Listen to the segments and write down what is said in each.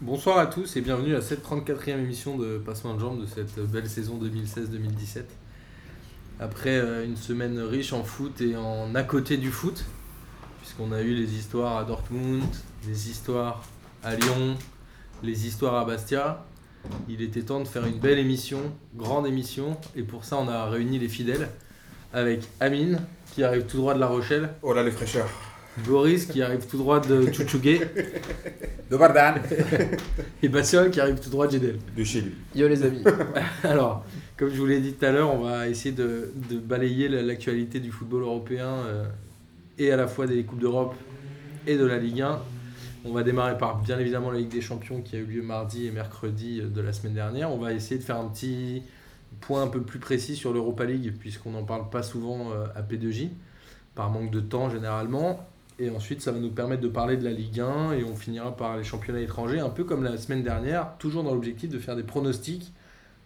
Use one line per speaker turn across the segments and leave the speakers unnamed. Bonsoir à tous et bienvenue à cette 34e émission de Passement de Jambes de cette belle saison 2016-2017. Après euh, une semaine riche en foot et en à côté du foot, puisqu'on a eu les histoires à Dortmund, les histoires à Lyon, les histoires à Bastia, il était temps de faire une belle émission, grande émission, et pour ça on a réuni les fidèles avec Amine qui arrive tout droit de La Rochelle,
Oh là les fraîcheurs.
Boris qui arrive tout droit de Tchouchougué
De Bardan.
et Bastien qui arrive tout droit de Jedel.
De chez lui.
Yo les amis.
Alors, comme je vous l'ai dit tout à l'heure, on va essayer de, de balayer la- l'actualité du football européen euh, et à la fois des Coupes d'Europe et de la Ligue 1. On va démarrer par bien évidemment la Ligue des Champions qui a eu lieu mardi et mercredi euh, de la semaine dernière. On va essayer de faire un petit point un peu plus précis sur l'Europa League puisqu'on n'en parle pas souvent euh, à P2J par manque de temps généralement. Et ensuite, ça va nous permettre de parler de la Ligue 1 et on finira par les championnats étrangers, un peu comme la semaine dernière, toujours dans l'objectif de faire des pronostics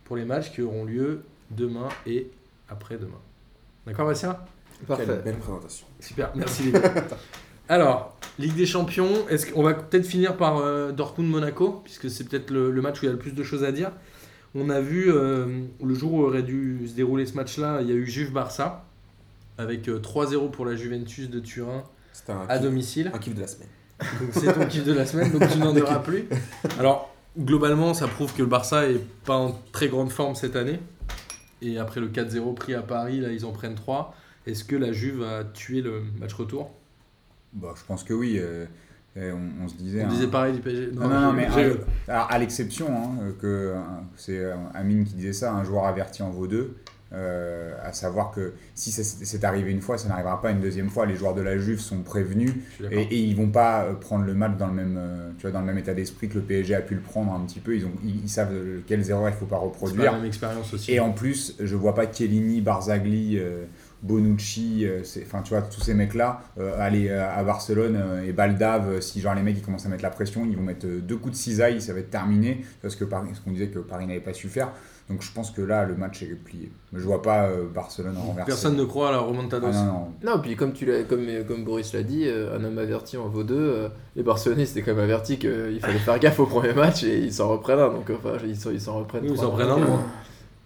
pour les matchs qui auront lieu demain et après-demain. D'accord, Bastien
Quelle
Parfait.
belle présentation.
Super, merci les gars. Alors, Ligue des Champions, est-ce qu'on va peut-être finir par euh, Dortmund-Monaco, puisque c'est peut-être le, le match où il y a le plus de choses à dire. On a vu, euh, le jour où aurait dû se dérouler ce match-là, il y a eu Juve-Barça, avec euh, 3-0 pour la Juventus de Turin
C'était un,
à
kiff-
domicile.
un kiff de la semaine.
Donc c'est ton kiff de la semaine, donc tu n'en auras plus. Alors, globalement, ça prouve que le Barça est pas en très grande forme cette année. Et après le 4-0 pris à Paris, là, ils en prennent 3. Est-ce que la Juve a tué le match retour
Bah, je pense que oui. euh, euh, on, on se disait.
On
hein.
disait pareil du PSG.
Non, non, non,
j'ai-
mais
j'ai-
à, alors, à l'exception, hein, euh, que euh, c'est euh, Amine qui disait ça, un joueur averti en vaut deux. euh, à savoir que si ça s'est c'est arrivé une fois, ça n'arrivera pas une deuxième fois. Les joueurs de la Juve sont prévenus
je suis d'accord.
et, et ils vont pas euh, prendre le match dans le même, euh, tu vois, dans le même état d'esprit que le PSG a pu le prendre un petit peu. Ils, ont, ils, ils savent euh, quelles erreurs il faut
C'est
pas
pas la
reproduire.
même expérience aussi.
Et en plus, je vois pas Chiellini, Barzagli, euh, Bonucci, euh, c'est- enfin tu vois, tous ces mecs-là euh, aller euh, à Barcelone euh, et Baldav, euh, si genre les mecs ils commencent à mettre la pression, ils vont mettre euh, deux coups de cisaille, ça va être terminé, parce que Paris, ce qu'on disait que Paris n'avait pas su faire. Donc je pense que là, le match est plié. Mais Je vois pas euh, Barcelone renverser.
Personne ne croit à la remontada.
Ah, non, non.
Non, puis comme, tu l'as- comme, euh, comme Boris l'a dit, euh, un homme averti en vaut deux. euh, les Barcelonais c'était quand même averti qu'il fallait faire gaffe au premier match et ils s'en reprennent un. Donc enfin, ils s'en ils s'en reprennent
Oui, ils
trois.
en prennent un de moins.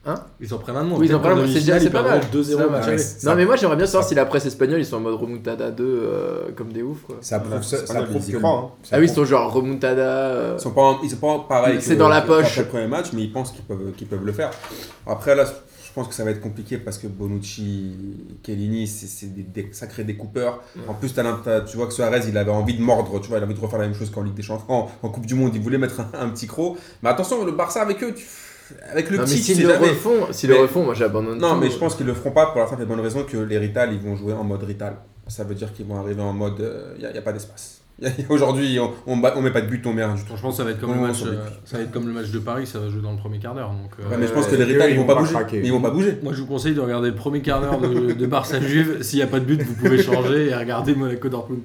Hein
Ils en prennent un de moins.
Oui, ils en
Peut-être
prennent un,
qu'en
c'est
demi-finale,
déjà- c'est
ils
pas
perdront
mal.
2-0 au
Ça
match
va.
aller.
Non,
Ça-
mais moi j'aimerais bien savoir si la presse espagnole ils sont en mode remontada 2 euh, comme des oufs quoi.
Ça prouve, ça,
Ah,
ça
non,
prouve
ils y
que.
croient, hein.
ça
Ah oui, ils
prouve-
sont genre remontada. euh,
Ils sont pas, en- ils sont pas pareils.
C'est
que-
dans la
qu'après
poche.
le premier match, mais ils pensent qu'ils peuvent, qu'ils peuvent le faire. Après là, je pense que ça va être compliqué parce que Bonucci, Chiellini, c'est c'est des, des sacrés découpeurs. En plus, t'as l'im- t'as- tu vois que Suarez, il avait envie de mordre, tu vois, il a envie de refaire la même chose qu'en Ligue des Champions, en, en Coupe du Monde, il voulait mettre un, un petit croc. Mais attention, le Barça avec eux, tu- avec le
non, mais
petit, tu
s'ils
sais
le
jamais.
refont, s'ils le
Mais-
refont, moi j'abandonne.
Non,
tout. euh,
mais je
euh,
pense qu'ils le feront pas pour la simple et bonne raison que les Rital, ils vont jouer en mode Rital. Ça veut dire qu'ils vont arriver en mode. Il n'y a, pas d'espace. Y a- y a- Aujourd'hui, on, on, bat- on met pas de but, on met rien du tout.
Franchement, ça va être comme le
Non,
match,
ça va être-
euh, ça va être comme le match de Paris, ça va jouer dans le premier quart d'heure. donc, euh,
Ouais, mais je pense
Euh,
que les
les
Rital,
deux,
ils vont pas bouger.
craquer.
Ils vont pas bouger.
Moi, je vous conseille de regarder le premier quart d'heure de, de Barça Juve. S'il n'y a pas de but, vous pouvez changer et regarder Monaco Dortmund.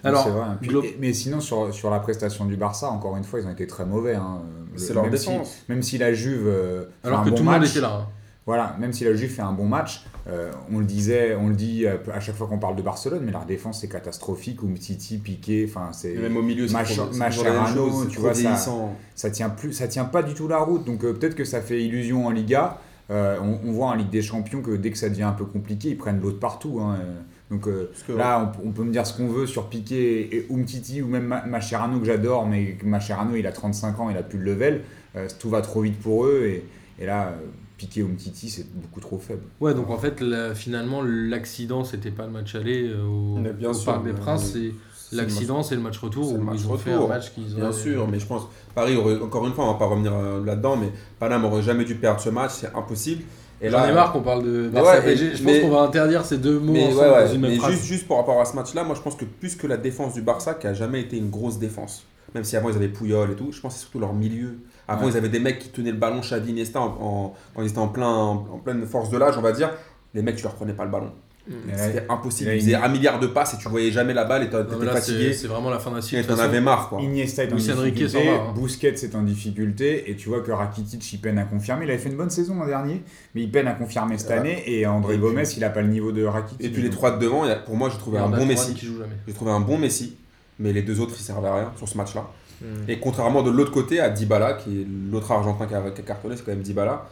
c'est
Alors,
vrai. Puis-
glo-
mais sinon, sur, sur la prestation du Barça, encore une fois, ils ont été très mauvais. hein. Le-
C'est leur
même si,
défense.
même si la Juve. euh, fait
alors
un
que
bon
tout le monde
match,
était là. hein.
Voilà, même si la Juve fait un bon match, euh, on le disait, on le dit euh, à chaque fois qu'on parle de Barcelone, mais leur défense c'est catastrophique. Umtiti, Piqué, enfin c'est
Et même au milieu, c'est
Mach-
trop- c'est
Machado,
toujours la même chose, c'est
tu
trop
vois, ça-
vieillissant.
ça tient plus, ça tient pas du tout la route. Donc euh, peut-être que ça fait illusion en Liga. Euh, on, on voit en Ligue des Champions que dès que ça devient un peu compliqué, ils prennent l'autre partout. hein. Euh, Donc euh,
Parce que-
là, on, on peut me dire ce qu'on veut sur Piqué et Umtiti ou même Ma- Mascherano que j'adore, mais que Mascherano il a 35 ans, il a plus de level. Euh, tout va trop vite pour eux et, et là, euh, Piqué Umtiti c'est beaucoup trop faible.
Ouais, donc en fait, la- finalement, l'accident, c'était pas le match aller euh, au,
Mais bien
au
sûr,
Parc des
mais-
Princes. C'est
C'est le match-
l'accident, c'est le match retour
c'est
où
le match
ils ont fait un
retour,
match qu'ils ont.
Bien sûr, mais je pense, Paris, aurait- encore une fois, on va pas revenir euh, là-dedans, mais Paname aurait jamais dû perdre ce match, c'est impossible. Et
J'en
là,
ai marre qu'on parle de
Mais
Barça
ouais,
PSG. Je pense
mais-
qu'on va interdire ces deux mots
Mais,
ensemble
ouais, ouais,
dans une même
mais
phrase.
juste, juste par rapport à ce match-là, moi je pense que plus que la défense du Barça, qui a jamais été une grosse défense, même si avant ils avaient Pouyol et tout, je pense que c'est surtout leur milieu. Avant
Ouais.
ils avaient des mecs qui tenaient le ballon, Xavi, Iniesta, en, en- quand ils étaient en, plein, en, en pleine force de l'âge, on va dire, les mecs tu leur prenais pas le ballon.
mm,
Et là,
C'était impossible,
il a
ils
une-
faisaient un milliard de passes et tu voyais jamais la balle et t'as-
Non, mais
t'étais
là, c'est
fatigué
c'est vraiment la fin de la
et
suite. de
t'en
toute façon.
avais marre quoi.
Iniesta est en
Luis Enrique
difficulté,
s'en va, hein.
Busquets est en difficulté, et tu vois que Rakitic il peine à confirmer. Il avait fait une bonne saison l'an dernier, mais il peine à confirmer cette
Voilà.
année. Et André
Euh, Et puis-
Gomez, il n'a pas le niveau de Rakitic.
Et puis les trois de devant, il y a- pour moi j'ai trouvé
Il y en
un
a
bon
trois
Messi.
qui jouent jamais.
J'ai trouvé un bon Messi. mais les deux autres, ils servent à rien sur ce match-là.
Hmm.
Et contrairement de l'autre côté à Dybala, qui est l'autre Argentin qui a, qui a cartonné, c'est quand même Dybala,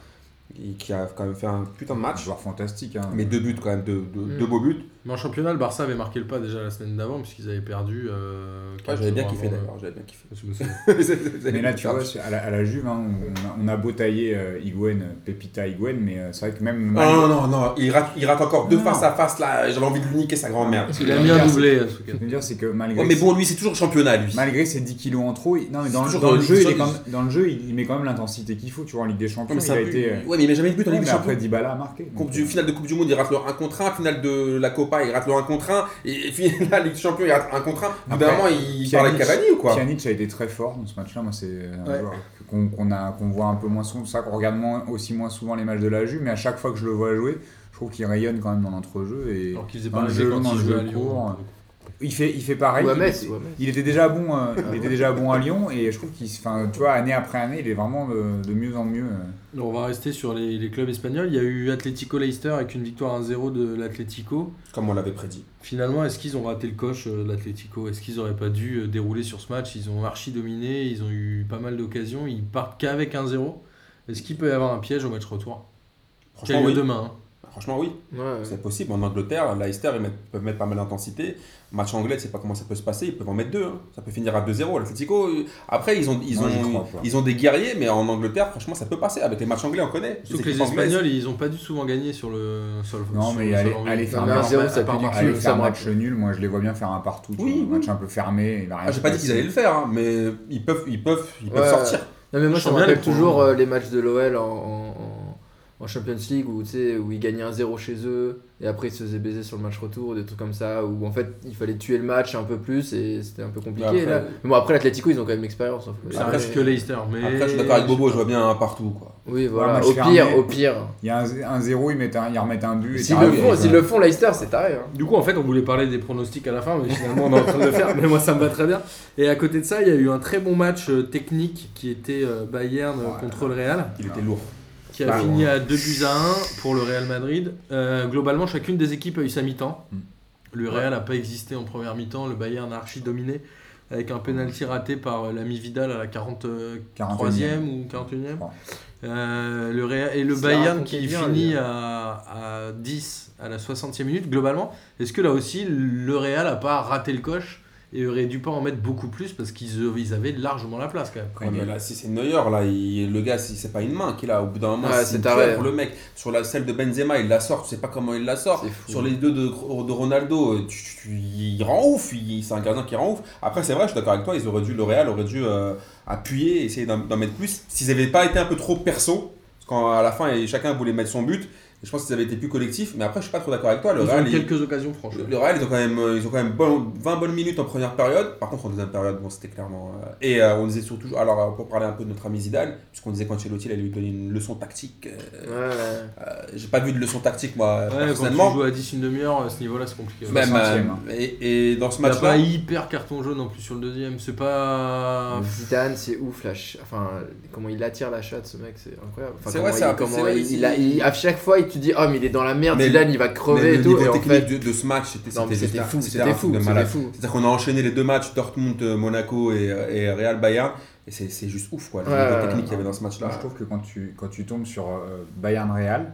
et qui a quand même fait un putain de
Un
match,
joueur fantastique. Hein.
mais deux buts quand même, deux, deux-
Mm.
deux beaux buts.
Mais en championnat, le Barça avait marqué le pas déjà la semaine d'avant, puisqu'ils avaient perdu. Euh,
Ouais,
quatre
j'avais bien
jours
kiffé
avant,
d'ailleurs, j'avais bien kiffé.
euh, je me souviens.
Mais là, tu vois, sur- à la, à la Juve, hein, on, on a beau tailler euh, Higuaín, euh, Pépita Higuain, mais euh, c'est vrai que même.
Ah non, non, non, il rate, il rate encore deux
Non.
face à face là, j'avais envie de lui niquer sa grand-mère.
Il a mis un doublé, euh, ce
Ce que
week-end.
je veux dire, c'est que malgré.
Ouais, Oh, mais bon, lui, c'est toujours championnat, lui.
Malgré ses 10 kilos en trop, il- non, mais dans,
C'est toujours
le- dans
dans
le
le
jeu, il est
sol,
quand
il-
même- dans le jeu, il, il met quand même l'intensité qu'il faut. Tu vois, en Ligue des Champions,
Ouais, mais
il
c'est
a
un peu-
été. euh,
Ouais, mais il met jamais de but en
Ouais,
Ligue
mais
des
après
Champions.
Dybala a marqué. donc,
Coupe du,
euh,
finale de Coupe du Monde, il rate le 1 contre 1. Finale de la Copa, il rate le 1 contre 1. Et finale Ligue des Champions, il rate 1 contre 1. Au bout d'un
Après,
moment, il
Pjanic-
parle avec Cavani ou quoi
Pjanic a été très fort dans ce match-là. Moi, c'est un
Ouais.
joueur que- qu'on qu'on a- qu'on voit un peu moins souvent. C'est ça qu'on regarde moins- aussi moins souvent les matchs de la Juve, mais à chaque fois que je le vois jouer, je trouve qu'il rayonne quand même dans l'entrejeu. Et
Alors qu'ils faisaient
dans
pas
le
le
jeu,
jeu quand
dans
ils
le
jouaient
jeu
à Lyon.
court, il fait, il fait pareil.
Ou à
il
Metz.
était-
ou à Metz.
Il était déjà bon, euh, il était déjà bon à Lyon et je trouve qu'il, se- enfin, tu vois, année après année, il est vraiment euh, de, mieux en mieux. euh.
On va rester sur les, les clubs espagnols. Il y a eu Atlético Leicester avec une victoire 1-0 de l'Atlético.
Comme on l'avait prédit.
Finalement, est-ce qu'ils ont raté le coche, euh, l'Atlético Est-ce qu'ils auraient pas dû euh, dérouler sur ce match Ils ont archi dominé, ils ont eu pas mal d'occasions, ils partent qu'avec 1-0. Est-ce qu'il peut y avoir un piège au match retour Qui a
Franchement,
lieu
oui.
demain. hein.
Franchement, oui.
Ouais, ouais.
C'est possible. En Angleterre, Leicester, ils mettent- peuvent mettre pas mal d'intensité. Match anglais, tu sais pas comment ça peut se passer. Ils peuvent en mettre deux. hein. Ça peut finir à 2-0. L'Atlético, euh, après, ils ont, ils,
Moi, j'y
ont,
crois pas.
ils ont des guerriers, mais en Angleterre, franchement, ça peut passer. Avec les matchs anglais, on connaît.
Surtout que
équipes
les
anglaises.
Espagnols, ils ont pas dû souvent gagner sur le sol.
Non, mais allez- allez faire
Non, mais
un
1-0,
à
ça
part
pue du
Marseille.
Aller
ça
faire un
me
match nul, moi je les vois bien faire un partout, tu
Oui,
vois,
oui.
un match un peu fermé. Il va rien
Ah,
se
j'ai pas dit qu'ils
passer.
allaient le faire, hein, mais ils peuvent, ils peuvent, ils peuvent
Ouais.
sortir.
Non, mais moi,
Je
je me
sens bien
rappelle
les points.
toujours euh, les matchs de l'OL en, en- en Champions League où, tu sais, où ils gagnaient 1-0 chez eux et après ils se faisaient baiser sur le match retour, des trucs comme ça, où en fait il fallait tuer le match un peu plus et c'était un peu compliqué.
Bah, Après-
là. Mais bon, après l'Atletico, ils ont quand même l'expérience. hein, faut-
Ça
mais-
reste que Leicester. Mais...
Après, je suis d'accord avec Bobo, je vois bien un partout. Quoi.
Oui,
Ouais,
voilà.
match
au pire,
fermé.
au pire.
Il y a un, un 0 ils mettent un, ils remettent un but. et
S'ils
t'as-
le,
ah,
font-
oui,
s'ils le font, Leicester, c'est taré. hein.
Du coup, en fait, on voulait parler des pronostics à la fin, mais finalement, on est en train de le faire. Mais moi, ça me va très bien. Et à côté de ça, il y a eu un très bon match euh, technique qui était euh, Bayern euh,
Ouais.
contre le Real,
Il était lourd.
qui a
Bah,
fini à 2 buts à 1 pour le Real Madrid. Euh, globalement, chacune des équipes a eu sa mi-temps.
Mm.
Le Real n'a pas existé en première mi-temps. Le Bayern a archi dominé avec un penalty raté par euh, l'ami Vidal à la 43e
41e.
ou 41e.
crois.
Euh, le Real- et le
Ça
Bayern
racontait
qui
bien,
finit
lui.
à, à 10 à la 60e minute, globalement, est-ce que là aussi le Real a pas raté le coche et aurait dû pas en mettre beaucoup plus parce qu'ils euh, ils avaient largement la place quand même
Après,
Ouais,
il y a-
mais là, si c'est Neuer, là, il- le gars, si c'est pas une main qu'il a, au bout d'un moment,
Ouais,
c'est
c'est
une
taré,
pierre
hein.
pour le mec. Sur la, celle de Benzema, il la sort, tu sais pas comment il la sort.
C'est fou.
Sur les deux de, de Ronaldo, euh, tu- tu- tu- il rend ouf, il- c'est un gardien qui rend ouf. Après, c'est vrai, je suis d'accord avec toi, ils auraient dû, le Real aurait dû euh, appuyer, essayer d'en d'en mettre plus. S'ils avaient pas été un peu trop perso, parce qu'à la fin, et chacun voulait mettre son but, je pense qu'ils avaient été plus collectifs, mais après, je suis pas trop d'accord avec toi. Le
Ils
Real,
ont eu
il-
quelques occasions franchement.
le Real, ils ont quand même, euh, ils ont quand même bon- 20 bonnes minutes en première période. Par contre, en deuxième période, bon, c'était clairement. euh, et euh, on disait surtout. Alors, euh, pour parler un peu de notre ami Zidane, puisqu'on disait qu'Ancelotti, il allait lui donner une leçon tactique. euh,
Ouais, ouais.
euh, J'ai pas vu de leçon tactique, moi,
Ouais, quand tu
personnellement.
joues à 10 une demi-heure, à ce niveau-là, c'est compliqué.
Même,
60e,
euh,
hein.
et, et dans ce
Il a pas
match-là,
hyper carton jaune en plus sur le deuxième. C'est pas.
Zidane, c'est ouf, la ch- enfin, comment il attire la chatte, ce mec, c'est incroyable. Enfin,
C'est
comment
vrai,
il-
c'est un peu-
comment
c'est vrai,
il-
il-
il a- il- À chaque fois, il te dit, oh, mais il est dans la merde,
Mais
Zidane, il va crever
mais
et
le
tout.
niveau
Et en
technique
fait,
de, de ce match, c'était
Non, mais
c'était
c'était
un-
fou,
un
c'était
truc
fou,
de
c'était
malade.
fou.
C'est-à-dire qu'on a enchaîné les deux matchs, Dortmund, euh, Monaco et, et Real Bayern, et c'est c'est juste ouf, quoi, le
Ouais,
niveau
ouais,
technique
ouais.
qu'il y avait dans ce match-là.
Moi, Bah, je trouve que quand tu, quand tu tombes sur euh, Bayern Real,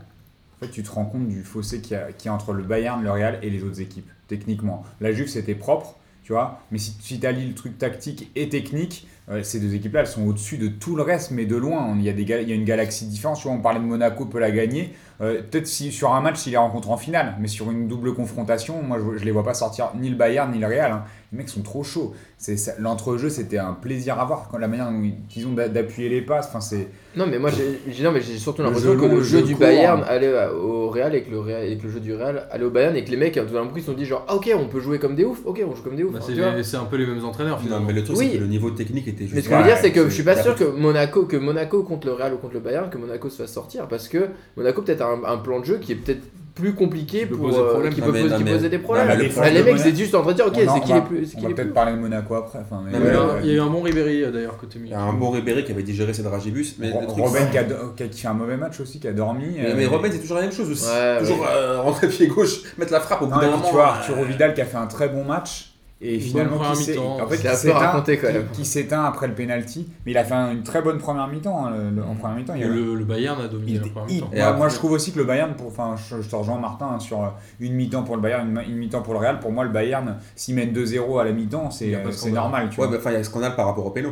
en fait, tu te rends compte du fossé qu'il y, a- qu'il y a entre le Bayern, le Real et les autres équipes, techniquement. La Juve, c'était propre, tu vois, mais si tu allies le truc tactique et technique, euh, ces deux équipes-là, elles sont au-dessus de tout le reste, mais de loin. On- Il y, a des gal- il y a une galaxie différente. Tu vois, on parlait de Monaco, peut la gagner. Euh, Peut-être si, sur un match, s'il les rencontre en finale, mais sur une double confrontation, moi, je, je les vois pas sortir ni le Bayern ni le Real. hein. Les mecs sont trop chauds. C'est- ça- L'entrejeu, c'était un plaisir à voir. Quand, la manière dont ils- qu'ils ont d'a- d'appuyer les passes, enfin, c'est.
Non, mais moi j'ai j'ai- non, mais j'ai surtout
Le
l'impression
jeu
que
long,
le
le
jeu
jeu
du
court.
Bayern allait à- au Real et que, le Real et que le jeu du Real allait au Bayern et que les mecs, à tout d'un coup, ils se sont dit genre, ah ok, on peut jouer comme des oufs, ok, on joue comme des oufs.
Bah,
Enfin,
c'est
tu vois.
les- c'est un peu les mêmes entraîneurs
Non,
finalement.
mais le truc,
Oui.
c'est que le niveau technique était juste.
Mais ce que je veux
Ouais,
dire, c'est que je suis pas
c'est-
sûr que Monaco, que Monaco contre le Real ou contre le Bayern, que Monaco se fasse sortir parce que Monaco peut-être a un, un plan de jeu qui est peut-être plus compliqué
Qui peut
pour
poser
euh,
problème.
qui
Non,
peut
mais-
poser-
non,
qui
mais-
posait des problèmes.
Non, mais
la
le
défense
Ah, les
de
mecs,
Monaco-
c'est juste en train de dire, ok,
On en-
c'est
on
qui les
va-
plus. c'est
On
qui
va
les
peut-être
plus-
parler de Monaco après. Enfin,
Non,
mais
Il y a
mais
eu
euh,
un- il y a eu un bon Ribéry euh, d'ailleurs côté
Il
milieu.
y a un bon Ribéry qui avait digéré ses dragibus, mais le truc,
Robin
c'est-
qui, a do- qui a- qui fait un mauvais match aussi, qui a dormi.
Mais,
euh,
mais Robben, c'est toujours la même chose aussi.
Ouais,
toujours euh, rentrer pied gauche, mettre la frappe au bout
Non, et
d'un
puis
moment.
tu vois,
euh,
Arturo Vidal qui a fait un très bon match. Et
Une
finalement,
première
qui s'est-
mi-temps.
en fait,
C'est un
qui
peu
s'éteint-
raconté, quand
qui-
même.
Qui s'éteint après le penalty. Mais il a fait un- une très bonne première mi-temps. hein, le- le- en première mi-temps, il y
Et
a
le, le Bayern a dominé
il
la
était
première
hyper-
mi-temps.
Et
Moi,
après-
moi, je trouve aussi que le Bayern, pour, enfin, je, je te rejoins Martin hein, sur euh, une mi-temps pour le Bayern, une, ma- une mi-temps pour le Real. Pour moi, le Bayern, s'il mène 2-0 à la mi-temps,
Il y
c'est
a pas de
euh, c'est
scandale.
normal. Tu
Ouais,
vois.
mais enfin, il y a un scandale par rapport au péno.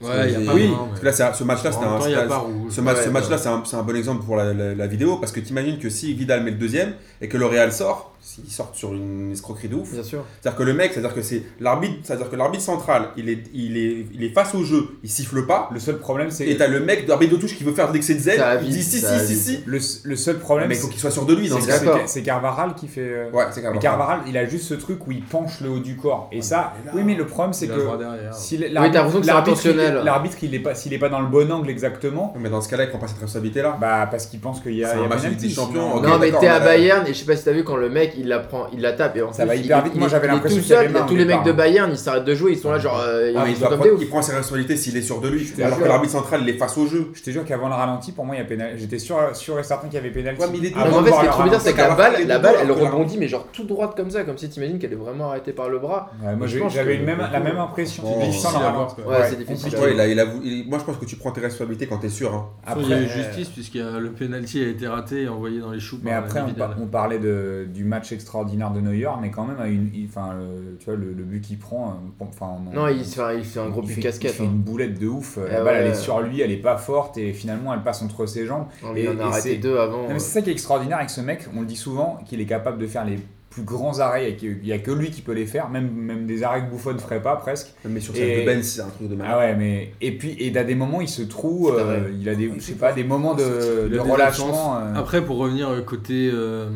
Ouais, il y a pas
Oui,
vraiment,
Parce que
mais-
là, c'est un- ce match-là, c'était
en
un,
même temps, il y a
c'était-
pas rouge.
ce, match,
Ouais,
ce match-là,
ouais.
c'est un, c'est un bon exemple pour la, la- la vidéo parce que t'imagines que si Vidal met le deuxième et que le Real sort, s'il sort sur une escroquerie de ouf,
Bien sûr.
c'est-à-dire que le mec, c'est-à-dire que c'est l'arbitre, c'est-à-dire que l'arbitre central, il est, il est, il est face au jeu, il siffle pas,
Le seul problème, c'est
et t'as le mec l'arbitre de touche qui veut faire de l'excès de Z,
Ça
il
avise,
dit si, si,
ça
si,
avise.
si. Ah,
le, s- le seul
Mais
problème,
il
c'est
faut qu'il soit sûr de lui dans ce
c'est
c'est-
cas.
grave. d'accord.
c'est- c'est Carvaral qui fait. euh,
Ouais, c'est grave.
Mais Carvaral, il a juste ce truc où il penche le haut du corps. Et ça,
mais là-
oui, mais le problème, c'est
Il a le droit
que.
derrière.
Si l-
t'as l'impression que
l'arbitre, il
c'est
est-
intentionnel.
L'arbitre, il est pas- s'il n'est pas dans le bon angle exactement,
Mais dans ce cas-là, il prend pas cette responsabilité-là.
bah parce qu'il pense qu'il y a.
C'est
il y a
un match de
penalty,
Ligue des Champions,
sinon-
ok.
non mais
d'accord,
t'es à
mais-
Bayern et je sais pas si t'as vu quand le mec il la prend, il la tape et en
Ça
plus,
va
il-
hyper vite. Moi,
il-
j'avais
il est
l'impression
tout
qu'il y avait
seul,
marre
tous
au
les
départ,
mecs de
hein.
Bayern ils s'arrêtent de jouer, ils sont là genre euh,
Ah, mais
ils
il,
sont
doit
comme des
prendre-
ouf.
il prend ses responsabilités s'il est sûr de lui,
te
alors que
jure.
l'arbitre central, il est face au jeu.
Je te jure qu'avant le ralenti, pour moi, il y a pénal. J'étais sûr, sûr et certain qu'il y avait pénalty.
Ouais, mais il est-
Non, mais
Avant
en
de
fait, ce
voir
qui est
le
trop bizarre, c'est que la
ralenti,
balle,
elle
la
est
balle,
droite,
elle
alors que la-
rebondit, mais genre tout droite comme ça, comme si t'imagines qu'elle est vraiment arrêtée par le bras.
Ouais, moi,
Je
j'ai-
pense
j'avais
que-
une même, la même impression.
Bon,
J'ai vu
difficile
sans le
à voir,
ralenti.
quoi. Ouais, c'est difficile
compliqué.
à voir.
Ouais, il a- il a vou- il- Moi, je pense que tu prends tes responsabilités quand t'es sûr. hein.
il y
euh,
a eu
Après-
justice puisque le penalty a été raté et envoyé dans les choux.
Mais
par
après, on,
Vidal.
par- on parlait de, du match extraordinaire de Neuer, mais quand même, à une, il- enfin, euh, tu vois, le, le but qu'il prend, euh, bon, enfin, on-
Non, il se fait, il fait un gros
il
but
fait-
casquette.
Il fait
hein.
une boulette de ouf. euh,
Eh
la balle, elle
ouais.
est sur lui, elle est pas forte, et finalement, elle passe entre ses jambes.
Non, mais il en
Et-
a
et
arrêté
c'est-
deux avant.
Non, mais c'est ça qui est extraordinaire avec ce mec. On le dit souvent qu'il est capable de faire les plus grands arrêts, et qu'il y a que lui qui peut les faire, même, même des arrêts que Buffon ne ferait pas presque.
Mais sur
Et-
celle de Ben, c'est un truc de malade.
Ah ouais, mais et puis et à des moments il se trouve,
C'est
euh,
vrai.
il a des, je sais pas, des moments de,
Il
de
a des
relâchement. euh,
Après, pour revenir euh, côté, euh,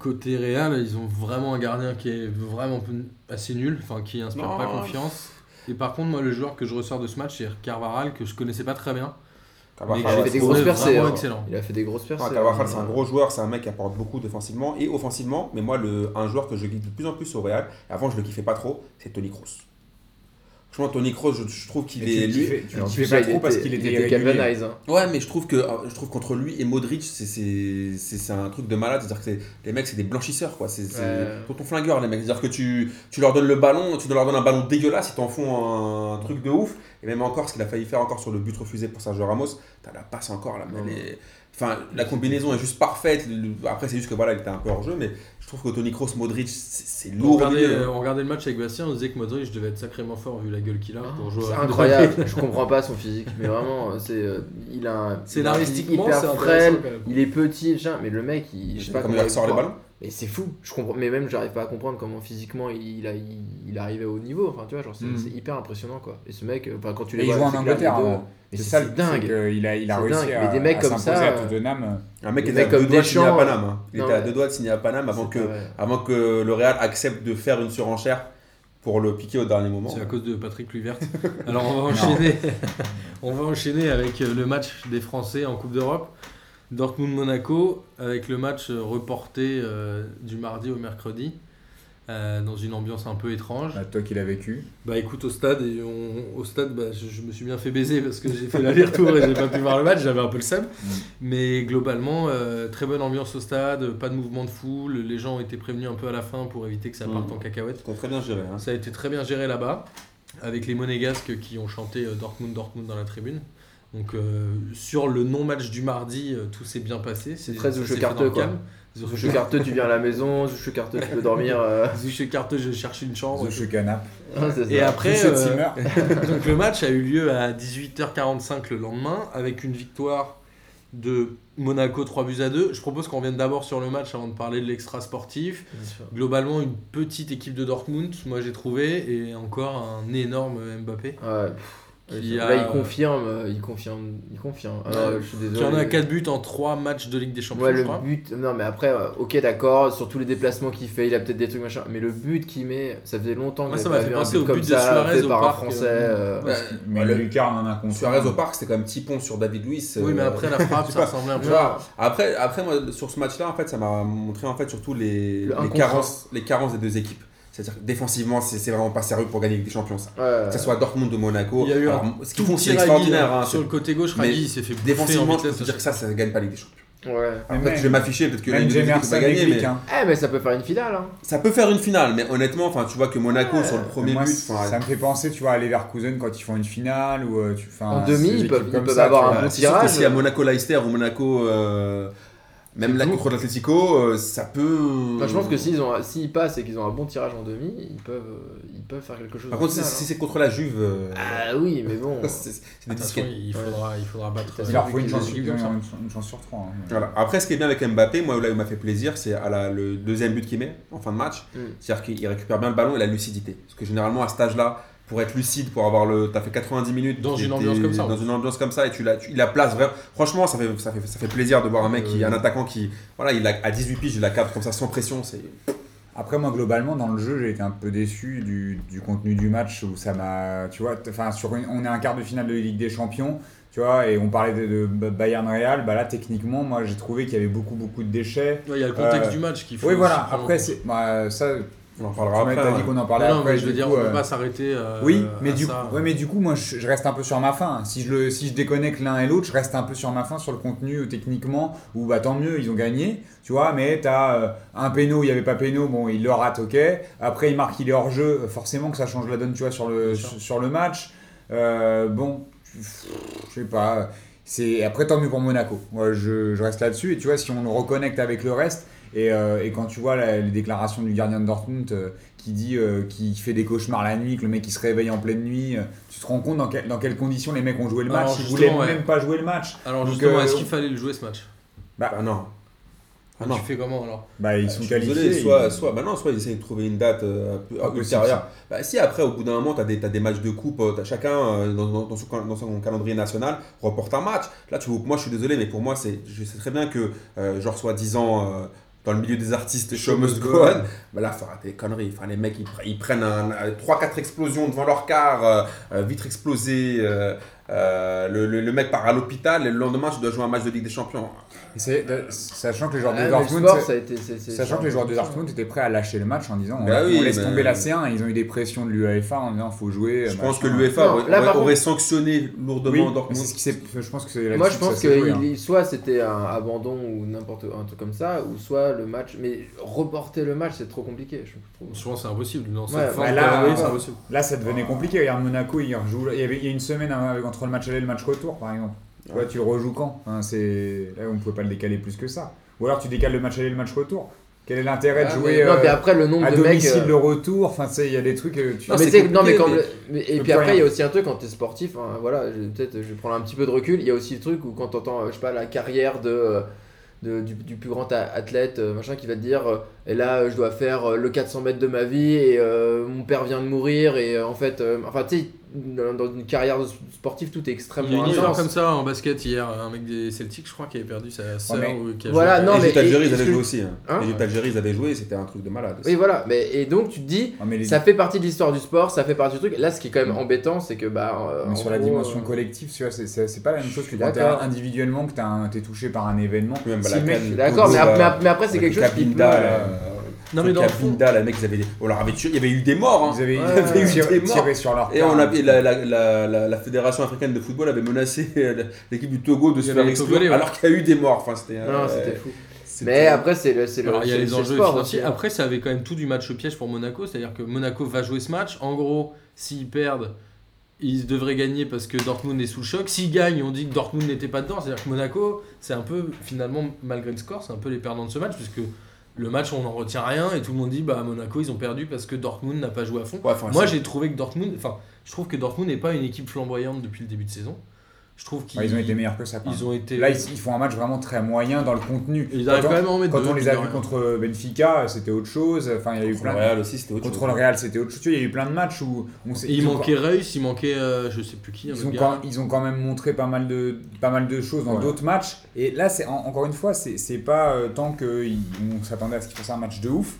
côté Real, ils ont vraiment un gardien qui est vraiment peu- assez nul, enfin qui inspire
Non.
pas confiance. Et par contre, moi, le joueur que je ressors de ce match, c'est Carvaral, que je connaissais pas très bien.
Carvajal,
Mais
Il a
ouais,
fait
j'ai
des
c'est-
trouvé
grosses percées.
vraiment
hein.
excellent.
Il a fait des grosses percées.
Non, Carvajal, c'est un gros joueur, c'est un mec qui apporte beaucoup défensivement et offensivement. Mais moi, le, un joueur que je kiffe de plus en plus au Real, avant je le kiffais pas trop, c'est Tony Kroos. Franchement, Tony Kroos, je, je trouve qu'il
mais tu-
est.
tu
Lui,
fais- tu-
Et en
tu
plus,
fais
là,
pas trop parce qu'il était irrégulier.
galvanized, hein.
Ouais, mais je trouve que euh, je trouve qu'entre lui et Modric, c'est- c'est c'est- c'est un truc de malade. C'est-à-dire que c'est- les mecs, c'est des blanchisseurs, quoi. C'est
Ouais.
c'est tonton flingueur, les mecs. C'est-à-dire que tu, tu leur donnes le ballon, tu leur donnes un ballon dégueulasse, ils t'en font un truc de ouf. Et même encore, ce qu'il a failli faire encore sur le but refusé pour Sergio Ramos, t'as la passe encore, là. mais
Ouais.
elle est- Enfin, la combinaison est juste parfaite. Le- Après, c'est juste que voilà, il était un peu hors jeu, mais je trouve que Tony Kroos, Modric, c'est c'est
On
lourd. au
regardait, euh,
milieu. hein.
on regardait le match avec Bastien, on disait que Modric devait être sacrément fort vu la gueule qu'il a pour jouer.
Ah, C'est
à-
incroyable, je comprends pas son physique, mais vraiment, c'est, euh, il a un,
C'est
il a un physique
l'artistiquement,
hyper
c'est
frêle,
intéressant. quand même.
il est petit, machin, mais le mec, il,
Je
euh, je sais
sais
pas
comment il
comment
ressort les
comprend.
ballons.
Mais c'est fou, je comprends, mais même j'arrive pas à comprendre comment physiquement il, il a, il, il arrivait au niveau, enfin tu vois, genre c'est
Hmm.
Mm.
c'est hyper impressionnant quoi. Et ce mec, euh, enfin, quand tu
Et
les
il
vois,
joue en
c'est clair,
Angleterre.
les deux,
hein.
avant.
mais c'est
ça le
c'est
truc,
dingue.
euh, Il a, il a
C'est
réussi
dingue.
à,
Mais des mecs
à
comme ça,
s'imposer à
euh,
Tottenham.
Un mec
Des
qui était à
mecs comme
deux doigts de signer à
Deschamps. euh,
Paname. hein. Il
Non,
était à
mais-
deux doigts de signer à Paname avant
C'est
que.
pas vrai.
avant que le Real accepte de faire une surenchère pour le piquer au dernier moment.
C'est à cause de Patrick Luvert. Alors on va enchaîner, on va enchaîner avec euh, le match des Français en Coupe d'Europe. Dortmund-Monaco, avec le match euh, reporté euh, du mardi au mercredi, euh, dans une ambiance un peu étrange.
Bah, toi qui l'as vécu.
Bah écoute, au stade, et on- au stade bah, je, je me suis bien fait baiser parce que j'ai fait l'aller-retour et j'ai pas pu voir le match, j'avais un peu le seum. Mais globalement, euh, très bonne ambiance au stade, pas de mouvement de foule, les gens ont été prévenus un peu à la fin pour éviter que ça parte
Mm.
en cacahuète.
Qu'on a très bien géré. hein.
Ça a été très bien géré là-bas, avec les monégasques qui ont chanté euh, Dortmund, Dortmund dans la tribune. Donc euh, sur le non-match du mardi, euh, tout s'est bien passé. C'est
très
ça
Zouche
s'est fait dans
Carteux,
le
quoi.
calme.
Zouche carteux, tu viens à la maison, Zouche carteux, tu peux dormir. euh,
Zouche Carteux, je cherche une chambre.
The Chukanap.
hein, c'est
Et
ça.
après,
Tout
euh,
ce teamer.
Donc le match a eu lieu à 18h45 le lendemain avec une victoire de Monaco 3 buts à 2. Je propose qu'on revienne d'abord sur le match avant de parler de l'extra sportif. Globalement une petite équipe de Dortmund, moi j'ai trouvé, et encore un énorme Mbappé.
Ouais, pff,
Qui
là
a-
il confirme, euh, il confirme, il confirme. Ah,
Ouais.
je suis
Qui en
désolé.
a 4 buts en 3 matchs de Ligue des Champions,
Ouais,
je
le
crois.
but, non mais après, euh, ok d'accord, sur tous les déplacements qu'il fait, il a peut-être des trucs machin, mais le but qu'il met, ça faisait longtemps
Moi,
que
ça
j'avais
m'a
pas
fait
vu un
penser
but
au
comme
but de
ça
Suarez
fait
au
par un
parc,
français.
euh,
euh,
Ouais,
Mais
le-
Lucas en a un contre.
Suarez au parc, c'était quand même petit pont sur David Luiz.
Oui,
euh,
mais après la frappe,
je sais
ça
pas.
ressemblait un
Tu
peu.
vois, après, après moi, sur ce match-là, en fait, ça m'a montré en fait surtout les,
Le un
les
contre
carences, les carences des deux équipes. C'est-à-dire que défensivement, c'est c'est vraiment pas sérieux pour gagner avec des champions. Ça.
ouais.
Que ce soit Dortmund de Monaco,
Il y a eu un
alors, ce qu'ils
Tout
font, c'est
petit Raghi,
extraordinaire. hein,
Sur
c'est-
le côté gauche, Raghi
Mais
il s'est fait bouffer en
Défensivement, je peux
vitesse.
te dire que ça, ça ne gagne pas les des champions.
Ouais.
Mais
Après,
même-
je vais m'afficher, peut-être que
Même
l'Indonésie peut
Jemerson
pas
et
gagner,
Glick,
mais
hein.
Eh, mais ça peut faire une finale. Hein.
ça peut faire une finale. Mais honnêtement, enfin, tu vois que Monaco,
Ouais.
sur le premier
Moi,
but, enfin,
ça me fait penser, tu vois, à Leverkusen quand ils font une finale ou euh, tu enfin,
En demi,
ces
ils
équipes
peuvent- ils
comme
peuvent
ça,
avoir
tu
un
Voilà,
vois.
Ah, bon
Euh, c'est sûr
tirage.
que si à Monaco Leicester ou Monaco, euh, même
C'est
là
tout.
contre l'Atlético, euh, ça peut.
Enfin, je
Euh,
pense que s'ils ont, s'ils passent et qu'ils ont un bon tirage en demi, ils peuvent, euh, ils peuvent faire quelque chose.
Par
en
contre, si
finale,
si
hein.
c'est contre la Juve, euh,
Ah oui, mais bon.
c'est c'est des
De toute façon,
disquettes.
il faudra, il faudra battre.
Il leur faut
euh,
une
les
chance,
équipes
ils
comme ça.
ont une- une chance sur trois. hein.
Voilà. Après, ce qui est bien avec Mbappé, moi là où il m'a fait plaisir, c'est à la- le deuxième but qu'il met en fin de match.
Mm.
C'est-à-dire qu'il récupère bien le ballon et la lucidité. Parce que généralement, à cet âge-là, pour être lucide, pour avoir le. T'as fait 90 minutes.
Dans
t'es-
une
t'es
ambiance comme ça,
Dans
ouais.
une ambiance comme ça et tu la, tu- il la place vraiment. Franchement, ça fait, ça, fait, ça fait plaisir de voir un mec, qui,
Euh,
un attaquant qui. Voilà, il a, à 18 piges, il la capte comme ça sans pression. C'est.
Après, moi, globalement, dans le jeu, j'ai été un peu déçu du, du contenu du match où ça m'a. Tu vois, t- enfin, sur une- on est un quart de finale de Ligue des Champions, tu vois, et on parlait de, de Bayern-Real. Bah là, techniquement, moi, j'ai trouvé qu'il y avait beaucoup, beaucoup de déchets.
Ouais, Il y a le contexte
Euh,
du match qu'il faut.
Oui, voilà.
aussi prendre en
Après,
compte.
c'est. bah, ça,
On en
tu
parlera
m'as
après.
t'as dit
ouais.
qu'on en parlait
Non,
après.
mais je veux
du
dire,
coup,
on
euh,
peut pas s'arrêter. euh,
Oui, mais
à
du,
ça.
ouais, mais du coup, moi, je, je reste un peu sur ma fin. Si je, le, si je déconnecte l'un et l'autre, je reste un peu sur ma fin sur le contenu euh, techniquement. Ou bah tant mieux, ils ont gagné, tu vois. Mais t'as euh, un péno, il y avait pas péno, bon, il le rate, ok. Après, il marque, il est hors jeu. euh, Forcément que ça change la donne, tu vois, sur le
sûr.
sur, sur le match. Euh, bon, pff, je sais pas. C'est après tant mieux pour Monaco. Moi, je, je reste là-dessus. Et tu vois, si on le reconnecte avec le reste. Et, euh, et quand tu vois la- les déclarations du gardien de Dortmund, euh, qui dit euh, qui fait des cauchemars la nuit, que le mec il se réveille en pleine nuit. euh, tu te rends compte dans, quel- dans quelles conditions les mecs ont joué le
Ah
match
Alors,
Ils voulaient
justement, ouais.
même pas jouer le match.
Alors
Donc,
justement,
euh,
est-ce qu'il fallait le jouer ce match
Ah non. Ah non.
Tu fais comment alors
Bah ils
Ah, Je
sont
suis
qualifiés.
désolé, soit,
ils-
soit, bah non, soit ils essayent de trouver une date euh, plus-
Pas possible,
ultérieure. Bah, si après, au bout d'un moment, tu as, des matchs de coupe, euh, t'as chacun euh, dans, dans- dans son, cal- dans son calendrier national reporte un match. Là, tu vois, moi, je suis désolé, mais pour moi, c'est, je sais très bien que, euh, genre, soit 10 ans euh, dans le milieu des artistes chômeuses
Go
Gohan, bah là, faut arrêter les conneries. Enfin, les mecs, ils, pre- ils prennent 3-4 explosions devant leur car, euh, euh, vitre explosée. euh, euh, le, le- le mec part à l'hôpital et le lendemain, tu dois jouer un match de Ligue des Champions.
Et c'est- euh, sachant que les
Ah,
joueurs
mais
de
le
Dortmund,
sport,
c'est-
ça a été. c'est- c'est-
sachant
c'est-
que les joueurs de Dortmund étaient prêts à lâcher le match en disant on,
Bah oui,
on laisse
mais-
tomber la C1. Ils ont eu des pressions de l'UEFA en disant faut jouer.
Je
machin.
pense que l'UEFA
Non,
aurait,
là,
aurait-
par
aurait sanctionné
Oui,
lourdement
mais
Dortmund.
c'est ce qui s'est. Je pense que c'est.
Moi,
là-dessus
je
que ça
pense
s'est
que
joué, hein.
il- il- soit c'était un abandon ou n'importe un truc comme ça, ou soit le match. Mais reporter le match, c'est trop compliqué, je trouve.
Je pense que c'est impossible. Dans cette
Ouais,
forme
bah là,
de- oui, c'est
ouais.
impossible.
Là, ça devenait
Ah.
compliqué. Regarde Monaco, il rejoue. Il y avait il y a une semaine hein, avec- entre le match aller et le match retour, par exemple. Tu vois, tu le rejoues quand Hein, C'est là, on ne pouvait pas le décaler plus que ça. Ou alors tu décales le match aller et le match retour. Quel est l'intérêt de
Ah,
jouer
mais- non,
euh,
puis après, le nombre
à
de mecs.
domicile
euh,
le retour Enfin, tu sais, il y a des trucs. euh, tu-
Non,
Non,
mais,
c'est
c'est- non, mais
compliqué,
quand
mais-
le- mais- et
peux
puis
plus
après
rien.
il y a aussi un truc quand t'es sportif hein, voilà je- peut-être je vais prendre un petit peu de recul il y a aussi le truc où quand t'entends euh, je sais pas la carrière de, euh, de- du, du plus grand a- athlète euh, machin qui va te dire euh, et là euh, je dois faire euh, le 400 mètres de ma vie et euh, mon père vient de mourir et euh, en fait euh, enfin tu sais dans, dans une carrière de s- sportive tout est
Il y a
extrêmement
une histoire
intense
comme ça en basket hier, un mec des Celtics, je crois, qui avait perdu sa sœur
mais-
ou qui a
Voilà,
joué-
non,
les
mais-
Égyptes d'Algérie, ils
et-
avaient
est-ce que-
joué aussi. hein.
Hein
les Égyptes d'Algérie, ils avaient joué, c'était un truc de malade.
oui voilà mais et donc tu te dis
Non, mais les-
ça fait partie de l'histoire du sport ça fait partie du truc là ce qui est quand même embêtant c'est que bah euh,
mais
en
sur la
gros,
dimension
euh,
collective, tu vois, c'est- c'est c'est pas la même chose que
suis
quand t'es
d'accord.
individuellement, que t'as un- t'es touché par un événement.
Même
Si
la
le mec-
canne,
je suis d'accord mais, ap- mais ap- mais après c'est
avec
quelque chose qui peut
Kabinda, là, euh,
Non, mais dans le
avec
fond,
Kabinda, là, mec, ils avaient des- Oh, on leur avait tué, il y avait eu des morts. hein.
Ils avaient,
Ouais,
ils avaient
ouais.
tiré,
Tiré-
tiré sur leur
Et
carte.
on avait, la, la, la, la, la fédération africaine de football avait menacé euh, l'équipe du Togo de
Il y
se
avait
faire
les
exclure
Togolais, ouais.
alors qu'il y a eu des morts. Enfin, c'était.
Non,
euh,
c'était fou.
c'était-
Mais après, c'est le, c'est le,
Alors, il y a
c'est-
les
c'est
enjeux
le sport euh,
financiers.
hein.
aussi.
Après, c'est avec quand même tout du match piège pour Monaco. C'est-à-dire que Monaco va jouer ce match. En gros, s'ils perdent, ils devraient gagner parce que Dortmund est sous le choc. S'ils gagnent, on dit que Dortmund n'était pas dedans. C'est-à-dire que Monaco, c'est un peu, finalement, malgré le score, c'est un peu les perdants de ce match. Puisque le match, on n'en retient rien. Et tout le monde dit, bah, Monaco, ils ont perdu parce que Dortmund n'a pas joué à fond.
Ouais, enfin,
Moi,
c'est-
j'ai trouvé que Dortmund. Enfin, je trouve que Dortmund n'est pas une équipe flamboyante depuis le début de saison. Je trouve qu'ils
Ouais, ils ont été meilleurs que ça. quand même.
Ils ont été.
Là, ils, ils font un match vraiment très moyen dans le contenu.
Ils arrivent
Quand on-
quand même à en mettre
Quand
deux,
on les a
mine de
vus
rien.
contre Benfica, c'était autre chose. Enfin, il y a eu
Contre le
plein. De...
Real aussi, c'était autre
Contre
chose.
le Real, c'était autre chose. Tu vois, Il y a eu plein de matchs où on s'est.
Et il
ils ont
manquait
quand-
Reus, il manquait euh, je sais plus qui. un
Ils
autre
ont,
gars.
quand, ils ont quand même montré pas mal de, pas mal de choses dans
Ouais.
d'autres matchs. Et là, c'est en- encore une fois, c'est c'est pas euh, tant qu'on s'attendait à ce qu'ils fassent un match de ouf.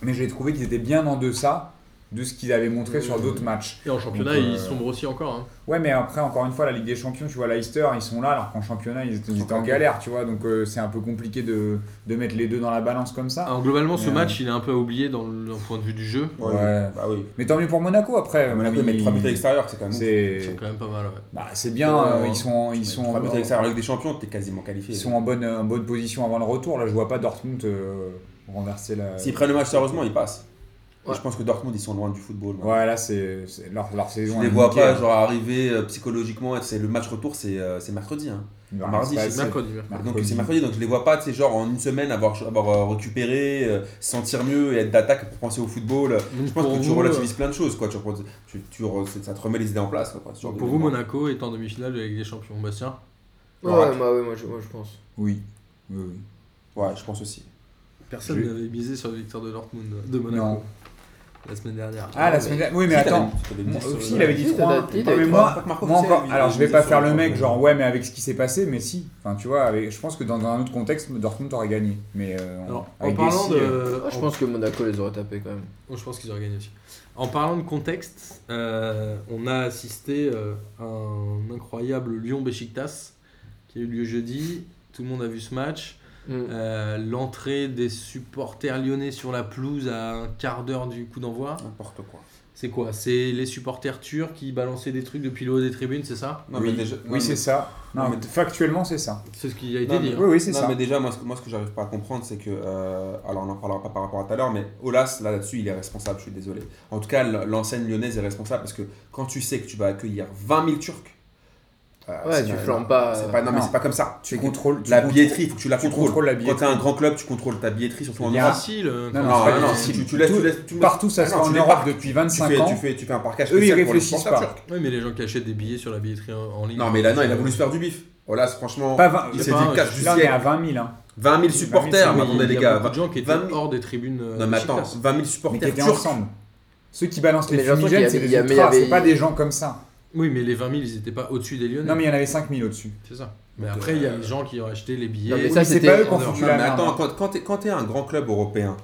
Mais j'ai trouvé qu'ils étaient bien en deçà de ce qu'ils avaient montré
Mmh.
sur d'autres matchs.
Et en championnat,
Donc, euh,
ils sombrent aussi encore. hein.
Ouais, mais après, encore une fois, la Ligue des Champions, tu vois, Leicester, ils sont là, alors qu'en championnat, ils étaient, ils étaient en galère, tu vois. Donc, euh, c'est un peu compliqué de, de mettre les deux dans la balance comme ça.
Alors Ah, globalement, ce
Mais,
match, il est un peu oublié dans le dans le point de vue du jeu.
Ouais,
Ouais.
Bah oui.
Mais tant mieux pour Monaco après.
Monaco, ils
ils-
mettent 3 buts à l'extérieur, c'est quand même. ouf.
C'est
C'est quand même pas mal. ouais.
bah, c'est bien,
Ouais,
euh,
ouais.
ils sont, en- ils sont,
Trois
en-
buts à l'extérieur en Ligue des Champions, t'es quasiment qualifié.
ils sont en, bonne, en bonne position avant le retour. Là, je vois pas Dortmund euh, renverser la.
Euh, S'ils prennent le match sérieusement, ils passent. Et
Ouais.
Je pense que Dortmund, ils sont loin du football. moi.
Ouais, là, c'est c'est- leur, leur
Je
saison.
les
elle est
vois
niquée,
pas
hein.
genre arriver euh, psychologiquement. C'est le match retour, c'est euh, c'est mercredi. hein.
Il va
mardi,
rester
c'est
assez-
Mercredi. mercredi.
Donc c'est mercredi, donc je les vois pas. C'est genre en une semaine avoir avoir euh, récupéré, euh, se sentir mieux et être d'attaque pour penser au football.
Donc,
Je pense
pour
que tu
vous, euh,
euh,
relativises plein de choses, quoi. Tu, reposes- tu, tu re- ça te remet les idées en place. Quoi,
euh, Pour vous, Monaco est en demi-finale de la Ligue des Champions. Bah, Bastien
Ouais,
Morata.
moi, ouais, moi, je, moi, je pense.
Oui. Oui, oui.
Ouais, je pense aussi.
Personne
Oui.
n'avait misé sur la victoire de Dortmund, euh, de Monaco
Non.
la semaine dernière.
Ah, la
mais-
semaine dernière. Oui, mais
Si, t'avais-
attends.
t'avais mis
Moi
sur-
aussi, il avait dit
Si, t'as
3.
dit,
mais
t'avais
moi,
trois. Marco
moi
Rossi
encore,
avait
alors
mis
je vais
sur
pas
le
faire le
point.
mec, genre ouais, mais avec ce qui s'est passé, mais si. Enfin, tu vois, avec- je pense que dans un autre contexte, Dortmund aurait gagné. Mais euh,
Alors, en
avec
parlant
Messi,
de. Oh,
euh,
Moi, Ah, je
en-
pense que Monaco les aurait tapés quand même.
Oh, je pense qu'ils auraient gagné aussi. En parlant de contexte, euh, on a assisté euh, à un incroyable Lyon-Béchictas qui a eu lieu jeudi. Tout le monde a vu ce match.
Mm.
Euh, L'entrée des supporters lyonnais sur la pelouse à un quart d'heure du coup d'envoi.
N'importe quoi.
C'est quoi C'est les supporters turcs qui balançaient des trucs depuis le haut des tribunes, c'est ça
Non,
oui,
mais déjà- non,
oui, c'est
mais-
ça. Non,
non, mais-
factuellement, c'est ça.
C'est ce qui a été
Non,
dit.
mais-
hein.
Oui, oui, c'est
Non,
ça.
mais déjà, moi, ce que, moi, ce que j'arrive pas à comprendre, c'est que. euh, alors, on en parlera pas par rapport à tout à l'heure, mais Olas, là, là-dessus, il est responsable, je suis désolé. En tout cas, l- l'enseigne lyonnaise est responsable parce que quand tu sais que tu vas accueillir 20 000 Turcs. euh,
Ouais,
c'est
tu
pas-
flambes Ah, pas,
c'est
euh,
pas- non, mais
non.
c'est pas comme ça.
Tu
C'est que
contrôles Ah, tu
la
contrôles-
billetterie, il faut que tu la
tu
contrôles.
contrôles la
Quand t'es un
billetterie.
grand club, tu contrôles ta billetterie, surtout en
Il y a-
Europe.
Facile. euh,
Non,
quand
non,
on
c'est
fait
pas
des-
non,
difficile.
si tu, tu laisses,
Tout-
tu laisses- tu me-
Partout, ça se
Ah non,
fait en
tu les
Europe
parques.
depuis
tu
25
fais,
ans.
tu fais, tu fais un parquage
Eux, ils
spécial pour les
réfléchissent
supporters
pas.
turcs.
Oui, mais les gens qui achètent des billets sur la billetterie en, en ligne.
Non, mais là, non, il a voulu se faire du bif. Olas, franchement,
Pas 20
il
c'est
s'est
pas
dit
un-
cache du
Là, on est à
siècle.
20 000. hein.
20 000 supporters,
Mais
mais
il
attendez,
y
les
a
gars.
beaucoup de gens qui étaient
20 000
hors des tribunes. euh,
Non, mais attends,
Beşiktaş.
20 000
Mais qui
supporters
étaient
turcs.
ensemble. Ceux qui balancent
Mais
les
j'ai l'impression
fumigènes, c'est
qu'il y
des
avait- il y
ultras,
avait-
c'est pas des gens comme ça.
Oui, mais les 20 000, ils n'étaient pas au-dessus des Lyonnais.
Non, mais il y en avait 5 000 au-dessus.
C'est ça. Mais
Donc,
après, il y a
euh,
les gens qui ont acheté les billets.
Non, mais
Oui,
ça,
mais c'est
c'était-
pas eux qui ont
Non,
foutu
Non,
la
mais
merde.
attends, quand, quand t'es, quand t'es un grand club européen,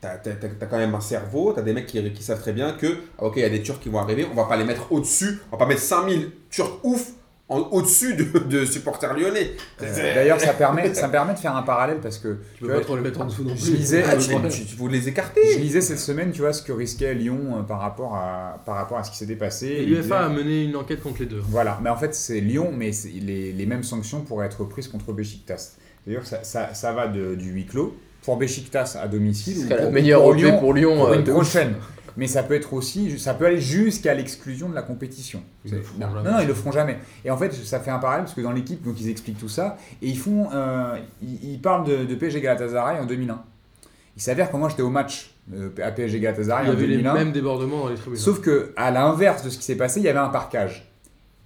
t'as, t'as- t'as- t'as quand même un cerveau, t'as des mecs qui, qui savent très bien que, ah, ok, il y a des Turcs qui vont arriver, on va pas les mettre au-dessus, on va pas mettre 5000 Turcs ouf en- au-dessus de, de supporters lyonnais.
Euh, D'ailleurs, ça permet, ça permet de faire un parallèle parce que
Tu
tu
peux
vois,
pas trop les mettre en dessous non plus.
je lisais-
Ah,
Ouais,
tu,
ouais.
tu- tu- vous les
je
écartez.
lisais cette semaine, tu vois, ce que risquait Lyon euh, par rapport à, par rapport à ce qui s'était passé.
Et
Il disait-
L'UFA a mené une enquête contre les deux.
Voilà, mais en fait, c'est Lyon, mais c'est- les, les mêmes sanctions pourraient être prises contre Besiktas. D'ailleurs, ça, ça, ça va de- du huis clos pour Besiktas à domicile.
Ce
ou
serait la
pour-
meilleure
pour
option
Lyon,
pour Lyon.
pour
euh,
une
de ouf.
prochaine. Mais ça peut être aussi, ça peut aller jusqu'à l'exclusion de la compétition.
Ils le
C'est-
feront
non,
jamais.
non, non, ils le feront jamais. Et en fait, ça fait un parallèle parce que dans l'équipe, donc ils expliquent tout ça et ils font, euh, ils, ils parlent de, de PSG Galatasaray en 2001. Il s'avère que moi j'étais au match euh, à PSG
Il
Galatasaray
y
en
avait les
2001.
mêmes débordements dans les tribunes.
Sauf que à l'inverse de ce qui s'est passé, il y avait un parquage.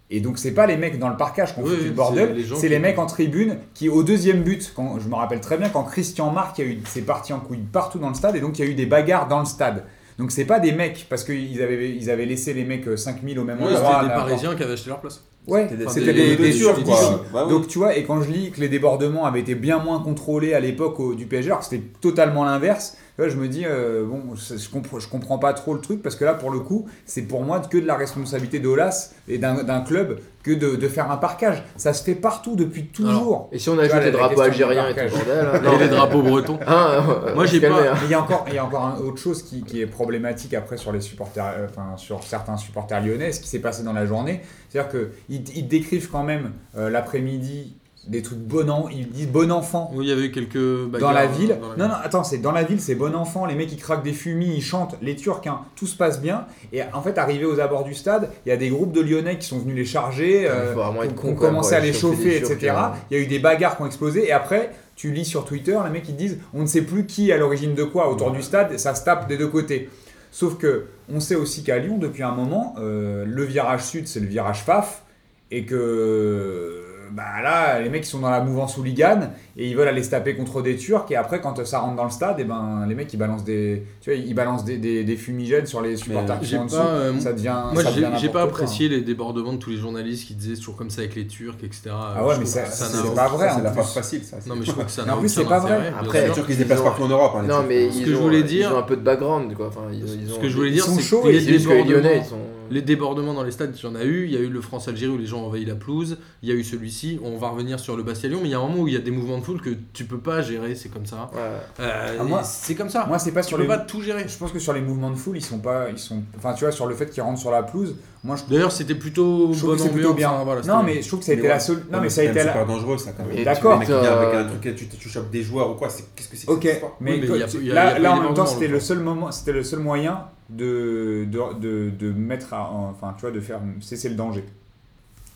Et donc c'est pas les mecs dans le parquage qui ont
Oui,
foutu
oui,
le
c'est
bordel,
les gens
c'est les
qui-
mecs en tribune qui au deuxième but, quand, je me rappelle très bien quand Christian Marc a eu c'est parti en couille partout dans le stade et donc il y a eu des bagarres dans le stade. Donc c'est pas des mecs parce qu'ils avaient ils avaient laissé les mecs euh, 5000 au même
Ouais,
endroit.
c'était des
là,
Parisiens qui avaient acheté leur place.
Ouais,
C'était des-
c'était des,
des-
des
des
Turcs,
Turcs,
quoi.
quoi. Bah oui.
Donc tu vois, et quand je lis que les débordements avaient été bien moins contrôlés à l'époque au- du PSG, alors que c'était totalement l'inverse, tu vois, je me dis, euh, bon, je, je compre- je comprends pas trop le truc, parce que là, pour le coup, c'est pour moi que de la responsabilité d'Olas et d'un d'un club que de, de faire un parquage. Ça se fait partout depuis toujours.
Et si on
Tu vois,
ajoute
la-
les
la
drapeaux
question du
algériens et tout le
marquage.
bordel. hein,
Et
non,
les
mais-
drapeaux bretons.
Hein, euh,
Moi,
on
j'ai
se calme,
pas-
hein.
Mais il y a encore, il y a encore un- autre chose qui, qui est problématique après sur les supporters, euh, enfin sur certains supporters lyonnais, ce qui s'est passé dans la journée. C'est-à-dire que ils, ils décrivent quand même euh, l'après-midi des trucs bon en, ils disent bon enfant
Oui, il y avait eu quelques bagarres euh,
dans la ville.
dans la
Non non, attends, c'est dans la ville, c'est bon enfant, les mecs ils craquent des fumis, ils chantent, les Turcs, hein, tout se passe bien. Et en fait, arrivé aux abords du stade, il y a des groupes de Lyonnais qui sont venus les charger, euh,
Il faut vraiment
qui
être con,
ont
quand même,
commencé à
pour
les
aller chauffer
chauffer,
les Turcs,
etc.
hein.
Il y a eu des bagarres qui ont explosé. Et après, tu lis sur Twitter, les mecs ils disent on ne sait plus qui est à l'origine de quoi autour du stade, ça se tape des deux côtés. Sauf que on sait aussi qu'à Lyon, depuis un moment, euh, le virage sud, c'est le virage FAF, et que bah là, les mecs ils sont dans la mouvance hooligan et ils veulent aller se taper contre des Turcs et après quand euh, ça rentre dans le stade, et ben les mecs ils balancent des, tu vois, ils balancent des, des, des fumigènes sur les supporters qui
j'ai
sont en dessous.
pas, euh,
ça devient,
Moi,
ça
j'ai
devient
j'ai pas
n'importe quoi. hein.
apprécié les débordements de tous les journalistes qui disaient c'est toujours comme ça avec les Turcs, etc.
Ah ouais,
Je
mais
trouve
ça-
que
ça,
n'a
c'est
aucun-
pas vrai.
Ça, c'est
en
la
plus.
phrase facile. Ça.
Non, mais je trouve que ça
Mais
n'a
en plus,
aucun
c'est pas vrai.
intérêt, bien
Après,
sûr.
Les Turcs, ils se
Ils
déplacent
ont-
partout en Europe. hein, les
Non,
Turcs.
mais
Ce
ils
que je
ont, euh,
voulais
ils
dire-
ont un peu de background, quoi. Enfin, ils, ils ont,
Ce que je voulais
ils
dire,
sont
c'est
chauds
qu'il y a
et
des
c'est juste que les Lyonnais,
débordements.
ils sont.
Les débordements dans les stades, j'en ai eu. Il y a eu le France-Algérie où les gens envahissent la pelouse. Il y a eu celui-ci. On va revenir sur le Bastia-Lyon. Mais il y a un moment où il y a des mouvements de foule que tu peux pas gérer. C'est comme ça.
Ouais.
Euh,
Ah, moi-
et c'est comme ça.
Moi c'est pas
tu
sur
peux
les
pas tout gérer.
Je pense que sur les mouvements de foule, ils sont pas, ils sont, enfin tu vois, sur le fait qu'ils rentrent sur la pelouse, moi je,
D'ailleurs, c'était plutôt bonne
je trouve que c'est plutôt
ambiance,
bien.
hein, voilà,
non
c'était-
mais je trouve que ça a
Mais
été la
ouais.
seule, non
Ouais,
mais ça
c'est quand
a été
même
la,
super dangereux ça quand même.
Mais
d'accord.
Le mec qui vient avec
Euh,
un truc et tu, tu chopes des joueurs ou quoi c'est- Qu'est-ce que c'est que
Ok,
ce sport
Oui,
mais,
mais
quand-
il y a- il y a-
là,
il y a
là,
pas
en même
d'événement,
temps, c'était
là,
le
quoi.
seul moment, c'était le seul moyen de, de, de, de mettre, à- en- enfin, tu vois, de faire cesser le danger,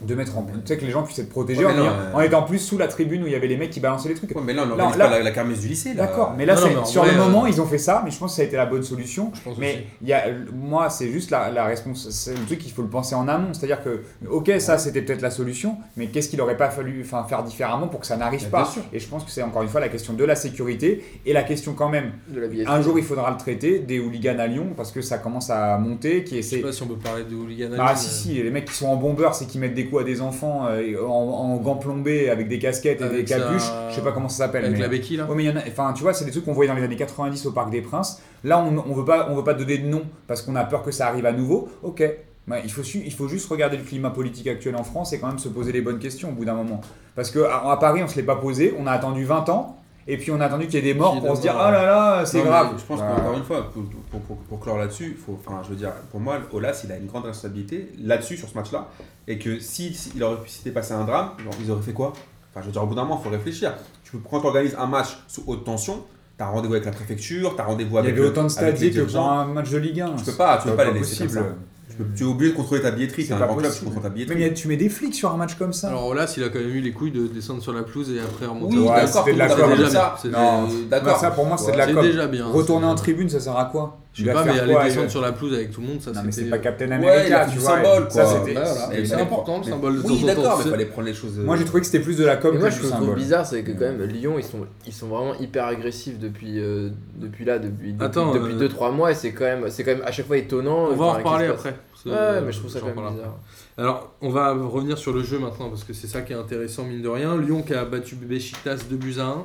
de mettre en, tu sais que les gens puissent être protégés
Ouais,
en,
mais non,
ayant-
euh,
en étant plus sous la tribune où il y avait les mecs qui balançaient les trucs.
Ouais, mais là on
Là,
organise
là-
pas la, la kermesse du lycée là.
D'accord, mais là,
Non, non,
c'est-
mais en
sur
vrai,
le
euh,
moment, ils ont fait ça, mais je pense que ça a été la bonne solution.
Je pense aussi.
Mais il y a, euh, moi, c'est juste la, la réponse. C'est le truc qu'il faut le penser en amont. C'est-à-dire que, ok, ça, c'était peut-être la solution, mais qu'est-ce qu'il aurait pas fallu enfin, faire différemment pour que ça n'arrive
Bah,
pas
bien sûr.
Et je pense que c'est encore une fois la question de la sécurité et la question quand même.
De la vieille
Un jour, il faudra le traiter des hooligans à Lyon parce que ça commence à monter, qui
Je sais
essaie.
pas si on peut parler de euh, hooligan.
Ah si si, les mecs qui sont en bombeur, c'est qui mettent des coups à des enfants euh, et en, en gants plombés avec des casquettes et
Avec
des capuches.
sa-
Je sais pas comment ça s'appelle.
Avec
mais-
la béquille là.
Ouais, mais il y en a, enfin, tu vois, c'est des trucs qu'on voyait dans les années 90 au Parc des Princes. Là, on, on veut pas, on veut pas donner de nom parce qu'on a peur que ça arrive à nouveau. Ok, Bah, il faut su- il faut juste regarder le climat politique actuel en France et quand même se poser les bonnes questions au bout d'un moment. Parce que à, à Paris, on se l'est pas posé, on a attendu 20 ans et puis on a attendu qu'il y ait des morts
Puis
pour se dire
d'abord,
ah là là, c'est
Non, mais
grave.
Je pense
Bah,
qu'encore une fois, pour, pour, pour, pour clore là-dessus, il faut- enfin, je veux dire, pour moi, Olas, il a une grande responsabilité là-dessus, sur ce match-là, et que si, si il aurait pu s'était passé un drame, genre, ils auraient fait quoi Enfin, je veux dire, au bout d'un moment, il faut réfléchir. Tu peux, quand tu organises un match sous haute tension, t'as un rendez-vous avec la préfecture, t'as un rendez-vous
il y
avec
avait
le-
autant de
avec les
stadiers que pour
dirigeants.
un match de Ligue 1.
Tu peux pas, tu
C'est
peux pas les laisser
possible.
comme ça. Tu, peux- tu es obligé de contrôler ta billetterie,
C'est
t'es un
pas
grand club, tu
possible.
contrôles ta
Même
billetterie.
il y a- tu mets des flics sur un match comme ça.
Alors Olas, il a quand même eu les couilles de descendre sur la pelouse et après remonter.
Oui,
au
Ouais,
stade.
d'accord,
c'était de la
tout le monde a
com.
fait ça.
C'est-
Non,
c'est-
d'accord.
ça pour moi, c'est de la
C'est
com.
déjà bien.
Retourner en
C'est-
tribune, ça sert à quoi
Je
Il
sais
va
pas,
faire
mais aller
quoi,
descendre
euh,
sur la pelouse avec tout le monde, ça
Non, mais c'est
c'était. euh,
pas Captain
Ouais, il a
America,
fait
tu
du
vois.
symbole,
ça,
quoi.
c'était-
Bah, voilà.
c'était-
C'est important, le symbole de
Oui,
temps en temps,
d'accord, mais
c'est-
il fallait prendre les choses. euh,
Moi, j'ai trouvé que c'était plus de la com
Et
que
moi,
du
ce que je trouve
symbole.
bizarre, c'est que quand
Ouais.
même, Lyon, ils sont, ils sont vraiment hyper agressifs depuis, euh, depuis là, depuis 2-3
Attends, euh,
mois, et c'est quand, même- c'est quand même à chaque fois étonnant.
On va en
Enfin,
reparler
qu'est-ce qui
après.
se passe Ouais, mais je trouve ça
J'en
quand même
parle
bizarre.
Alors, on va revenir sur le jeu maintenant, parce que c'est ça qui est intéressant, mine de rien. Lyon qui a battu Besiktas 2 buts à 1,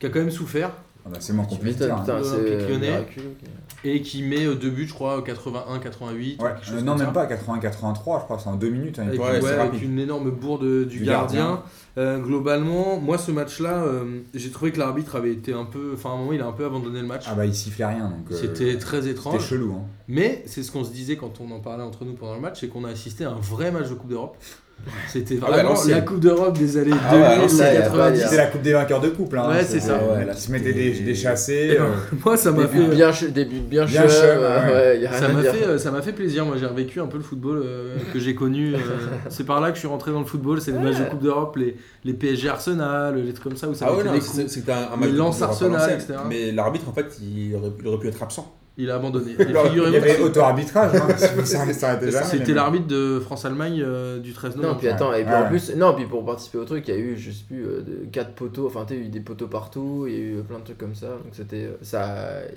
qui a quand même souffert,
Ah bah, c'est moins
Tu
compliqué.
m'étonnes, putain,
Olympique
c'est
Lyonnais.
miraculeux. quoi.
et qui met 2 buts, je crois, 81, 88. quelque chose
non,
comme
même
ça.
pas 80-83, je crois, c'est en deux minutes. hein, il
Avec,
peut-
Ouais,
ouais,
c'est
avec
rapide.
une énorme bourde du,
Du
gardien.
gardien.
Euh, globalement, moi, ce match-là, euh, j'ai trouvé que l'arbitre avait été un peu. Enfin, à un moment, il a un peu abandonné le match.
Ah bah, il sifflait rien. donc, euh,
C'était très
C'était
étrange.
chelou. hein.
Mais c'est ce qu'on se disait quand on en parlait entre nous pendant le match, c'est qu'on a assisté à un vrai match de Coupe d'Europe. C'était
Ah ouais,
vraiment
l'ancienne.
la Coupe d'Europe des années 2000
Ah ouais,
ou
l'ancienne,
ouais,
90.
ouais,
C'était la coupe des vainqueurs de couple. Hein,
Ouais, c'est ça.
euh,
Ouais, là,
qui se mettaient des,
c'était-
des chassés.
Et
euh,
Moi, ça m'a
Début
fait.
bien, ch- début bien,
Bien
chum,
chum,
euh,
ouais.
ouais, y a rien
Ça
à
m'a
dire.
fait, euh, ça m'a fait plaisir. Moi, j'ai revécu un peu le football euh, que j'ai connu. euh, c'est par là que je suis rentré dans le football. C'est les matchs de Coupe d'Europe, les, les PSG Arsenal, les trucs comme ça où ça
Ah ouais,
mettait
non,
des
c'est-
coups.
c'était un un match
Le
de
lance
Coupe d'Europe à
Arsenal,
l'ancienne,
etc.
Mais l'arbitre, en fait, il aurait il aurait pu être absent.
Il a abandonné. Et
Il
figurez-vous
y avait
que
auto-arbitrage. hein, ça s'arrêtait jamais, les
C'était
mecs.
l'arbitre de France-Allemagne euh, du 13
Non,
novembre.
puis attends, et puis
Ouais.
en plus, non, puis pour participer au truc, il y a eu, je sais plus, 4 poteaux, enfin, tu sais, il y a eu des poteaux partout, il y a eu euh, plein de trucs comme ça, donc c'était, euh, ça,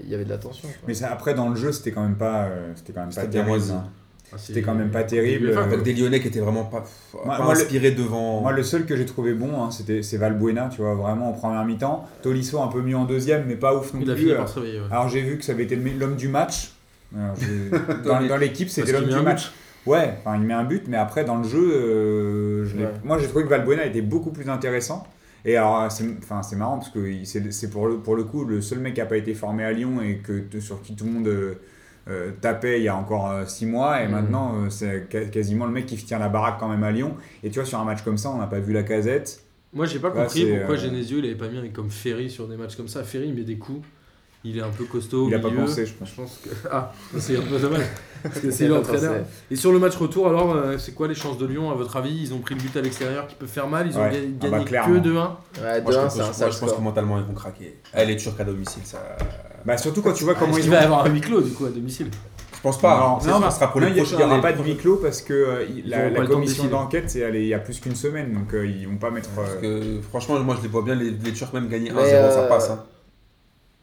il y avait de la tension. quoi.
Mais ça, après, dans le jeu, c'était quand même pas, euh, c'était quand même pas
C'était bien
terrible.
moisi.
hein.
Ah, c'est-
C'était quand même pas terrible.
Il y a eu
euh,
Avec des Lyonnais qui étaient vraiment pas, pff,
Moi-
pas
moi, le-
inspirés devant.
Moi, le seul que j'ai trouvé bon, hein, c'était c'est Valbuena, tu vois, vraiment en première mi-temps. Tolisso un peu mieux en deuxième, mais pas ouf non
Il a
plus.
fini
euh.
par se réveiller. ouais.
Alors j'ai vu que ça avait été le me- l'homme du match. Alors, j'ai- dans dans l'équipe,
Parce
c'était l'homme
qu'il met
du
un
match. Ouais, enfin, il met un but, mais après dans le jeu, euh, je l'ai-
Ouais.
moi j'ai trouvé que Valbuena était beaucoup plus intéressant. Et alors c'est enfin, c'est marrant parce que il- c'est c'est pour le, pour le coup le seul mec qui n'a pas été formé à Lyon et que, t- sur qui tout le monde euh, euh, tapait il y a encore 6 mois et
Mhm.
maintenant euh, c'est ca- quasiment le mec qui tient la baraque quand même à Lyon. Et tu vois sur un match comme ça, on n'a pas vu la casette.
Moi, j'ai pas
Ouais,
compris
c'est,
pourquoi
euh,
Genesio il avait pas mis un- comme Ferry sur des matchs comme ça. Ferry il met des coups, il est un peu costaud. au
Il a pas
milieu.
pensé, je pense.
que. Ah, c'est un peu dommage. Parce que c'est
Il y a pas
l'entraîneur.
pensé.
Et sur le match retour, alors, euh, c'est quoi les chances de Lyon à votre avis Ils ont pris le but à l'extérieur qui peut faire mal, ils ont
Ouais.
ga-
Ah bah,
gagné que
clairement.
2-1.
Ouais,
Moi, je,
demain,
pense,
c'est un
moi,
sale
je pense
score.
que mentalement ils vont craquer. Elle est turque à domicile, ça.
Bah surtout quand tu vois comment
Est-ce
ils
qu'il
ont
va y avoir un huis clos du coup à domicile
Je Je pense pas.
Non,
C'est-
non,
ça
mais-
sera pour
non,
les
il y a-
prochains-
il y aura
les
pas de
prochains-
huis clos parce que euh, il-
auront
la,
pas
la
le temps de
commission
décider.
d'enquête, c'est- elle est- il y a plus qu'une semaine, donc euh, ils vont pas mettre. euh,
Parce que franchement, moi je les vois bien, les, les Turcs même gagner 1-0,
Mais,
ça
euh,
passe. hein.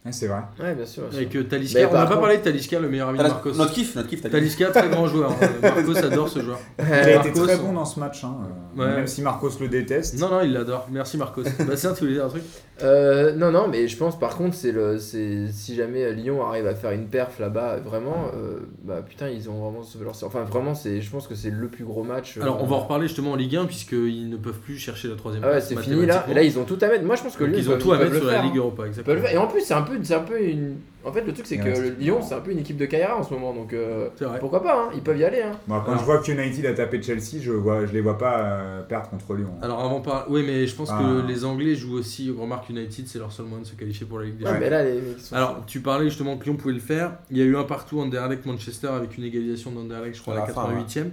ouais, c'est vrai.
Ouais, bien sûr. bien sûr.
Avec euh, Talisca,
Mais
on
par
n'a pas
contre-
parlé de Talisca, le meilleur ami de
Ah,
Marcos.
Notre kiff, notre kiff, t'as dit.
Talisca, très grand joueur. Euh, Marcos adore ce joueur.
Il
Euh,
a été
Marcos,
très
on-
bon dans ce match, hein, euh,
Ouais.
même si Marcos le déteste.
Non, non, il l'adore. Merci Marcos. Bastien, tu voulais dire un truc
Euh, non, non, mais je pense par contre, c'est le, c'est si jamais euh, Lyon arrive à faire une perf là-bas, vraiment, euh, bah putain, ils ont vraiment sauvé leur sort. Enfin, vraiment, c'est, je pense que c'est le plus gros match. euh,
Alors, on va en reparler justement en Ligue 1, puisqu'ils ne peuvent plus chercher la troisième
Ah ouais,
place,
c'est fini là. Et là, ils ont tout à mettre. Moi, je pense que
Donc,
Lyon,
ils ont
peuvent-
tout à
peuvent
mettre
le
sur la
faire,
Ligue
hein.
Europa,
Ils peuvent le
exactement.
faire. Et en plus, c'est un peu, c'est un peu une. En fait, le truc, c'est
Il
que
reste-
le Lyon, c'est un peu une équipe de Carrera en ce moment, donc euh,
C'est vrai.
pourquoi pas hein, Ils peuvent y aller. Hein.
Bon, quand
Alors-
je vois que United a tapé Chelsea, je vois, je les vois pas euh, perdre contre Lyon.
Alors avant par... Oui mais je pense
Ah.
que les Anglais jouent aussi, remarque United, c'est leur seul moyen de se qualifier pour la Ligue des
Ouais,
Champions.
Mais là, les mecs sont.
Alors tu parlais justement que Lyon pouvait le faire, il y a eu un partout Anderlecht Manchester avec une égalisation d'Anderlecht je crois à
À
la
la fin,
88e.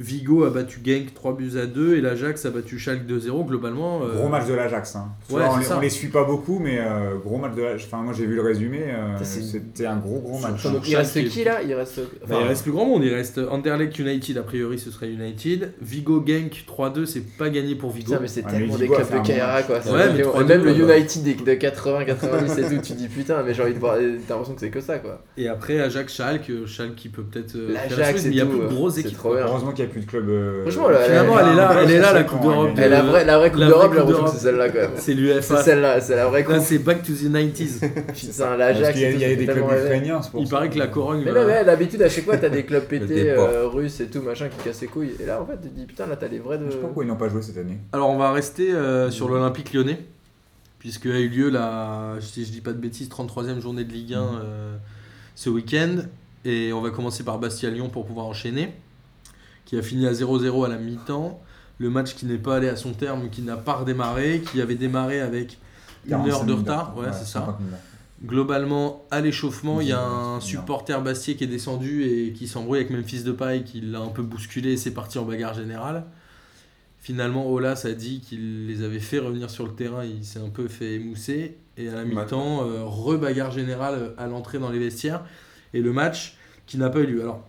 Vigo a battu Genk 3 buts à 2 et l'Ajax a battu Schalke 2-0 globalement. euh,
Gros match de l'Ajax. Hein. Tu
ouais,
vois, on,
c'est
les-
ça.
on les suit pas beaucoup, mais euh, gros match de l'Ajax. Enfin, moi j'ai vu le résumé, euh,
Ça, c'est-
c'était un gros gros match.
sur-
hein.
Donc, il
Schalke
reste
est-
qui là Il reste.
bah,
enfin,
il reste plus grand monde, il reste Anderlecht United, a priori ce serait United. Vigo Genk 3-2, c'est pas gagné pour Vigo.
Putain, mais c'est
Ouais,
tellement
mais
des
Vigo a
clubs
fait un
de
bon
Carrera
match.
quoi. c'est
Ouais, mais
vraiment- et
3-2,
même le
là-bas.
United des- de 80-90 et tout, tu dis putain, mais j'ai envie de voir. T'as l'impression que c'est que ça quoi.
Et après Ajax Schalke, euh, Schalke qui peut peut-être euh, faire la
L'Ajax
suite,
et
mais il y a
tout,
plus de
euh,
grosses
c'est
équipes.
trop bien.
Heureusement qu'il n'y a plus de club. euh,
Franchement, la-
Finalement, elle est là, elle est là, la Coupe d'Europe.
Et Eh, la vraie, la vraie Coupe
La
d'Europe,
vraie
j'ai
Coupe
l'impression que
d'Europe.
c'est celle-là quand même.
C'est
C'est
l'UEFA.
celle-là, c'est la vraie Coupe.
Là, c'est back to the 90s.
Putain,
Parce
l'Ajax.
qu'il y a,
et tout,
il y a
c'est
des clubs
tellement rêvé.
ukrainiens, bah. c'est pour
Il
ça.
paraît que la Corogne euh,
Mais
va-
non, mais d'habitude, à chaque fois, t'as des clubs pétés,
déport.
euh, russes et tout, machin, qui cassent les couilles. Et là, en fait, tu te dis putain, là, t'as les vrais de.
Je
euh,
sais pas pourquoi ils n'ont pas joué cette année.
Alors, on va rester euh, sur l'Olympique lyonnais, puisque a eu lieu la, si je dis pas de bêtises, 33e journée de Ligue 1
Mhm.
euh, ce week-end. Et on va commencer par Bastia-Lyon pour pouvoir enchaîner, qui a fini à 0-0 à la mi-temps. Le match qui n'est pas allé à son terme, qui n'a pas redémarré, qui avait démarré avec une
45
heure de
minutes
retard. Ouais, c'est ça.
50 minutes.
Globalement, à l'échauffement, il y a un
Non.
supporter Bastier qui est descendu et qui s'embrouille avec Memphis Depay, qui l'a un peu bousculé et c'est parti en bagarre générale. Finalement, Olas a dit qu'il les avait fait revenir sur le terrain, il s'est un peu fait émousser. Et à la
Mat-
mi-temps, euh, re-bagarre générale à l'entrée dans les vestiaires. Et le match qui n'a pas eu lieu. Alors,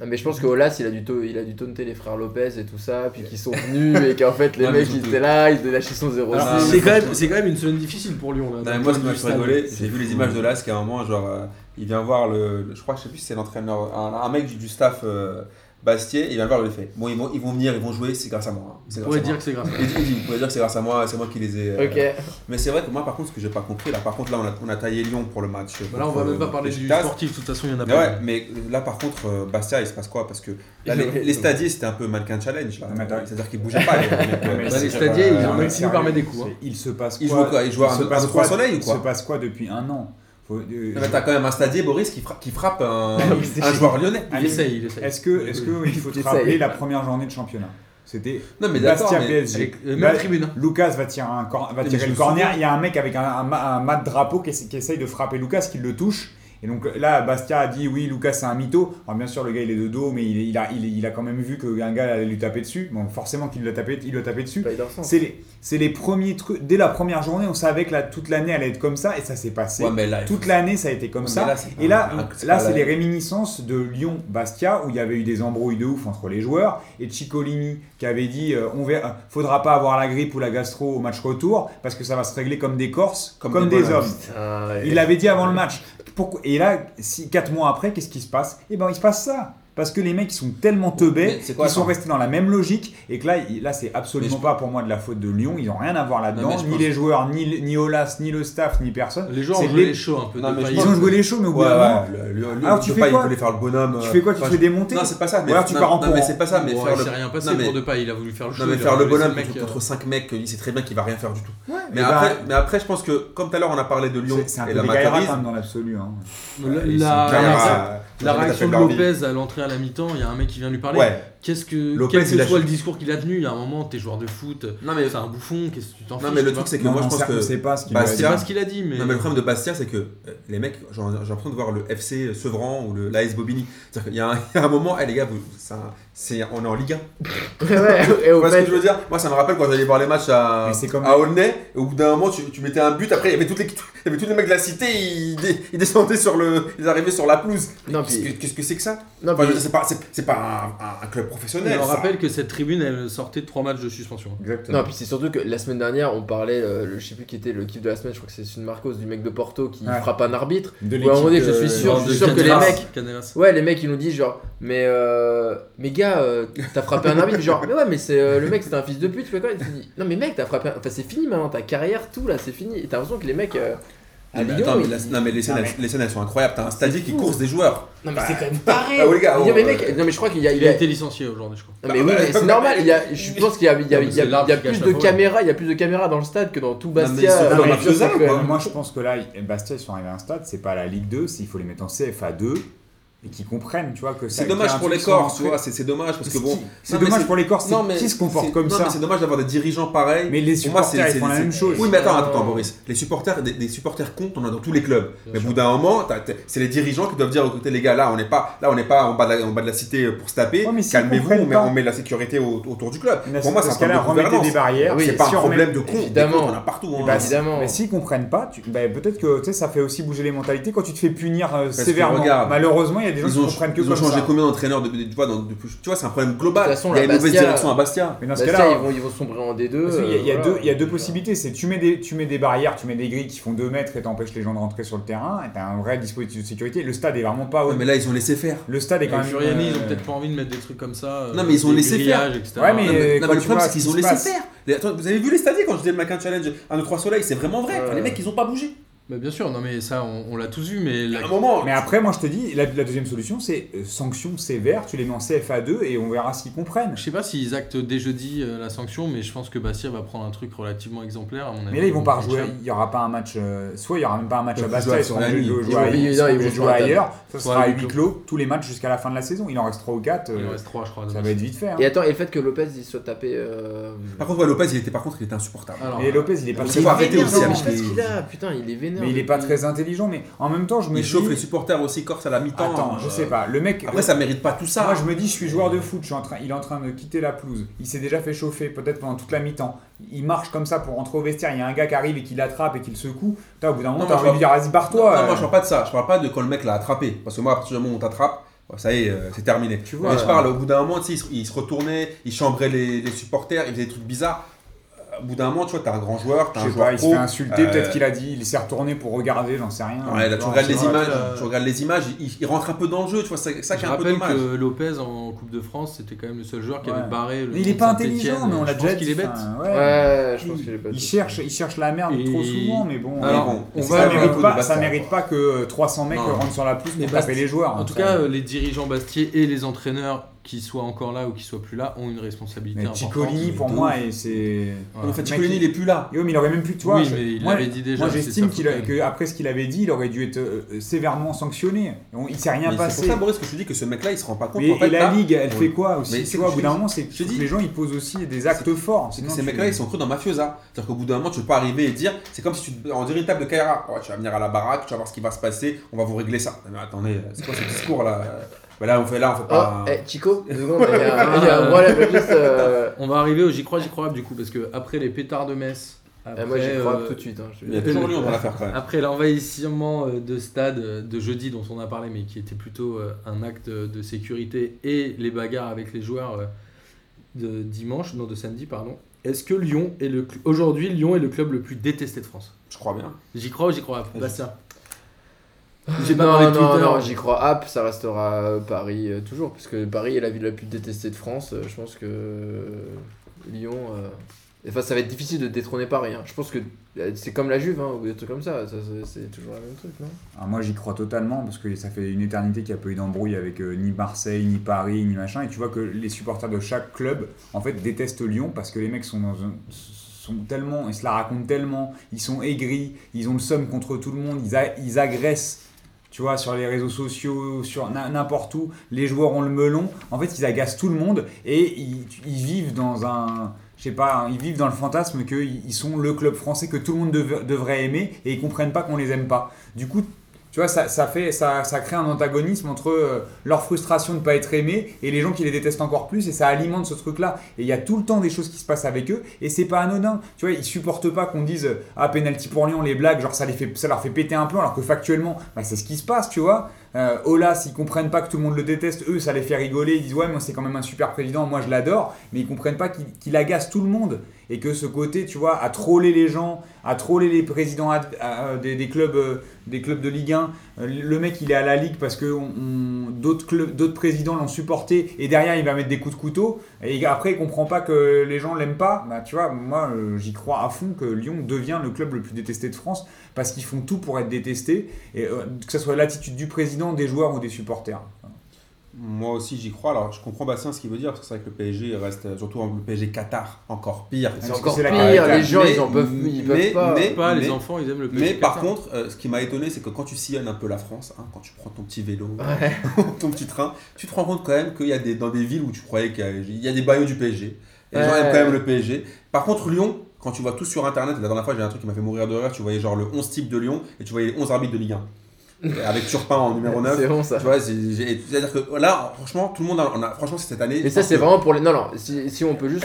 Non, mais je pense que Olas, il a dû, tau- il a dû taunter les frères Lopez et tout ça, puis qu'ils sont venus et qu'en fait, les
Ouais, mais
mecs, ils
surtout-
étaient là, ils lâchaient son 0
Alors,
c'est-
mais
c'est
faut-
quand, même- c'est quand même une semaine difficile pour Lyon. Là,
Non, mais
d'un
moi,
point
ce
de
qui m'a
vue
fait
stade.
rigoler, j'ai vu les images de Las qui à un moment, genre, euh, il vient voir le, le- Je crois, je sais plus si c'est l'entraîneur, un, un mec du, du staff euh, Bastier, et il vient voir, il lui fait Bon, ils vont, ils vont venir, ils vont jouer, c'est grâce à moi. hein. C'est
On
grâce
pourrait
à
dire
moi.
que c'est grave.
Il dit- il dit, Vous pouvez dire que c'est grâce à moi, c'est moi qui les ai. euh,
Ok.
Mais c'est vrai que moi, par contre, ce que j'ai pas compris, là, par contre, là, on a, on a taillé Lyon pour le match. euh,
Là, on va même pas parler du
Beşiktaş.
sportif, de toute façon, il y en a
Mais
pas.
Ah ouais, mais là par contre, euh, Bastia, il se passe quoi Parce que là, les, les stadiers, c'était un peu mannequin challenge. là.
Mais attends.
C'est-à-dire qu'ils bougeaient pas. les mecs.
Ouais, mais
Bah,
c'est-
les stadiers, ils ont même
mais
fini
sérieux,
par mettre des coups. hein.
c'est- Il se passe quoi
Ils jouent quoi Ils jouent à
se
un-
passe
un trois
quoi-
soleil ou quoi
Il se passe quoi depuis un an Faut- euh,
Non, mais T'as quand même un stadier, Boris, qui frappe, qui frappe un,
oui, c'est
un
chez-
joueur lyonnais.
Il essaye, il essaye.
Est-ce que, est-ce que il faut te
J'essaye.
rappeler la première journée de championnat C'était
Non, mais d'accord.
Bastia
Mais...
PSG.
Avec, euh, même
Bah,
tribune. hein.
Lucas va tirer un cor- va
Mais
tirer
je
le
me
corner.
souviens.
Il y a un mec avec un, un, ma- un mat de drapeau qui, essa- qui essaye de frapper Lucas, qui le touche. Et donc là, Bastia a dit oui, Lucas c'est un mytho. Alors bien sûr, le gars il est de dos, mais il, est- il a, il, est- il a quand même vu qu'un gars allait lui taper dessus. Bon, forcément qu'il l'a tapé, il lui a tapé dessus.
Pas Ederson.
C'est les, c'est les premiers trucs. Dès la première journée, on savait que la, toute l'année allait être comme ça, et ça s'est passé.
Ouais, mais là,
Toute l'année, ça a été comme
Ouais,
ça.
mais là, c'est
et là,
pas-
on-
c'est
là
pas
c'est
la-
les réminiscences de Lyon-Bastia où il y avait eu des embrouilles de ouf entre les joueurs et Ciccolini qui avait dit euh, on verra, faudra pas avoir la grippe ou la gastro au match retour parce que ça va se régler comme des Corses,
Comme
comme,
des
des,
bonhommes.
hommes.
Ah, ouais.
Il l'avait dit avant le match. Pourquoi Et là, si, 4 mois après, qu'est-ce qui se passe Eh ben, il se passe ça. Parce que les mecs, ils sont tellement teubés,
Mais c'est
ils
quoi,
sont
attends
restés dans la même logique, et que là, il- là c'est
Mais
absolument
je-
pas pour moi de la faute de Lyon. Ils n'ont rien à voir
Non,
là-dedans,
mais je
ni
pense-
les joueurs, ni, le- ni Olas, ni le staff, ni personne.
Les joueurs
C'est
ont joué
les-
les shows un peu.
Non,
de
mais je
Paris.
Ils ont joué les shows, mais au bout
Ouais,
d'un moment,
ouais, le- le- le-
Alors, tu
le
fais
pas, il
quoi
voulait faire le bonhomme.
tu
euh,
fais quoi Tu te
enfin,
fais démonter
Non, c'est pas ça. Mais
alors tu
non,
pars en
non,
courant.
mais c'est pas ça. Mais
Bon,
faire
il
le.
s'est rien passé
non, mais-
pour Depay, il a voulu faire le show.
Non, mais
il a
faire le
voulu laisser
bonhomme contre,
mec, euh,
contre 5 mecs, il sait très bien qu'il va rien faire du tout.
Ouais,
Mais,
et bah,
après, mais après, je pense que, comme tout à l'heure, on a parlé de Lyon
c'est- c'est un
et
peu
la
des gaillards,
Maccabi.
quand même dans l'absolu. hein.
la-
ils sont euh,
la-
clairs
la-
à-
La
jamais
réaction de
taper leur vie.
Lopez à l'entrée à la mi-temps, il y a un mec qui vient lui parler.
Ouais.
Qu'est-ce que
Lopez,
quel
il
que
a
soit le
ch-
discours qu'il a tenu, il y a un moment, t'es joueur de foot,
Non, mais
c'est un bouffon, qu'est-ce que tu t'en fais
Non, mais le truc, c'est que
Non,
moi,
on
je pense
sait- on
que.
sait pas ce qu'il
Bah,
va
c'est
c'est-
pas
dire.
ce qu'il a dit, mais,
Non, mais le problème de Bastia, c'est que euh, les mecs, genre, j'ai l'impression de voir le FC Sevran ou le l'AS Bobigny. C'est-à-dire qu'il y, a un- il y a un moment, eh les gars, vous- c'est un- c'est- on est en Ligue 1.
Ouais, ouais, et
Tu
au
vois ce
fait,
que je veux dire Moi, ça me rappelle quand j'allais voir les matchs à,
Mais c'est comme-
à Aulnay, au bout d'un moment, tu, tu mettais un but, après, il y avait, toutes les, il y avait tous les mecs de la cité, ils, dé- ils descendaient sur le. Ils arrivaient sur la pelouse.
Non,
qu'est-ce que-
puis-
qu'est-ce que c'est que ça Enfin, je
non, puis-
veux dire, C'est pas, c'est- c'est pas un, un- un club professionnel.
Mais on
ça.
rappelle que cette tribune, elle sortait de trois matchs de suspension.
Exactement.
Non, puis c'est surtout que la semaine dernière, on parlait, euh, le- je sais plus qui était le kiff de la semaine, je crois que c'est une Marcos du mec de Porto qui
Ouais.
frappe un arbitre.
De
Ouais, à un moment donné, je suis
euh,
sûr-
Non,
je
de
suis sûr que les
Canavas.
mecs-
Canavas.
Ouais, les mecs ils nous disent genre, mais euh, mais gars, euh, t'as frappé un arbitre, genre, mais ouais, mais c'est euh, le mec, c'était un fils de pute, tu fais quoi Il te dit, non, mais mec, t'as frappé, un- enfin c'est fini maintenant, ta carrière, tout là, c'est fini. Et t'as l'impression que les mecs euh, à
Non, Ah, mais
Lyon,
attends, mais
ils-
la- non, mais les scènes,
Non,
elles- les scènes, elles sont incroyables. T'as un stadier qui
fou.
course des joueurs.
Non, mais c'est quand même pareil.
Ah oui, les gars.
ils disent,
oh,
mais
euh,
mec, non, mais je crois qu'il y a, il
Il
y a-
a été licencié aujourd'hui, je crois.
Bah,
Non, mais oui, mais c'est normal, il y a, je pense qu'il y a, il y a, il y a- il y a plus de caméras, il y a plus de caméras dans le stade que dans tout Bastia.
Non,
mais
euh,
ils
je sais
faisaient,
que-
quoi.
Moi, je pense que là, Bastia, ils sont arrivés à un stade, c'est pas la Ligue 2, c'est il faut les mettre en CFA2 et qu'ils comprennent, tu vois, que ça-
C'est
qu'il y a un
dommage pour
truc
les corps,
sans-
tu vois. C'est c'est dommage parce que
C'est-
bon.
C'est
Non, mais
dommage
c'est-
pour les corps, c'est
non, mais
qui se
c'est-
comporte comme
non,
ça
mais c'est dommage d'avoir des dirigeants pareils.
Mais les
Pour moi,
supporters,
c'est-
ils font la
c'est-
même chose.
Oui, mais attends,
Non.
attends, Boris. Les supporters, des, des supporters comptent, on en a dans tous les clubs.
Bien
mais au
sûr.
bout d'un moment, t'as- t'es- c'est les dirigeants qui doivent dire écoutez, les gars, là, on n'est pas, là, on n'est pas en bas, de la, en bas de la cité pour se taper.
Ouais, mais s'ils
Calmez-vous, on
comprennent
met,
pas.
on met la sécurité au- autour du club.
Mais
Pour moi, c'est un
parce qu'à
problème
là,
de
remettez des
gouvernance.
barrières.
Oui,
C'est
si
pas
on
un
remet-
problème de compte.
Évidemment.
On en a partout. hein.
Bah,
Parce
Évidemment.
Mais s'ils comprennent pas, tu- bah, peut-être que tu sais, ça fait aussi bouger les mentalités quand tu te fais punir euh,
que
sévèrement.
regarde,
Malheureusement, il y a des gens
Ils
qui
ont,
comprennent que
ils ont
comme
changé
ça.
combien d'entraîneurs de, de- tu vois, dans- de- tu vois, c'est un problème global.
De toute façon,
il y a
la
une mauvaise
Bastia-
direction à Bastia.
Mais dans ce
Bastia,
cas-là,
ils, vont, ils vont sombrer en D2.
Parce qu'il y a- il y, a
euh,
deux-
voilà.
il y a deux possibilités, c'est tu mets, des, tu mets des barrières, tu mets des grilles qui font 2 mètres et t'empêches les gens de rentrer sur le terrain, et t'as un vrai dispositif de sécurité, le stade est vraiment pas haut.
Ouais, mais là, ils ont laissé faire.
le stade est quand
Les
même...
Furiani, ils ont
euh,
peut-être pas envie de mettre des trucs comme ça. euh,
Non, mais ils ont
des
laissé
grillages, etc.
Ouais, mais-
Non, mais, non,
quand
mais le
tu
problème,
vois
c'est
ce
qu'ils
qui
ont
se
laissé
passe.
faire. Les- attends, vous avez vu les stadiers quand je disais le Macan Challenge 1, 2, 3 soleil, c'est vraiment vrai. Enfin,
Ouais.
les mecs, ils ont pas bougé.
Mais Bah, bien sûr, non, mais ça, on, on l'a tous vu, mais la-
À un moment.
Mais après, moi je te dis, la, la deuxième solution, c'est euh, sanctions sévères, tu les mets en CFA2 et on verra s'ils comprennent.
je sais pas s'ils actent dès jeudi euh, la sanction, mais je pense que Bastia va prendre un truc relativement exemplaire, à mon avis.
Mais là, ils vont pas rejouer, il y aura pas un match, euh, soit il y aura même pas un match
Ils
à
vont
Bastia,
jouer
ils
sur
seront
la
obligés de
ligne.
le
Ils vont-
jouer,
ils
ils
vont
seront obligés de
jouer
jouer
à table.
ailleurs,
Soit
ça sera
à
à
huis
huis
clos.
clos, tous les matchs jusqu'à la fin de la saison, il en reste 3 ou 4,
Il en reste 3, je crois.
Euh, ça
dommage.
va être vite fait. hein.
Et attends, et le fait que Lopez il se soit tapé. euh,
Par contre, ouais, Lopez, il était, par contre, il était insupportable.
Alors,
Et Lopez, il est pas
Il
très
faut arrêter
vénère,
aussi
non,
hein.
avec
je sais pas
les-
ce qu'il a, putain, il est vénère.
Mais il est pas
depuis-
très intelligent, mais en même temps, je me
Il chauffe les
dis...
supporters aussi corse à la mi-temps.
Attends, je
Euh,
sais pas, le mec...
Après, ça mérite pas tout ça.
Moi, je me dis, je suis joueur de foot, je suis en train, il est en train de quitter la pelouse. Il s'est déjà fait chauffer, peut-être pendant toute la mi-temps. Il marche comme ça pour rentrer au vestiaire. Il y a un gars qui arrive et qui l'attrape et qui le secoue. Putain, au bout d'un moment,
Non,
t'as
moi,
envie de
je
dire, vas-y, barre-toi.
Non,
euh.
moi, je parle pas de ça. Je parle pas de quand le mec l'a attrapé. Parce que moi, à partir du moment où on t'attrape, bah, ça y est, euh, c'est terminé.
Tu vois,
Mais je
euh,
parle, au bout d'un moment, tu sais, il se- il se retournait, il chambrait les, les supporters, il faisait des trucs bizarres. Euh, Au bout d'un moment, tu vois, t'as un grand joueur,
Je
t'as un
sais
joueur
pas, il se
pro,
fait insulter,
euh,
peut-être qu'il a dit, il s'est retourné pour regarder, j'en sais rien.
Ouais, là, tu
Genre,
regardes
je
les
sais pas.
images,
euh,
tu regardes les images, il, il rentre un peu dans le jeu, tu vois, c'est ça qui
Je
est un peu
rappelle
dommage.
que Lopez en Coupe de France, c'était quand même le seul joueur qui
Ouais.
avait barré le.
Mais il est
monde
pas
Saint-Étienne.
intelligent, mais on
Je
l'a
pense
déjà dit.
qu'il est bête.
enfin, ouais.
Ouais, je pense
Il-
qu'il est pas
il cherche, il cherche la merde
Et-
trop souvent, mais bon.
Mais
Alors,
bon,
on
c'est
va-
ça,
pas
mérite
le
pas,
niveau de
ça
Bastien,
mérite
quoi.
pas que euh, 300 mecs
Non.
rentrent sur la pelouse
Mais
pour
Bast-
taper les joueurs.
En tout
Ça,
cas, euh, les dirigeants Bastier et les entraîneurs qui soient encore là ou qui soient plus là ont une responsabilité
mais
importante.
Ticolini, pour
euh, de
moi, et c'est.
En
Voilà.
fait,
Mec,
Chicolini,
il-
il est plus là.
Yo, mais il aurait même plus de toi.
Oui,
Je-
mais il
moi,
l'avait dit déjà,
Moi,
c'est
j'estime
sa faute,
qu'il a-
quand même.
que après ce qu'il avait dit, il aurait dû être euh, euh, sévèrement sanctionné. On- il s'est rien
Mais C'est
passé.
pour ça, Boris, que je te dis que ce mec-là, il se rend pas compte.
mais
en fait,
et la
là,
ligue, elle
on-
fait quoi aussi
Mais
Tu
c'est
vois,
ce
au
que
bout
je
d'un
dis.
moment, c'est que
Je dis-
les gens ils posent aussi des actes forts.
C'est que
Sinon,
ces
tu-
mecs-là, ils sont creux dans Mafiosa. C'est-à-dire qu'au bout d'un moment, tu peux pas arriver et dire, c'est comme si tu. On dirait une table de Kaira. Ouais, Oh, tu vas venir à la baraque, tu vas voir ce qui va se passer, on va vous régler ça. Mais attendez, c'est quoi ce discours-là Bah là, on fait là, on fait
Ah,
pas.
eh, Chico, deux secondes, il y a il y a un problème juste. euh,
On va arriver au J'y crois, J'y crois du coup, parce que après les pétards de Metz, après,
eh, Moi, j'y crois
euh,
tout de suite. hein, je-
Il y a toujours lui, on va la faire quand même.
après l'envahissement euh, de stade euh, de jeudi dont on a parlé, mais qui était plutôt euh, un acte euh, de sécurité et les bagarres avec les joueurs euh, de dimanche, non de samedi, pardon. Est-ce que Lyon est le cl- aujourd'hui Lyon est le club le plus détesté de France
Je crois bien.
J'y crois ou j'y crois pas
Vas-y.
Bastien. J'ai pas
Non,
parlé de
non,
Twitter.
non, j'y crois. App, ça restera euh, Paris euh, toujours, puisque Paris est la ville la plus détestée de France. Euh, Je pense que euh, Lyon. euh, Enfin, ça va être difficile de détrôner Paris. hein. Je pense que euh, c'est comme la Juve, hein, ou des trucs comme ça. ça c'est- c'est toujours le même truc, non
Alors, moi, j'y crois totalement parce que ça fait une éternité qu'il n'y a pas eu d'embrouille avec euh, ni Marseille, ni Paris, ni machin. Et tu vois que les supporters de chaque club, en fait, détestent Lyon parce que les mecs sont dans un- sont tellement, ils se la racontent tellement, ils sont aigris, ils ont le seum contre tout le monde, ils, a- ils agressent, tu vois, sur les réseaux sociaux, sur na- n'importe où, les joueurs ont le melon, en fait, ils agacent tout le monde et ils, ils vivent dans un, je sais pas, hein, ils vivent dans le fantasme qu'ils ils sont le club français que tout le monde dev- devrait aimer et ils comprennent pas qu'on les aime pas. Du coup, tu vois, ça, ça, fait, ça, ça crée un antagonisme entre euh, leur frustration de ne pas être aimés et les gens qui les détestent encore plus, et ça alimente ce truc-là. Et il y a tout le temps des choses qui se passent avec eux, et c'est pas anodin. Tu vois, ils supportent pas qu'on dise euh, Ah, penalty pour Lyon, les blagues, genre ça, les fait, ça leur fait péter un plomb, alors que factuellement, bah, c'est ce qui se passe, tu vois. Euh, Ola, s'ils comprennent pas que tout le monde le déteste, eux, ça les fait rigoler. Ils disent ouais, moi c'est quand même un super président, moi je l'adore. Mais ils comprennent pas qu'il qu'il agace tout le monde et que ce côté, tu vois, à troller les gens, à troller les présidents ad- à- à- des, des clubs, euh, des clubs de Ligue 1. Euh, Le mec, il est à la Ligue parce que on- on- d'autres clubs- d'autres présidents l'ont supporté et derrière, il va mettre des coups de couteau. Et après, il comprend pas que les gens l'aiment pas. Bah, tu vois, moi, euh, j'y crois à fond que Lyon devient le club le plus détesté de France parce qu'ils font tout pour être détestés, et, euh, que ce soit l'attitude du président, des joueurs ou des supporters.
Moi aussi, j'y crois. Alors, je comprends Bastien ce qu'il veut dire, parce que c'est vrai que le PSG reste, euh, surtout en- le PSG Qatar, encore pire.
Ah, C'est
Parce que
encore
c'est la
pire,
caractère.
les gens
Mais-
ils en peuvent, ils peuvent
mais-
pas.
mais-
Pas les
mais-
enfants, ils aiment le
Mais
PSG
par
Qatar.
contre, euh, ce qui m'a étonné, c'est que quand tu sillonnes un peu la France, hein, quand tu prends ton petit vélo,
Ouais.
ton petit train, tu te rends compte quand même qu'il y a des, dans des villes où tu croyais qu'il y a- il y a des baillots du PSG. Et les gens
Ouais.
aiment quand même le PSG. Par contre, Lyon, quand tu vois tout sur internet, la dernière fois j'ai un truc qui m'a fait mourir de rire, tu voyais genre le 11 type de Lyon et tu voyais les 11 arbitres de Ligue 1. Euh, Avec Turpin en numéro 9.
C'est bon ça.
Tu vois, c'est- j'ai- c'est-à-dire que là, franchement, tout le monde en a. Franchement, c'est cette année.
Mais ça, c'est vraiment pour les. Non, non, si, si on peut juste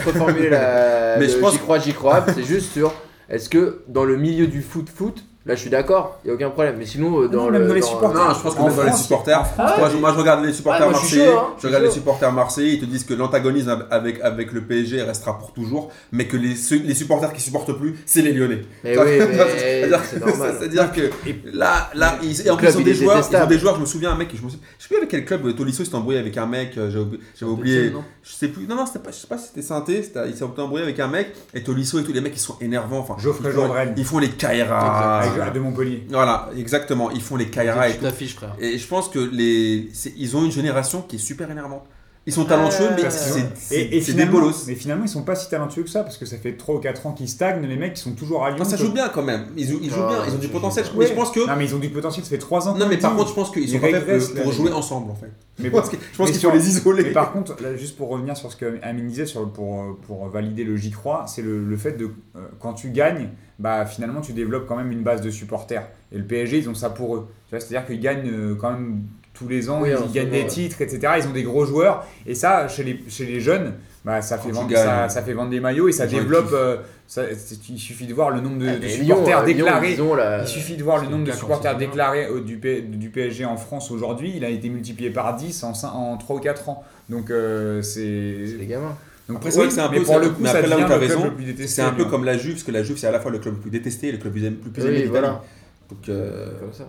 reformuler la.
Mais
le
je pense
J'y crois, j'y crois, c'est juste sur. Est-ce que dans le milieu du foot-foot, là je suis d'accord, il n'y a aucun problème. Mais sinon, euh, dans
Ah Non,
le.
même dans les
dans-
supporters.
Non, je pense que
En
même dans les
France,
supporters.
en France,
je- moi, je, moi, je regarde les supporters
Ah, moi, je suis
marseillais.
chaud, hein, je
je
suis
regarde les
chaud.
supporters marseillais. Ils te disent que l'antagonisme avec, avec le PSG restera pour toujours, mais que les, ceux- les supporters qui supportent plus, c'est les Lyonnais.
Mais Eh oui, mais.
C'est-à-dire
C'est
que-
normal.
C'est-à-dire que
Et-
là, là ils, et en
Le
plus, ils
club,
ont
il
des
est
joueurs, ils ont
détestable.
des joueurs. Je me souviens un mec, je me souviens, je sais plus avec quel club euh, Tolisso il s'est embrouillé avec un mec. euh, J'avais oublié, j'avais oublié.
non
Je sais plus. Non, non, c'était pas, je sais pas, si c'était Sainté. c'était- Il s'est embrouillé avec un mec et Tolisso et tous les mecs ils sont énervants. Enfin,
Geoffrey
ils font-
Jourdain.
Ils font les Kaira.
Avec- euh, de Montpellier.
Voilà, exactement. Ils font les Kaira et
Tu
tout.
t'affiches, frère.
Et je pense que les, c'est- ils ont une génération qui est super énervante. Ils sont talentueux, mais
Parce qu'ils ont-
c'est- c'est
Et, et
c'est des
finalement,
bolosses.
mais finalement, ils sont pas si talentueux que ça parce que ça fait 3 ou 4 ans qu'ils stagnent. Les mecs, ils sont toujours à Lyon.
Non, Ah, ça joue bien quand même. Ils, jouent- ils jouent
Ah,
bien, ils ont du
ça
potentiel.
joue
Mais
bien.
je pense que.
Non, mais ils ont du potentiel. Ça fait 3 ans.
Non, mais
qu'on
par
dit.
contre, je pense qu'ils sont
Ils
pas faits
régressent,
pour-
là,
pour
les
jouer
gars.
ensemble en fait.
Mais
Je
bon.
pense que- je pense
Mais
qu'il faut
sur-
les isoler.
Mais par contre, là, juste pour revenir sur ce que Amine disait, sur, pour, euh, pour valider le j'y crois, c'est le, le fait de euh, quand tu gagnes, bah finalement tu développes quand même une base de supporters. Et le PSG, ils ont ça pour eux. Tu vois, c'est-à-dire qu'ils gagnent euh, quand même tous les ans,
Oui, en
ils
ce
gagnent
moment,
des
ouais.
titres, etc. Ils ont des gros joueurs. Et ça, chez les, chez les jeunes, bah, ça, fait
tu
vendre,
gagnes,
ça, ça fait vendre des maillots et ça
les gens, ils
développe.
kiffent.
euh, ça, c'est- il suffit de voir le nombre de,
Ah,
de
mais
supporters
Lyon, euh, Lyon,
déclarés.
ils ont la-
Il suffit de voir le
c'est
nombre
le
de
cas quand
supporters
c'est bien.
déclarés au- du, P- du PSG en France aujourd'hui. Il a été multiplié par 10 en, cin- en 3 ou 4 ans. Donc, euh,
C'est
c'est.
des gamins.
Donc,
Après, c'est vrai que c'est un
mais
peu-
pour le coup,
mais
ça
après, là où
devient
t'as
le club
raison,
le plus détesté.
C'est un peu
hein.
comme la Juve, parce que la Juve c'est à la fois le club le plus détesté et le club le plus aimé
Oui,
d'Italie.
voilà.
Donc, euh,
Comme ça.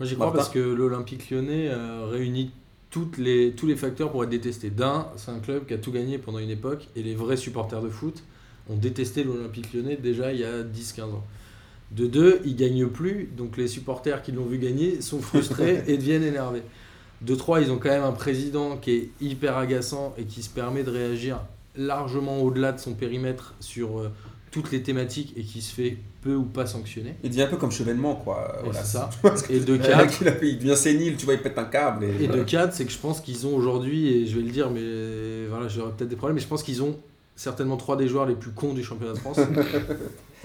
Moi j'y crois
Martin.
parce que l'Olympique lyonnais euh, réunit toutes les, tous les facteurs pour être détesté. D'un, c'est un club qui a tout gagné pendant une époque et les vrais supporters de foot ont détesté l'Olympique lyonnais déjà il y a 10-15 ans. De deux, ils gagnent plus, donc les supporters qui l'ont vu gagner sont frustrés et deviennent énervés. De trois, ils ont quand même un président qui est hyper agaçant et qui se permet de réagir largement au-delà de son périmètre sur euh, toutes les thématiques et qui se fait peu ou pas sanctionner.
il devient un peu comme chevènement quoi.
Et
Ah, Voilà,
c'est ça.
Parce que
Et de
le
quatre,
mec, il, a- il devient sénile, tu vois, il pète un câble. Et,
Et de 4, c'est que je pense qu'ils ont aujourd'hui, et je vais le dire, mais voilà, j'aurai peut-être des problèmes, mais je pense qu'ils ont certainement trois des joueurs les plus cons du championnat de France.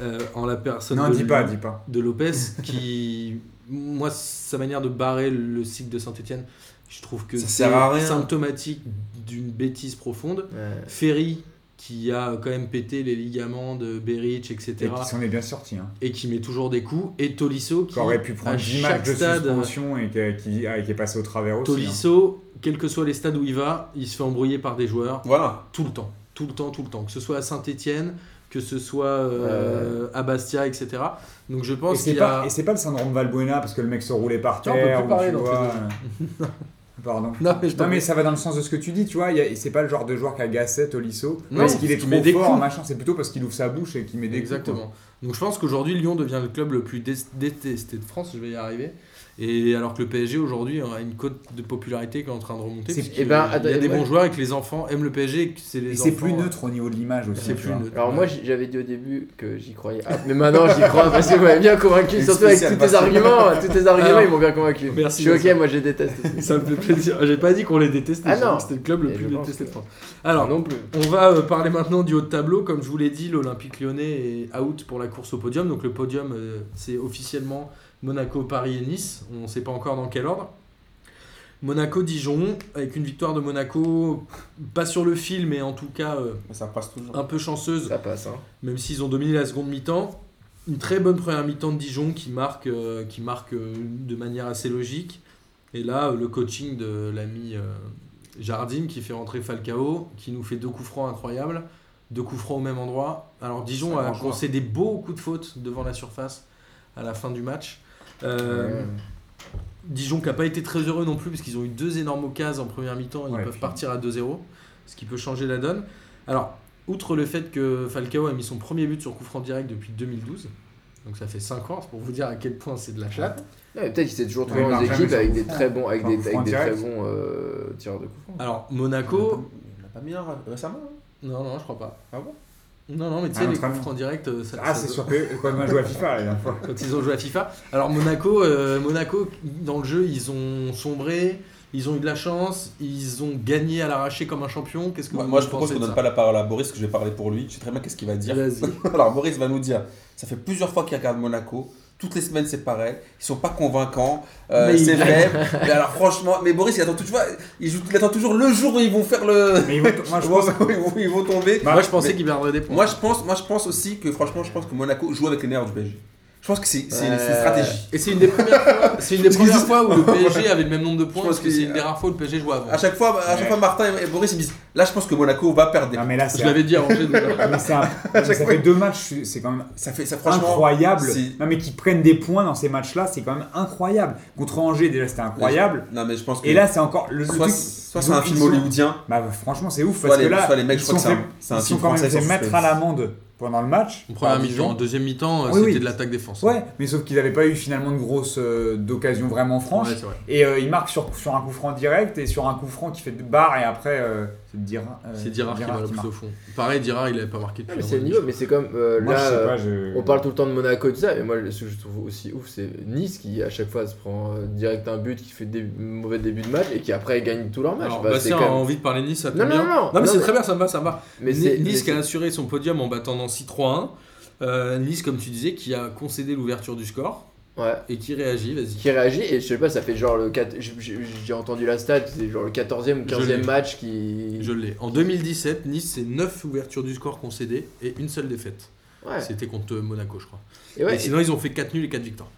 Euh, en la personne
Non,
de,
dis pas, dis pas.
de Lopez, qui, moi, sa manière de barrer le cycle de Saint-Etienne, je trouve que
Ça
c'est
sert à rien.
symptomatique d'une bêtise profonde.
Ouais.
Ferry, qui a quand même pété les ligaments de Berich, etc.,
Et qui s'en est bien sorti. Hein.
et qui met toujours des coups, et Tolisso, qui,
Qui aurait pu
à
prendre 10
chaque
matchs de
stade,
euh,
suspension et qui, a- qui- ah, et qui est passé au travers aussi. hein.
Tolisso, quels que soient les stades où il va, il se fait embrouiller par des joueurs.
Voilà.
tout le temps, tout le temps, tout le temps, que ce soit à Saint-Étienne, que ce soit euh, à Bastia, etc. Donc je
Et
pense
c'est
qu'il y
pas,
a.
et c'est pas le syndrome Valbuena parce que le mec se roulait par
Non,
terre.
on peut plus
ou
parler
tu
dans tes
vois, euh, Pardon.
Non mais je
Non mais ça va dans le sens de ce que tu dis, tu vois, il y a- c'est pas le genre de joueur qui agaçait Tolisso,
Non,
parce qu'il est
parce
trop
qu'il met des
fort,
coups.
machin, c'est plutôt parce qu'il ouvre sa bouche et qu'il met des coups.
Exactement. Donc je pense qu'aujourd'hui Lyon devient le club le plus dé- détesté de France, je vais y arriver. Et alors que le PSG aujourd'hui a une cote de popularité qui est en train de remonter.
C'est-
parce
eh
que
ben,
il y a
attends,
des
ouais.
bons joueurs et que les enfants aiment le PSG et que c'est
quoi.
les
Et c'est
enfants,
plus
euh,
neutre au niveau de l'image aussi.
C'est
tu
plus
vois.
neutre.
Alors moi j- j'avais dit au début que j'y croyais, Ah, mais maintenant j'y crois parce que vous m'avez bien convaincu,
Une
surtout avec tous
spéciale
tes
Bastien.
arguments, tous tes arguments
Alors,
ils m'ont bien convaincu.
merci,
Je suis
Vincent.
ok, moi je déteste aussi.
ça me fait plaisir. J'ai pas dit qu'on les détestait.
Ah
j'ai dit
non.
que C'était le club le
Et
plus
je pense
détesté de
que-
France. Alors
non plus.
On va euh, parler maintenant du haut de tableau. Comme je vous l'ai dit, l'Olympique lyonnais est out pour la course au podium. Donc le podium, euh, c'est officiellement Monaco, Paris et Nice. On ne sait pas encore dans quel ordre. Monaco-Dijon, avec une victoire de Monaco, pas sur le fil, mais en tout cas euh,
Ça passe toujours.
un peu chanceuse,
Ça passe hein.
même s'ils ont dominé la seconde mi-temps. Une très bonne première mi-temps de Dijon qui marque, euh, qui marque euh, de manière assez logique. Et là, euh, le coaching de l'ami euh, Jardim qui fait rentrer Falcao, qui nous fait deux coups francs incroyables, deux coups francs au même endroit. Alors Dijon
C'est un
a
grand joueur.
concédé beaucoup de fautes devant la surface à la fin du match. Euh,
Ouais.
Dijon qui n'a pas été très heureux non plus parce qu'ils ont eu deux énormes occasions en première mi-temps et
Ouais,
ils peuvent
puis-
partir à 2-0, ce qui peut changer la donne. Alors, outre le fait que Falcao a mis son premier but sur coup franc direct depuis 2012, donc ça fait 5 ans, c'est pour vous dire à quel point
Ah,
c'est de la chatte.
Ouais, mais Peut-être qu'il s'est toujours
Ouais,
trouvé
il
dans
marque
des équipes
jamais
avec
sur
des
coup
très bons, avec
Enfin,
des,
coup
avec
franc
des très
direct.
bons euh, tireurs de coup franc.
Alors,
Ah,
Monaco,
Il l'a pas mis un- récemment hein
non, non, je crois pas.
Ah bon
Non, non, mais tu
Ah,
sais, les
notre
coups
ami.
francs directs, euh, ça,
Ah,
ça-
c'est sûr que quand on a joué à FIFA la dernière fois.
quand ils ont joué à FIFA. Alors Monaco, euh, Monaco, dans le jeu, ils ont sombré, ils ont eu de la chance, ils ont gagné à l'arraché comme un champion. Qu'est-ce que
Moi,
vous
moi, je
pensez
propose qu'on
de
donne
ça
pas la parole à Boris, parce que je vais parler pour lui. Je sais très bien qu'est-ce qu'il va dire. Alors, Boris va nous dire ça fait plusieurs fois qu'il regarde Monaco. Toutes les semaines, c'est pareil. Ils sont pas convaincants. euh,
Mais
c'est
il-
faible. Mais alors, franchement, mais Boris, il attend, tout- tu vois, il, joue- il attend toujours le jour où ils vont faire le.
Mais ils vont- moi, je
où
pense.
ils vont- ils vont tomber.
Moi, je pensais
Mais-
qu'il perdrait des points.
Moi je pense, moi je pense aussi que franchement je pense que Monaco joue avec les nerfs du PSG. Je pense que c'est c'est une- c'est une
Ouais.
stratégie.
Et c'est une des premières fois, c'est une des
Parce qu'ils
premières
disent-
fois où le PSG avait le même nombre de points
Je pense
parce que c'est
que-
une des rares fois où le PSG jouait avant.
À chaque fois, à chaque
Ouais.
fois Martin et, et Boris ils me disent là je pense que Monaco va perdre. Des...
Non, mais là, c'est.
Je l'avais dit à Angers. euh, déjà.
mais c'est un- mais Ça fait deux matchs, je suis- c'est quand même
Ça fait ça franchement.
incroyable.
c'est-
Non, mais qu'ils prennent des points dans ces matchs-là, c'est quand même incroyable. Contre Angers, déjà, c'était incroyable.
Non mais je pense que
Et là, c'est encore le. le
soit,
truc-
soit
ils
c'est
ont-
un
ils
film
ont-
hollywoodien,
Bah, franchement, c'est ouf.
soit,
Parce
les,
que là,
soit les mecs
ils
je crois que
sont
c'est un,
fait-
c'est un
ils sont
film
quand même
français.
fait
sans
mettre
suspense.
à l'amende pendant le match.
En première
par
mi-temps,
Dijon.
Ah, en deuxième mi-temps, euh,
Oui, oui.
c'était de l'attaque défense.
Ouais, mais sauf qu'ils n'avaient pas eu finalement de grosses euh, d'occasions vraiment franches.
Ouais, c'est vrai.
Et euh, il marque sur, sur un coup franc direct et sur un coup franc qui fait de barre et après euh, c'est Dira- euh,
C'est Dirard qui va le plus
marque.
au fond. Pareil, Dirard, il avait pas marqué depuis.
mais
un
c'est le
moment.
niveau, mais c'est comme euh,
Moi
là.
je sais
euh,
pas, je...
On parle tout le temps de Monaco et tout ça, mais moi ce que je trouve aussi ouf, c'est Nice qui à chaque fois se prend euh, direct un but, qui fait des mauvais débuts de match et qui après gagne tous leurs matchs.
Alors,
Bah, c'est
Bastien
quand
a
même-
envie de parler de Nice, ça tombe
Non, non,
bien.
non, non.
mais
Non,
c'est
mais-
très bien, ça me va, ça me va.
Mais
Ni-
c'est- mais
nice qui
c'est-
a assuré son podium en battant Nancy 3-1. Euh, nice, comme tu disais, qui a concédé l'ouverture du score
Ouais.
et qui réagit, vas-y.
qui réagit et je sais pas ça fait genre le 4 j'ai- j'ai j'ai entendu la stat c'est genre le 14e ou
Je
15e
l'ai.
match qui
Je l'ai. En 2017, Nice, c'est 9 ouvertures du score concédées et une seule défaite.
ouais.
C'était contre Monaco, je crois.
Et ouais,
et sinon, ils ont fait 4 nuls et 4 victoires.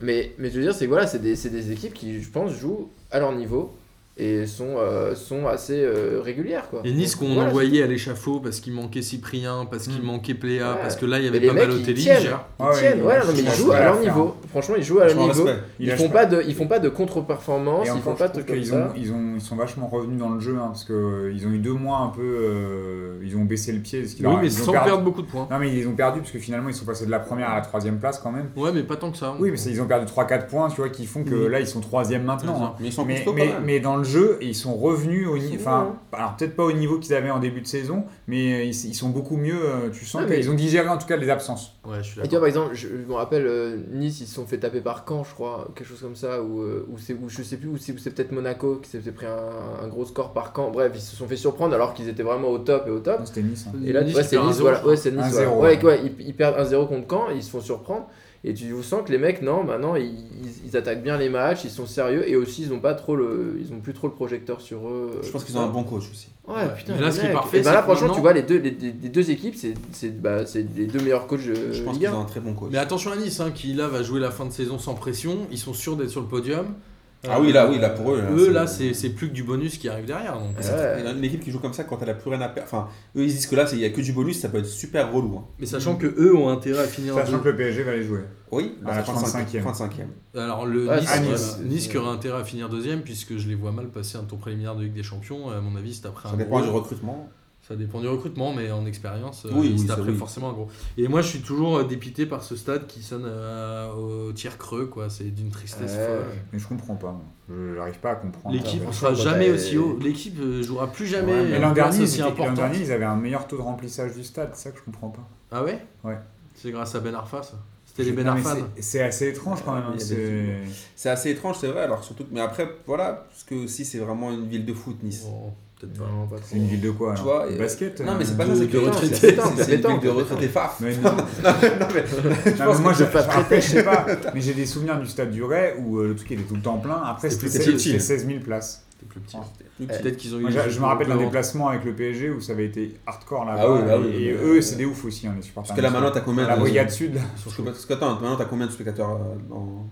mais mais je veux dire c'est que voilà c'est des, c'est des équipes qui je pense jouent à leur niveau et sont euh, sont assez euh, régulières quoi
Et Nice, qu'on
Voilà,
envoyait à l'échafaud parce qu'il manquait Cyprien, parce qu'il
Mm.
manquait Pléa,
Ouais.
parce que là, il y
c'est-
avait
mais les
pas
mecs
mal
ils
Otelli.
tiennent
Gérard.
Ah
ils
ouais,
tiennent
il-
ouais, non, mais
je
ils
pense
jouent
qu'il
à
va
leur
le faire,
niveau
hein.
franchement ils jouent à leur
Franchement,
niveau
respect.
ils
lâche
font
pas.
pas de ils font pas de contre-performance
Et
ils font
encore,
pas
je
de
trouve
trucs
qu'ils
comme
ont,
ça
ils ont, ils sont vachement revenus dans le jeu hein, parce que euh, ils ont eu deux mois un peu, euh, ils ont baissé le pied. Parce qu'ils
Oui,
leur-
mais
ils ont
sans
perdu-
perdre beaucoup de points.
Non mais ils ont perdu parce que finalement ils sont passés de la première à la troisième place quand même.
Ouais, mais pas tant que ça.
Oui, mais c'est- ils ont perdu 3-4 points, tu vois, qui font que
Oui.
là ils sont troisième maintenant.
Oui.
hein.
Mais ils sont
Mais,
costauds quand
mais-
même. hein.
mais dans le jeu, ils sont revenus au
Ils
niveau.
sont
Enfin, alors peut-être pas au niveau qu'ils avaient en début de saison, mais ils, ils sont beaucoup mieux. euh, Tu sens
Ah, mais-
qu'ils ont digéré en tout cas les absences.
Ouais, je suis
Et tu
d'accord.
vois, par exemple, je, je me rappelle, euh, Nice, ils se sont fait taper par Caen, je crois, quelque chose comme ça, ou, euh, ou c'est, ou je sais plus, ou c'est, ou c'est peut-être Monaco qui s'est s'est pris un, un gros score par Caen. Bref, ils se sont fait surprendre alors qu'ils étaient vraiment au top et au top.
Non, C'était Nice. hein.
Et là,
Nice
ouais,
qui
c'est
perd
Nice,
1-0, je
voilà,
crois.
ouais, c'est Nice,
1-0,
voilà. Ouais,
ouais.
quoi, ils, ils perdent 1-0 contre Caen, ils se font surprendre. Et tu vous sens que les mecs, non, bah non, ils, ils- ils attaquent bien les matchs, ils sont sérieux, et aussi ils ont pas trop le, ils ont plus trop le projecteur sur eux.
Je pense qu'ils ont un bon coach aussi.
Ouais,
Ouais.
putain.
Mais là,
les
ce qui est
mecs.
parfait,
Et bah
c'est
là,
que
franchement,
maintenant-
tu vois, les deux, les, les- les deux équipes, c'est, c'est, bah, c'est les deux meilleurs coachs de
Je pense
Ligue
qu'ils
1.
ont un très bon coach.
Mais attention à Nice, hein, qui là va jouer la fin de saison sans pression. Ils sont sûrs d'être sur le podium. Euh,
Ah oui, là, oui, là, pour eux, là,
Eux,
c'est-
là, c'est c'est plus que du bonus qui arrive derrière. donc.
C'est
Ouais.
très- Une équipe qui joue comme ça quand elle a plus rien à perdre. Enfin, eux ils disent que là c'est- il y a que du bonus, ça peut être super relou. hein.
Mais sachant que eux ont intérêt à finir en
Sachant
deux.
que le PSG va les jouer.
Oui, bah,
À la 35e.
35e.
Alors le
Ah,
Ouais,
Nice,
à Nice.
voilà, Nice qui aurait intérêt à finir deuxième puisque je les vois mal passer un tour préliminaire de Ligue des Champions. À mon avis, c'est après
Ça
un
dépend
gros.
du recrutement.
Ça dépend du recrutement, mais en expérience, euh,
Oui, oui,
c'est
ça,
après
oui.
forcément un gros. Et moi, je suis toujours euh, dépité par ce stade qui sonne euh, au tiers creux, quoi. C'est d'une tristesse
Ouais.
folle.
Mais je comprends pas. moi. Je n'arrive pas à comprendre.
L'équipe
ouais.
sera
Franchement,
jamais
bah,
aussi haut. L'équipe euh, jouera plus jamais.
Ouais,
euh,
mais l'an
une
dernier,
place
ils
aussi
étaient- l'an
importante.
dernier, ils avaient un meilleur taux de remplissage du stade. C'est ça que je comprends pas.
Ah ouais
Ouais.
C'est grâce à Ben Arfa, ça. C'était les
Je-
Ben
non, mais
Arfa.
c'est- C'est assez étrange quand même. hein,
Il y a
c'est-
des- C'est assez étrange, c'est vrai. Alors surtout, que- mais après, voilà, parce que aussi c'est vraiment une ville de foot, Nice.
Oh, peut-être pas.
Non, pas trop.
C'est une ville de quoi
Tu
alors
vois,
Du
et-
Basket
Non,
euh,
mais c'est pas
de-
ça, c'est
de
que
retraités.
c'est-
Non,
c'est- c'est une
pétanque,
ville de
la
retraités faf.
mais non.
Non, mais
Non, mais moi,
que
je,
c'est pas
je- après, je sais pas, mais j'ai des souvenirs du stade du Ray où euh, le truc était tout le temps plein. Après,
C'est
c'était
plus
seize-
petit.
c'était 16 000 places.
C'était plus petit.
Ah.
plus
Eh,
petit.
Peut-être qu'ils ont eu.
Moi,
les
je, je me rappelle d'un
Européens.
déplacement avec le PSG où ça avait été hardcore là-bas.
Ah oui, bah oui,
et et
mais,
eux,
euh,
c'est des ouf aussi, hein, les supporters.
Parce que là maintenant, t'as combien
la
de
brigade sud.
Parce que parce que attends, maintenant t'as combien de spectateurs euh, dans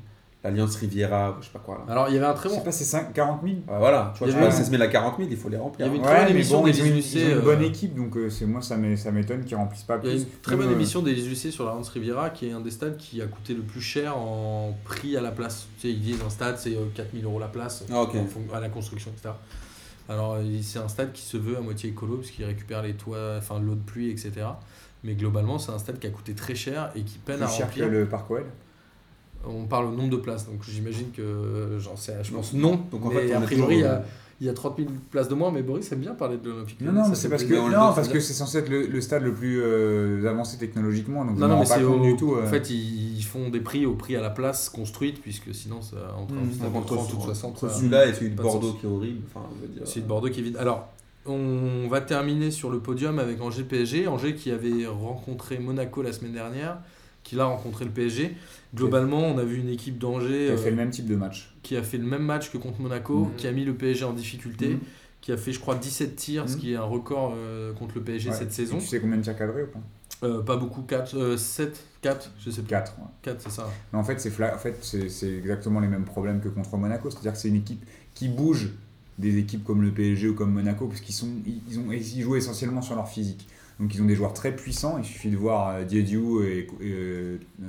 l'Alliance Riviera, ou je sais pas quoi. Là.
Alors, il y avait un très
Je
bon.
sais pas, c'est cinq- 40 000
Ah, voilà, tu vois,
Il y
tu
avait
vois,
une-
ça se met à 40 000, il faut les remplir.
Il y avait une
hein.
très bonne
mais
émission des
ils ont- ils ont
UCC,
une
euh,
bonne équipe, donc euh, c'est moi ça m'é- ça m'étonne qu'ils remplissent pas
Il
plus.
y a une très
Nous,
bonne
euh,
émission des UC sur la Hans Riviera qui est un des stades qui a coûté le plus cher en prix à la place. Tu sais, ils disent un stade c'est 4000 euros la place
Ah, ok.
en fon- à la construction, etc. Alors euh, c'est un stade qui se veut à moitié écolo parce qu'il récupère les toits, enfin l'eau de pluie, etc. Mais globalement c'est un stade qui a coûté très cher et qui peine à
Plus cher que
remplir.
le Parc OL.
On parle au nombre de places donc j'imagine que euh, j'en sais, je pense non.
Donc, en
Mais
fait, on
a
est
priori il y
toujours,
a,
euh,
il y a 30 000 places de moins. Mais Boris aime bien parler de l'Olympique.
Non, non,
Ça
mais
fait
c'est parce que
plaisir.
on le
non,
donne,
parce
c'est
que c'est censé être le, le stade le plus euh, avancé technologiquement, donc je
Non,
m'en
non, mais
rends pas
c'est au-
compte du tout. euh.
En fait, ils ils font des prix au prix à la place construite, puisque sinon, ça, entre un
Mmh.
stade de
Entre
30 ou euh, de
ce-
60,
entre
ça-
celui-là et celui de
pas de
Bordeaux
sens.
qui est horrible. Enfin, je veux dire,
c'est de Bordeaux qui est vide. Alors, on va terminer sur le podium avec Angers PSG. Angers qui avait rencontré Monaco la semaine dernière, qui l'a rencontré le PSG. Globalement, on a vu une équipe d'Angers
Il a
euh,
fait le même Mhm. type de match.
qui a fait le même match que contre Monaco,
Mmh.
qui a mis le PSG en difficulté,
Mmh.
qui a fait, je crois, 17 tirs, ce
Mmh.
qui est un record euh, contre le PSG
Ouais.
cette
Et
saison.
Tu sais combien de tirs cadrés ou pas
Euh, pas beaucoup, 4, 7, 4, je sais pas.
4.
4, c'est ça.
Mais en fait, c'est fla- en fait, c'est- c'est exactement les mêmes problèmes que contre Monaco. C'est-à-dire que c'est une équipe qui bouge des équipes comme le PSG ou comme Monaco, parce qu'ils sont, ils, ils ont, ils jouent essentiellement sur leur physique. Donc ils ont des joueurs très puissants. Il suffit de voir euh, Diédiou et, et, euh, euh,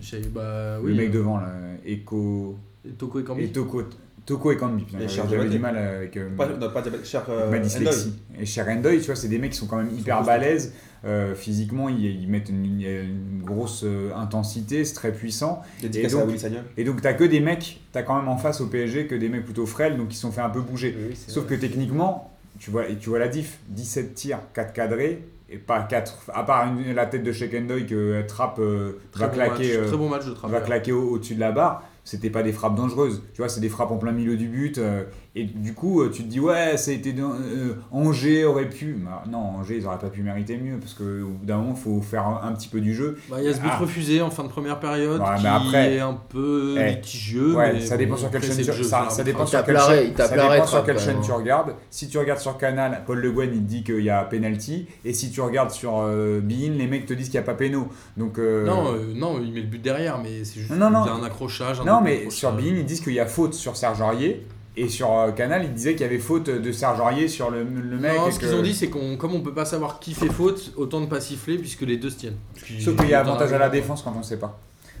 Chez- bah,
le
oui,
mec
euh,
devant, là, Eko
Toko et Kambi.
et Toko, Toko et Kambi. Putain,
Et
j'avais-
Charles
J'avais
Batet.
du mal avec. euh,
Pas, non, pas diabète, cher. euh,
avec ma
Endoy.
dyslexie. Et Sherendoy, tu vois, c'est des mecs qui sont quand même hyper
costauds.
balèzes. euh, physiquement, ils, ils mettent une, il y a une grosse euh, intensité, c'est très puissant.
Dédicace
Et donc-
à Willy Sagnol.
Et donc, t'as que des mecs, t'as quand même en face au PSG que des mecs plutôt frêles, donc ils se sont fait un peu bouger. Sauf que techniquement, tu vois, et tu vois la diff 17 tirs, 4 cadrés, et pas 4. À part une- la tête de Sherendoy que Trapp euh,
Très
va,
bon
claquer,
match,
euh,
très bon match de
va
travail.
claquer au- au-dessus de la barre. C'était pas des frappes dangereuses, tu vois, c'est des frappes en plein milieu du but. euh, et du coup, euh, tu te dis, ouais, ça a été. dans- euh, Angers aurait pu. Bah, non, Angers, ils auraient pas pu mériter mieux parce que au bout d'un moment, faut faire un, un petit peu du jeu.
Bah, Il y a ce but
Ah.
refusé en fin de première période
Ouais,
qui
mais après-
est un peu
Eh.
litigieux.
ouais,
mais
ça
bon,
dépend sur quelle
après,
chaîne
c'est
tu
le jeu, hein.
ça-
c'est
ça dépend
l'arbitrage.
sur
Il
quelle
tape l'arrêt,
chaîne-
il tape
ça
l'arrêt,
dépend sur
Trapp,
quelle
quand
chaîne
même,
tu
hein.
regardes. Si tu regardes sur Canal, Paul Le Guen, il dit qu'il y a penalty. Et si tu regardes sur euh, Bein, les mecs te disent qu'il n'y a pas péno. Donc. euh,
Non, euh, non, il met le but derrière, mais c'est juste
Non, non.
il y a un accrochage. un
Non,
autre
mais
accrochage.
sur Bein, ils disent qu'il y a faute sur Serge Aurier. Et sur euh, Canal, ils disaient qu'il y avait faute de Serge Aurier sur le, le mec.
Non,
et
ce
que-
qu'ils ont dit, c'est qu'on, comme on peut pas savoir qui fait faute, autant ne pas siffler puisque les deux se tiennent. Parce qu'il-
Sauf qu'il y a avantage à la
Ouais.
défense quand on ne sait pas.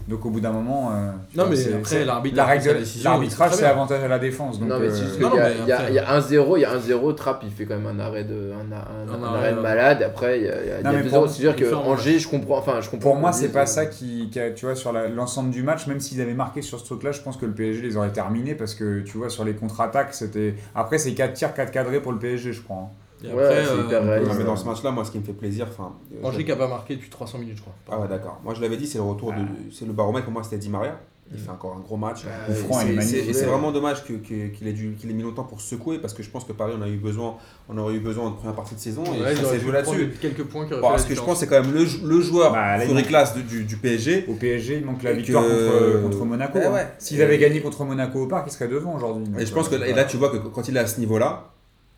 Donc au bout d'un moment. euh, tu
Non,
vois,
mais
c'est-
après,
c'est-
l'arbitre
la
a pris
règle
sa
de-
décision,
L'arbitrage,
c'est très
c'est
bien.
avantage à la défense. Donc,
non, mais
euh,
c'est juste
non,
qu'il y a-
non, mais
il y a,
après-
il y a 1-0, il y a 1-0, Trapp il fait quand même un arrêt de, un, un-
Un
un
arrêt,
arrêt de
ouais.
malade. Après, il y a, il y a- il y
Non,
a
mais
deux
pour-
ans, c'est dire que
différent, ouais.
Angers, je comprends. Enfin, je comprends.
Pour moi,
qu'on
c'est
dise,
pas
euh,
ça qui, qui a- tu vois, sur la- l'ensemble du match, même s'ils avaient marqué sur ce truc-là, je pense que le PSG les aurait terminés parce que, tu vois, sur les contre-attaques, c'était. Après, c'est 4 tirs, 4 cadrés pour le PSG, je crois. hein.
Et
Ouais,
après,
c'est
euh,
hyper réaliste.
Non, mais dans ce match-là, moi, ce qui me fait plaisir, enfin. euh,
Angers qui a pas marqué depuis 300 minutes, je crois.
Ah ouais, d'accord. Moi, je l'avais dit, c'est le retour de. C'est le baromètre pour moi, c'était Di Maria. Il fait encore un gros match.
Bah,
Le franc,
c'est-
il est
c'est-
Et
magnifique.
c'est- et c'est
c'est-
vraiment dommage que- que- qu'il ait, dû- qu'il ait mis longtemps pour se secouer parce que je pense que Paris on a eu besoin, on aurait eu besoin en première partie de saison et
Ouais, ils
ça
auraient
s'est
pu
joué
prendre
là-dessus.
Quelques points qui auraient fait
Parce
la
que je pense
différence.
que c'est quand même le, le joueur
Bah, là, il
Fury
manque-
classe du, du- du PSG.
Au PSG, il manque la
Et
victoire
que-
contre, contre Monaco.
Eh
Ouais,
hein.
ouais.
S'ils
Et-
avaient gagné contre Monaco au parc, ils seraient devant aujourd'hui. euh,
Et je pense que là, et là, tu vois que quand il est à ce niveau-là,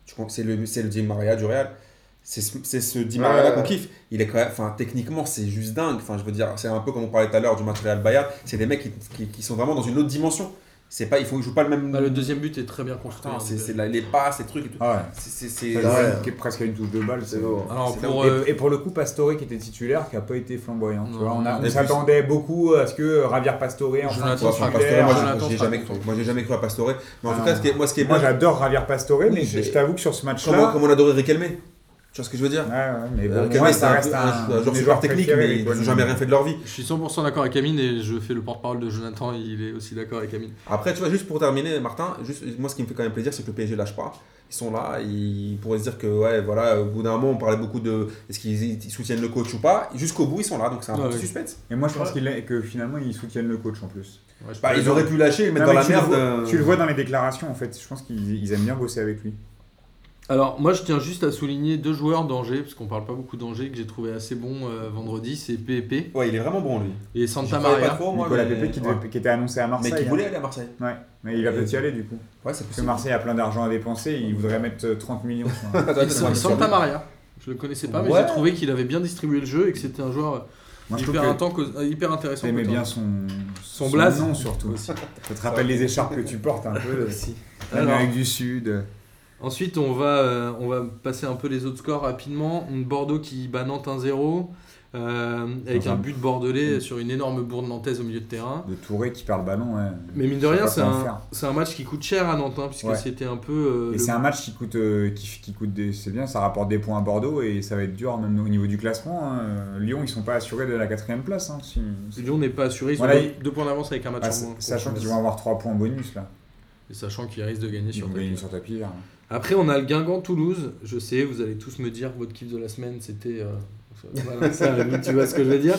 tu comprends- c'est le, c'est le Di Maria du Real. C'est ce, c'est ce Di Maria
Ouais.
qu'on kiffe. Il est quand même, enfin, techniquement, c'est juste dingue. Enfin, je veux dire, c'est un peu comme on parlait tout à l'heure du match Real Bayern. C'est des mecs qui, qui- qui sont vraiment dans une autre dimension. C'est pas, ils font, ils jouent pas le même.
Bah, le deuxième but est très bien construit.
Putain,
hein,
c'est-
donc,
c'est
euh,
la- les passes, les trucs et tout.
Ah ouais.
C'est- c'est- c'est-
Ça
Ouais.
joue une- qui est presque à une touche de balle,
C'est beau.
Alors,
c'est là
pour.
où-
euh,
Et, et pour le coup, Pastore qui était titulaire, qui n'a pas été flamboyant. tu
Non.
vois, on a- on
Et puis-
s'attendait beaucoup à ce que euh, Javier Pastore en
Jonathan
fin
Ouais,
de
enfin,
Franck
titulaire.
Pastore, moi,
Jonathan
j'ai- j'ai jamais cru, moi j'ai jamais cru à Pastore. Mais en
Ah
tout
non.
cas, ce qui est- moi ce qui est
Moi,
bien,
j'adore Javier Pastore, mais
Oui,
je,
mais-
je t'avoue que sur ce
comme, on-
match-là.
comme on adorait Riquelme. Tu vois ce que je veux dire
Ouais, ouais, mais bon,
Euh,
moi,
Riquelme, c'est
ça
un,
reste
peu-
un,
un
de
joueur
mes
super technique,
préférés,
mais ils
quoi.
n'ont jamais rien fait de leur vie.
Je suis 100% d'accord avec Amine et je fais le porte-parole de Jonathan, il est aussi d'accord avec Amine.
Après, tu vois, juste pour terminer, Martin, juste, moi, ce qui me fait quand même plaisir, c'est que le PSG lâche pas. Ils sont là, ils pourraient se dire que, ouais, voilà, au bout d'un moment, on parlait beaucoup de est-ce qu'ils ils soutiennent le coach ou pas. Jusqu'au bout, ils sont là, donc c'est un
Ouais,
peu
ouais.
suspect.
Et moi, je pense qu'il est- que finalement, ils soutiennent le coach en plus.
Ouais, je
Bah, ils auraient pu lâcher, le mettre
Non,
dans la
mais tu, le
merde.
vois,
euh,
tu le vois dans les déclarations, en fait. Je pense qu'ils ils aiment bien bosser avec lui.
Alors, moi, je tiens juste à souligner deux joueurs d'Angers, parce qu'on parle pas beaucoup d'Angers, que j'ai trouvé assez bon euh, vendredi, c'est PEP
Ouais, il est vraiment bon, lui.
et
J'y
Santa
croyais
Maria.
pas trop, moi,
Nicolas
mais-
Pepe qui, devait-
ouais.
qui était annoncé à
Mais
Marseille.
qui
hein.
voulait aller à Marseille.
Ouais, mais il va
Et-
Euh,
peut-être y aller du coup.
Ouais, c'est
Parce que
possible.
Marseille a plein d'argent à dépenser, ils voudraient mettre euh, 30 millions. sur un-
Et San- Santa Maria, je le connaissais pas, mais
Ouais.
j'ai trouvé qu'il avait bien distribué le jeu et que c'était un joueur.
Moi, je trouve
hyper,
que
intense, euh, hyper intéressant.
t'aimais
autant.
bien son,
Son blaze.
nom surtout.
Aussi.
Ça te rappelle les écharpes que tu portes un peu. euh,
Aussi. Alors,
L'Amérique du Sud. euh,
ensuite, on va, euh, on va passer un peu les autres scores rapidement. Une Bordeaux qui bat Nantes 1-0, euh, avec
Enfin.
un but bordelais
Mm.
sur une énorme bourde nantaise au milieu de terrain.
De Touré qui perd le ballon. ouais.
Mais mine de
Je sais
rien,
pas
c'est
comment
un,
faire.
c'est un match qui coûte cher à Nantes, hein, puisque
Ouais.
c'était un peu. euh,
Et
le-
c'est un match qui coûte, euh, qui, qui coûte des, c'est bien, ça rapporte des points à Bordeaux et ça va être dur même au niveau du classement. hein. Lyon, ils sont pas assurés de la quatrième place. hein, si- si-
Lyon n'est pas assuré, ils ont
Voilà,
deux, deux points d'avance avec un match
Bah,
Ah,
en moins.
sachant qu'ils vont avoir 3 points bonus là.
Et sachant qu'ils risquent de gagner
Ils
sur
vont gagner
tapis.
sur tapis. hein. là.
Après, on a le Guingamp-Toulouse. Je sais, vous allez tous me dire, votre kiff de la semaine, c'était. euh, voilà, ça, Rémi, tu vois ce que je veux dire.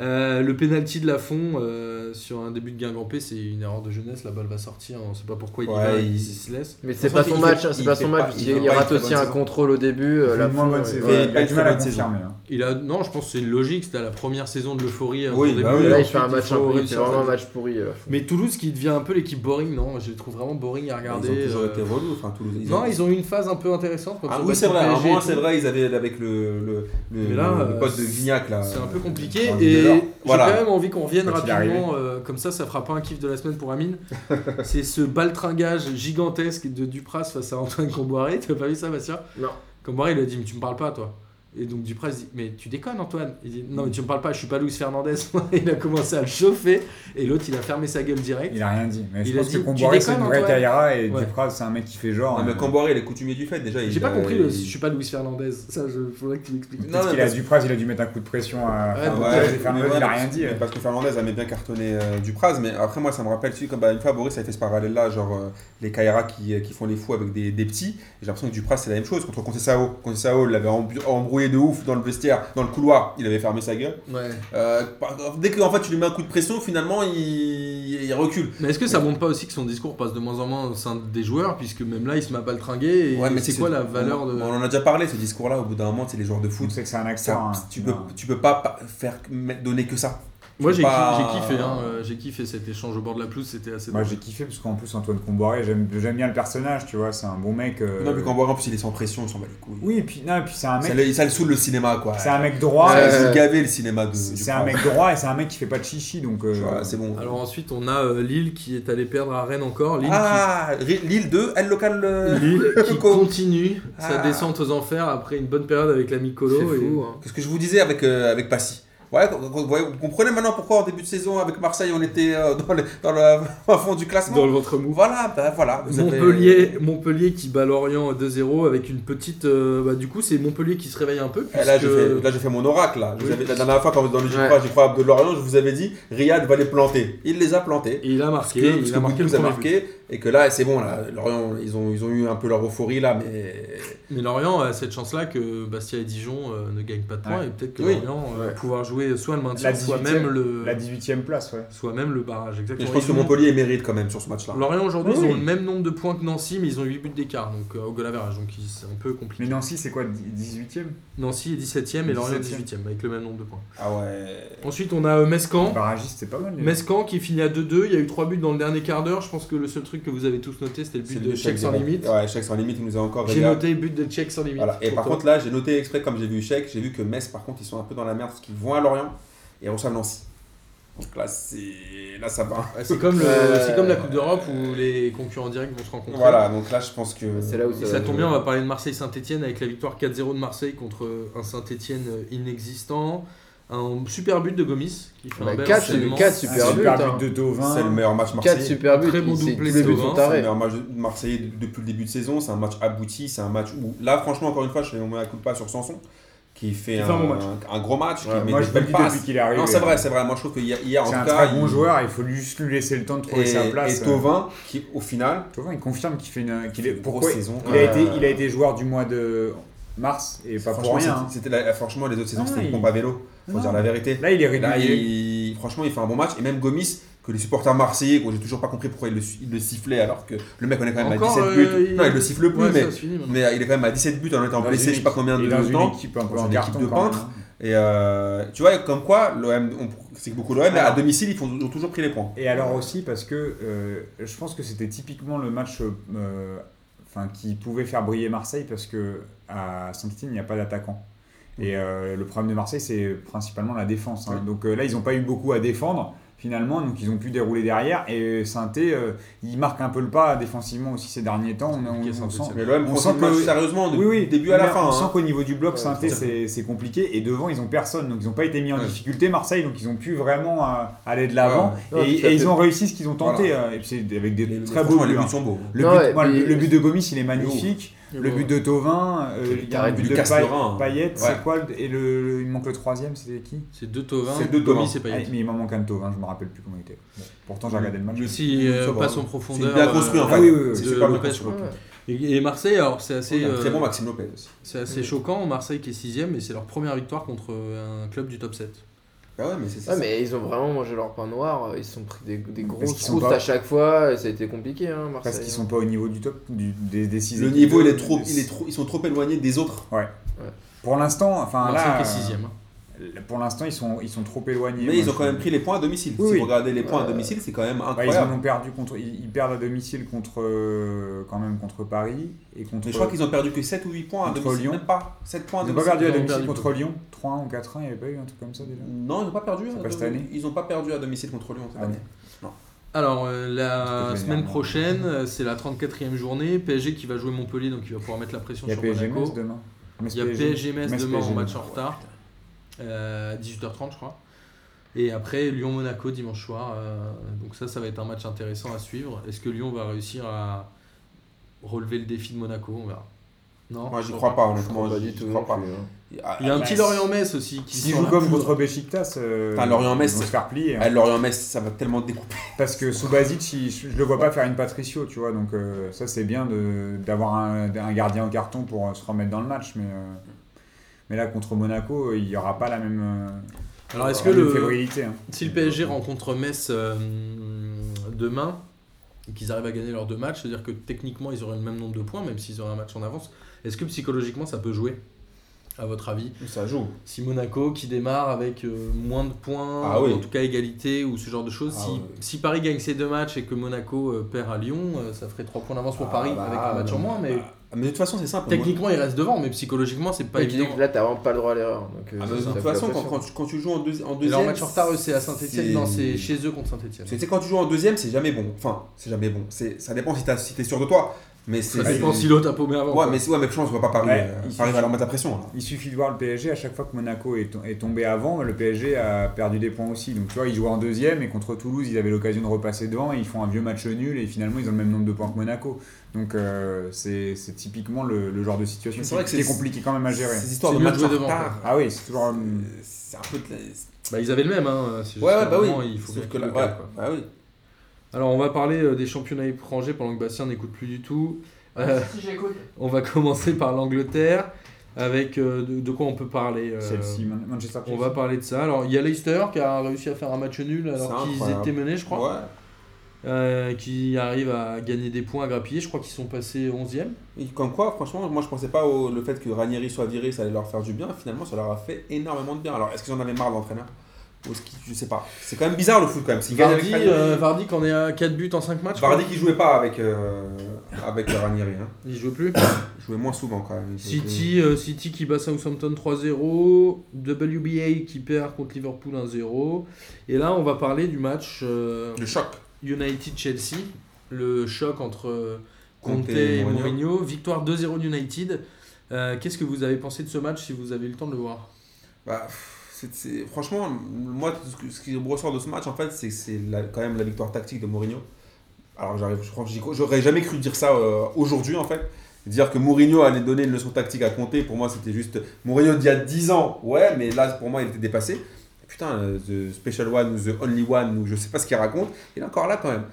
Euh, le penalty de Lafont euh, sur un début de Guingampé, c'est une erreur de jeunesse. La balle va sortir. On ne sait pas pourquoi il y
Ouais,
va, il...
il-
se laisse.
Mais c'est
Franchement,
pas son
il
match,
fait-
hein, c'est
il
pas
fait
son
pas-
match. parce
il
qu'il-
fait
Il
pas
rate
une
aussi
très bonne
un
saison.
contrôle au début. euh,
Il
la
fait une moins
fin,
bonne
ouais.
saison.
ouais.
Il a
Il
du
fait
mal à
pas de saison.
confirmer. hein.
Il a non, je pense que c'est logique. C'était la première saison de l'euphorie. euh,
Oui,
autour des
bah
Bleus.
oui,
Là, il
Ensuite,
fait un match
faut
pourri. C'est
réussir à-
vraiment un match pourri. euh.
Mais Toulouse qui devient un peu l'équipe boring, non Je les trouve vraiment boring à regarder.
Ils ont toujours
euh,
été relous, enfin Toulouse.
Non, ils ont eu une phase un peu intéressante. quand
Ah
ils ont
oui, c'est
battu
vrai,
le
à
PSG et
moins
tout.
c'est vrai, ils avaient avec le, le, le,
Mais là,
le
euh,
poste de Vignac là.
C'est un peu
euh,
compliqué
Andy
et
Delors.
j'ai
Voilà.
quand même envie qu'on revienne
Quand il est
rapidement, euh, comme ça ça fera pas un kiff de la semaine pour Amine. c'est ce baltringage gigantesque de Dupras face à Antoine Comboiré, t'as pas vu ça Bastien
Non.
Comboiré il a dit mais tu me parles pas toi. Et donc Dupras dit mais tu déconnes Antoine. Il dit non mais tu me parles pas, je suis pas Luis Fernandez. il a commencé à le chauffer et l'autre il a fermé sa gueule direct.
Il a rien dit. Mais je
Il a
pense
dit,
que
tu
Comboiré, c'est une
déconnes,
vraie
Antoine
Caïra et
Ouais.
Dupraz, c'est un mec qui fait genre.
Non, mais
euh,
Camboré, il est coutumier du fait déjà.
J'ai
il
pas
a-
compris le
il-
je suis pas Luis Fernandez. Ça je faudrait que tu m'expliques.
Non,
Peut-être
mais
qu'il a
parce-
Dupraz, il a dû mettre un coup de pression à
Ouais,
à
peut-être.
Fernandez,
mais
Fernandez,
Ah ouais,
il a
parce-
rien dit.
mais Parce que Fernandez aimait bien cartonner euh, Dupraz, mais après, moi, ça me rappelle, tu sais, comme bah, une fois, Boris a fait ce parallèle-là, genre euh, les Kaira qui, euh, qui font les fous avec des, des petits. Et J'ai l'impression que Dupraz, c'est la même chose contre Concessao. Concessao il l'avait embu- embrouillé de ouf dans le vestiaire, dans le couloir, il avait fermé sa gueule.
Ouais.
Euh, par- dès que en fait, tu lui mets un coup de pression, finalement, il, il recule.
Mais est-ce que ça montre pas aussi que son discours passe de moins en moins au sein des joueurs, puisque même là il se met à baltringuer et
Ouais, mais
c'est quoi la valeur de.
On en a déjà parlé, ce discours-là, au bout d'un moment, c'est les joueurs de
Foot,
foot.
c'est que c'est un acteur.
Ça,
hein.
tu, peux, tu peux pas pa- faire, donner que ça.
Moi
Je
j'ai
sais
ki-
pas.
j'ai kiffé, hein, euh, j'ai kiffé cet échange au bord de la pelouse, c'était assez
Moi
drôle.
j'ai kiffé parce qu'en plus Antoine Comboiré, j'aime j'aime bien le personnage, tu vois, c'est un bon mec. euh,
Non, mais Camboré, en plus, il est sans pression, il s'en bat les couilles.
Oui, et puis, non, et puis c'est un
Ça
mec,
le, ça le saoule le cinéma quoi.
c'est un mec droit,
Ça,
Ouais.
et
ils
c'est-
ont gavé le cinéma de. du
c'est un
France.
mec droit et c'est un mec qui fait pas de chichi, donc euh,
Tu vois, c'est bon.
Alors ensuite on a euh, Lille qui est allé perdre à Rennes encore, Lille,
ah, Ri- Lille 2, elle locale.
qui,
euh,
Lille qui
Coco.
continue sa
Ah.
descente aux enfers après une bonne période avec l'ami Colo.
C'est
et-
fou. hein.
Qu'est-ce que je vous disais avec, euh, avec Passy Ouais, vous- vous voyez, vous comprenez maintenant pourquoi en début de saison avec Marseille on était euh, dans le, dans le au fond du classement.
Dans le ventre mou.
Voilà, bah voilà. vous avez-
Montpellier, Montpellier qui bat Lorient 2-0 avec une petite. euh, bah, du coup, c'est Montpellier qui se réveille un peu.
Eh, là, je
puisque-
fais, là, je fais mon oracle. Là. Je vous
Oui.
avais- la dernière fois, quand vous dans le
Ouais.
G3, je crois, de Lorient, je vous avais dit Riyad va les planter. Il les a plantés.
Et il a
Parce que,
marqué,
parce
il
que
a marqué
Boudou
le
vous a
premier but.
marqué et que là, c'est bon. Là, Lorient, ils ont, ils ont eu un peu leur euphorie là, mais
Mais Lorient a cette chance-là que Bastia et Dijon euh, ne gagnent pas de points
Ouais.
et peut-être que
Oui.
Lorient euh, va
Ouais.
pouvoir jouer soit le maintien,
La
soit
18e,
même le,
la 18ème place, ouais.
soit même le barrage.
Mais
Exactement.
je pense que
Ils ont-
Montpellier mérite quand même sur ce match-là.
Lorient aujourd'hui,
Oui,
ils ont
oui.
le même nombre de points que Nancy, mais ils ont 8 buts d'écart, donc euh, au goal average, donc ils- c'est un peu compliqué.
Mais Nancy, c'est quoi, 18ème
Nancy est 17ème et Lorient
17e.
18ème avec le même nombre de points.
Ah ouais.
Ensuite, on a euh, Mescan.
Bah,
Barragiste, c'est pas mal. les-
Mescan qui finit à 2-2, il y a eu 3 buts dans le dernier quart d'heure. Je pense que le seul truc que vous avez tous noté, c'était le but de Chèque sans limite.
Ouais, chèque sans limite, il nous a encore
J'ai
régalé.
noté but de Chèque sans limite.
Voilà. Et
pour
par
toi.
contre, là, j'ai noté exprès, comme j'ai vu chèque, j'ai vu que Metz, par contre, ils sont un peu dans la merde parce qu'ils vont à Lorient et reçoivent Nancy. Donc là, c'est. Là, ça va.
Ouais, c'est comme, le-
Euh,
c'est comme la Coupe d'Europe où les concurrents directs vont se rencontrer.
Voilà, donc là, je pense que.
C'est là où
Et ça tombe
Euh,
bien, on va parler de Marseille-Saint-Etienne avec la victoire 4-0 de Marseille contre euh, un Saint-Etienne inexistant. Un super but de Gomis qui fait
Bah,
un bel
quatre,
enchaînement.
quatre
Un
super but, hein.
de Tovin.
C'est le meilleur match
4
marseillais.
super buts.
Très bon
c'est-
doublé,
Tous les buts
Sauvin.
sont
C'est le
tarés.
meilleur match de- marseillais de- depuis le début de saison. C'est un match abouti. C'est un match où. Là, franchement, encore une fois, je fais mon meilleur coup de pas sur Sanson qui fait,
Qui
un,
fait un bon match.
un gros match.
Ouais,
qui met
moi,
des
je vous le
belles
dis
passes.
depuis qu'il est arrivé.
Non, c'est vrai, c'est vrai. Moi, je trouve que hier, hier, en
C'est
tout
un
cas.
très bon
il-
joueur, il faut juste lui laisser le temps de trouver
Et,
sa place. euh.
et Thauvin, qui au final,
Thauvin, il confirme qu'il fait une. qu'il est-
Grosse
pourquoi
saison.
il, a été,
Ouais.
il a été joueur du mois de mars et pas pour
franchement,
rien.
bah, c'était- c'était la- franchement, les autres saisons,
Ah,
c'était
il-
une pompe à vélo.
hein.
Faut dire la vérité.
Là, il est
Là,
régulier.
il, franchement, il fait un bon match. Et même Gomis, que les supporters marseillais, quoi, j'ai toujours pas compris pourquoi ils le, ils le sifflaient alors que le mec, on est quand même
Encore,
à 17 bah, buts.
euh, il-
Non, il le siffle plus,
Ouais,
mais,
ça se finit, maintenant.
mais euh, il est quand même à 17 buts en étant
Dans
blessé,
une
je sais pas
équipe-
combien
et
de
dans une
temps.
équipe un peu
Dans
en
une
carton.
équipe de
quand même,
peintres.
hein.
Et euh, tu vois, comme quoi, l'OM, on- c'est que beaucoup l'OM, mais à domicile, ils, font, ils ont toujours pris les points.
Et alors aussi parce que euh, je pense que c'était typiquement le match euh, enfin, qui pouvait faire briller Marseille parce que à Saint-Etienne, il n'y a pas d'attaquant. Et euh, le problème de Marseille, c'est principalement la défense. hein. Donc euh, là, ils n'ont pas eu beaucoup à défendre finalement, donc ils ont pu dérouler derrière. Et saint il marque un peu le pas défensivement aussi ces derniers temps. On, on,
compliqué,
on sent
Saint-Étienne.
Mais l'OM
On
prend
sent
son match
que-
sérieusement du
oui, oui.
début à la
Mais
fin.
On
hein.
sent qu'au niveau du bloc,
Ouais,
saint
c'est-
c'est c'est compliqué. Et devant, ils ont personne. Donc, ils n'ont pas été mis en
Ouais.
difficulté, Marseille. Donc, ils ont pu vraiment euh, aller de l'avant.
Ouais, ouais.
Et,
Ouais, tout à
et ils
fait.
ont réussi ce qu'ils ont tenté. euh, Et puis, c'est avec des
Mais
très
franchement,
beaux
les
buts.
buts
hein.
sont beaux.
Le,
Non,
but,
ouais,
moi, le-
puis-
le but de Gomis, il est magnifique. Le but de Tovin, euh, il y a un
Arrête,
but de
Lucas
Payet.
Morin, hein.
Payet,
Ouais.
c'est quoi le- Et le, le- il manque le troisième, c'était qui
C'est deux Tovin,
C'est deux Thauvin.
Gomis et Payet.
Ah, Mais il m'en manque un de Tovin, je me rappelle plus comment il était. Bon, pourtant, j'ai regardé le match.
Le-
Si
Ça
euh,
va.
passe en
C'est
profondeur.
bien construit
euh,
en fait.
ah oui, oui, oui.
C'est
de
super bien
Lopez,
construit.
Ouais.
Et et Marseille, alors c'est
C'est
assez,
un très
euh,
bon Maxime Lopez aussi.
c'est assez
Oui.
choquant. Marseille qui est sixième et c'est leur première victoire contre euh, un club du top 7.
Ah ouais, mais c'est c'est
Ouais,
ça.
mais ils ont vraiment mangé leur pain noir, ils se sont pris des, des grosses
qu'ils sont
croustes
pas-
à chaque fois, et ça a été compliqué, hein, Marseille.
Parce qu'ils
hein.
sont pas au niveau du top du- des, des six
Le
équipes.
niveau, il est trop, il est trop, ils sont trop éloignés des autres.
Pour l'instant,
Ah
enfin
Marseille
là,
qui est sixième. hein.
euh, pour l'instant, ils sont, ils sont trop éloignés.
Mais
Moi,
ils ont
je-
quand même pris les points à domicile.
Oui,
si
oui.
vous regardez les points à
Euh,
domicile, c'est quand même
Bah, ils en
incroyable.
ont perdu contre, ils, ils perdent à domicile contre, euh, quand même contre Paris et contre.
mais je crois qu'ils ont perdu que 7 ou 8 points à
Contre
domicile.
Lyon.
Même pas. 7 points à
ils ont pas
domicile.
perdu à
ils ont
domicile
perdu
contre
contre-
Lyon. 3 1 ou 4 1 il n'y avait pas eu un truc comme ça déjà.
Non, ils n'ont pas perdu.
C'est
à
pas cette
domicile.
année
Ils n'ont pas perdu à domicile contre Lyon cette
Ah bon.
année.
Alors, euh,
Parce que
la
je vais
semaine
dire, non.
prochaine, euh, c'est la 34e journée. PSG qui va jouer Montpellier, donc il va pouvoir mettre la pression
Il y a
sur
PSG Metz
Monaco.
demain. Metz,
Il y a
PSG.
PSG Metz
Metz,
demain en
PSG.
match en retard, euh, à 18h30, je crois. Et après, Lyon-Monaco dimanche soir. euh, donc, ça, ça va être un match intéressant à suivre. Est-ce que Lyon va réussir à relever le défi de Monaco On verra. Non
Moi, j'y crois pas,
Je crois
honnêtement.
pas
j'y-
du
j'y
tout.
crois
non
pas.
plus, hein.
Ah,
Il y a un
bah,
petit
si-
Lorient-Metz aussi qui
S'ils
sent
jouent
la
comme
poudre.
contre Besiktas, euh,
Putain, Lorient-Metz,
ils vont se
c'est-
faire plier. hein.
ah, Lorient-Metz, ça va tellement découper.
Parce que Subasic, il- je je le vois pas faire une Patricio, tu vois. Donc euh, ça, c'est bien de- d'avoir un, un gardien en carton pour euh, se remettre dans le match. Mais, euh, mais là, contre Monaco, euh, il n'y aura pas la même, euh,
Alors, est-ce
la
que
même
le,
fébrilité. hein.
Si le PSG rencontre Metz euh, demain et qu'ils arrivent à gagner leurs deux matchs, c'est-à-dire que techniquement ils auraient le même nombre de points, même s'ils auraient un match en avance, est-ce que psychologiquement ça peut jouer à votre avis
Ça joue.
Si Monaco qui démarre avec euh, moins de points,
Ah oui.
en tout cas égalité ou ce genre de choses,
Ah
si,
oui.
si Paris gagne ces deux matchs et que Monaco euh, perd à Lyon, euh, ça ferait trois points d'avance pour
Ah
Paris
bah,
avec un match en moins, mais
Mais de toute façon, c'est simple.
techniquement ils restent devant, mais psychologiquement c'est pas
Mais tu dis
évident.
que là, t'as vraiment pas le droit à l'erreur. donc, euh,
Ah,
ça
mais de
fout
toute
la
façon, quand,
pression.
quand tu, quand tu joues en, deuxi- en
Et
deuxième.
leur match en retard, eux, c'est à Saint-Etienne, non, c'est chez eux contre Saint-Etienne.
Parce que tu sais, quand tu joues en deuxième, c'est jamais bon. Enfin, c'est jamais bon. C'est- Ça dépend si t'as- si t'es sûr de toi. Mais c'est.
Ça dépend
c'est-
si l'autre a paumé avant.
Ouais,
quoi.
mais c'est- ouais, mais je pense qu'on va pas Paris.
Ouais,
euh,
il
Paris
suffit.
va leur mettre la pression. là.
Il suffit de voir le PSG, à chaque fois que Monaco est, to- est tombé avant, le PSG a perdu des points aussi. Donc tu vois, ils jouaient en deuxième et contre Toulouse, ils avaient l'occasion de repasser devant et ils font un vieux match nul et finalement ils ont le même nombre de points que Monaco. Donc euh, c'est c'est typiquement le, le genre de situation
Mais c'est
qui
vrai que
qui est
c'est-
compliqué quand même à gérer.
Ces histoires
C'est
de
mieux de
match en
jouer devant,
retard.
Ah oui, c'est toujours. hum,
euh, C'est un peu. de la-
Bah, ils avaient le même, hein. c'est juste
Ouais,
qu'à
ouais,
un
bah
moment,
oui.
il faut
Sauf
bien
que
qu'il
là,
le
ouais,
cale, quoi.
bah oui.
Alors, on va parler euh, des championnats étrangers pendant que Bastien n'écoute plus du tout. Euh,
Ah, Si, si, j'écoute.
on va commencer par l'Angleterre, avec euh, de, de quoi on peut parler. euh,
Chelsea, Man- Manchester
On
Chelsea.
va parler de ça. Alors, il y a Leicester qui a réussi à faire un match nul alors
C'est
qu'ils
incroyable.
étaient menés, je crois.
Ouais.
Euh, qui arrive à gagner des points, à grappiller. Je crois qu'ils sont passés 11e.
Et comme quoi, franchement, moi je pensais pas au le fait que Ranieri soit viré, ça allait leur faire du bien. Finalement, ça leur a fait énormément de bien. Alors, est-ce qu'ils en avaient marre de l'entraîneur Ou est-ce qu'ils. Je sais pas. C'est quand même bizarre le foot quand même. S'ils gagnent avec
Vardy,
Ranieri-
euh, Vardy qui en est à 4 buts en 5 matchs. je
Vardy
crois.
qui jouait pas avec, euh, avec Ranieri. Hein.
Il joue plus.
Il jouait moins souvent quand même.
City, euh, City qui bat Southampton 3-0, WBA qui perd contre Liverpool 1-0. Et là, on va parler du match euh,
Le choc.
United-Chelsea, le choc entre euh, Conte
Conte
et
et Mourinho.
Mourinho. Victoire 2-0 d'United. Euh, Qu'est-ce que vous avez pensé de ce match si vous avez eu le temps de le voir
Bah, pff, c'est- c'est- franchement, moi, ce, que- ce qui me ressort de ce match, en fait, c'est que c'est la- quand même la victoire tactique de Mourinho. Alors, j'arrive, je crois que j'y crois- j'aurais jamais cru dire ça euh, aujourd'hui, en fait. Dire que Mourinho allait donner une leçon tactique à compter, pour moi, c'était juste. Mourinho d'il y a 10 ans, ouais, mais là, pour moi, il était dépassé. Putain, euh, The Special One ou The Only One, ou je sais pas ce qu'il raconte, il est encore là quand même.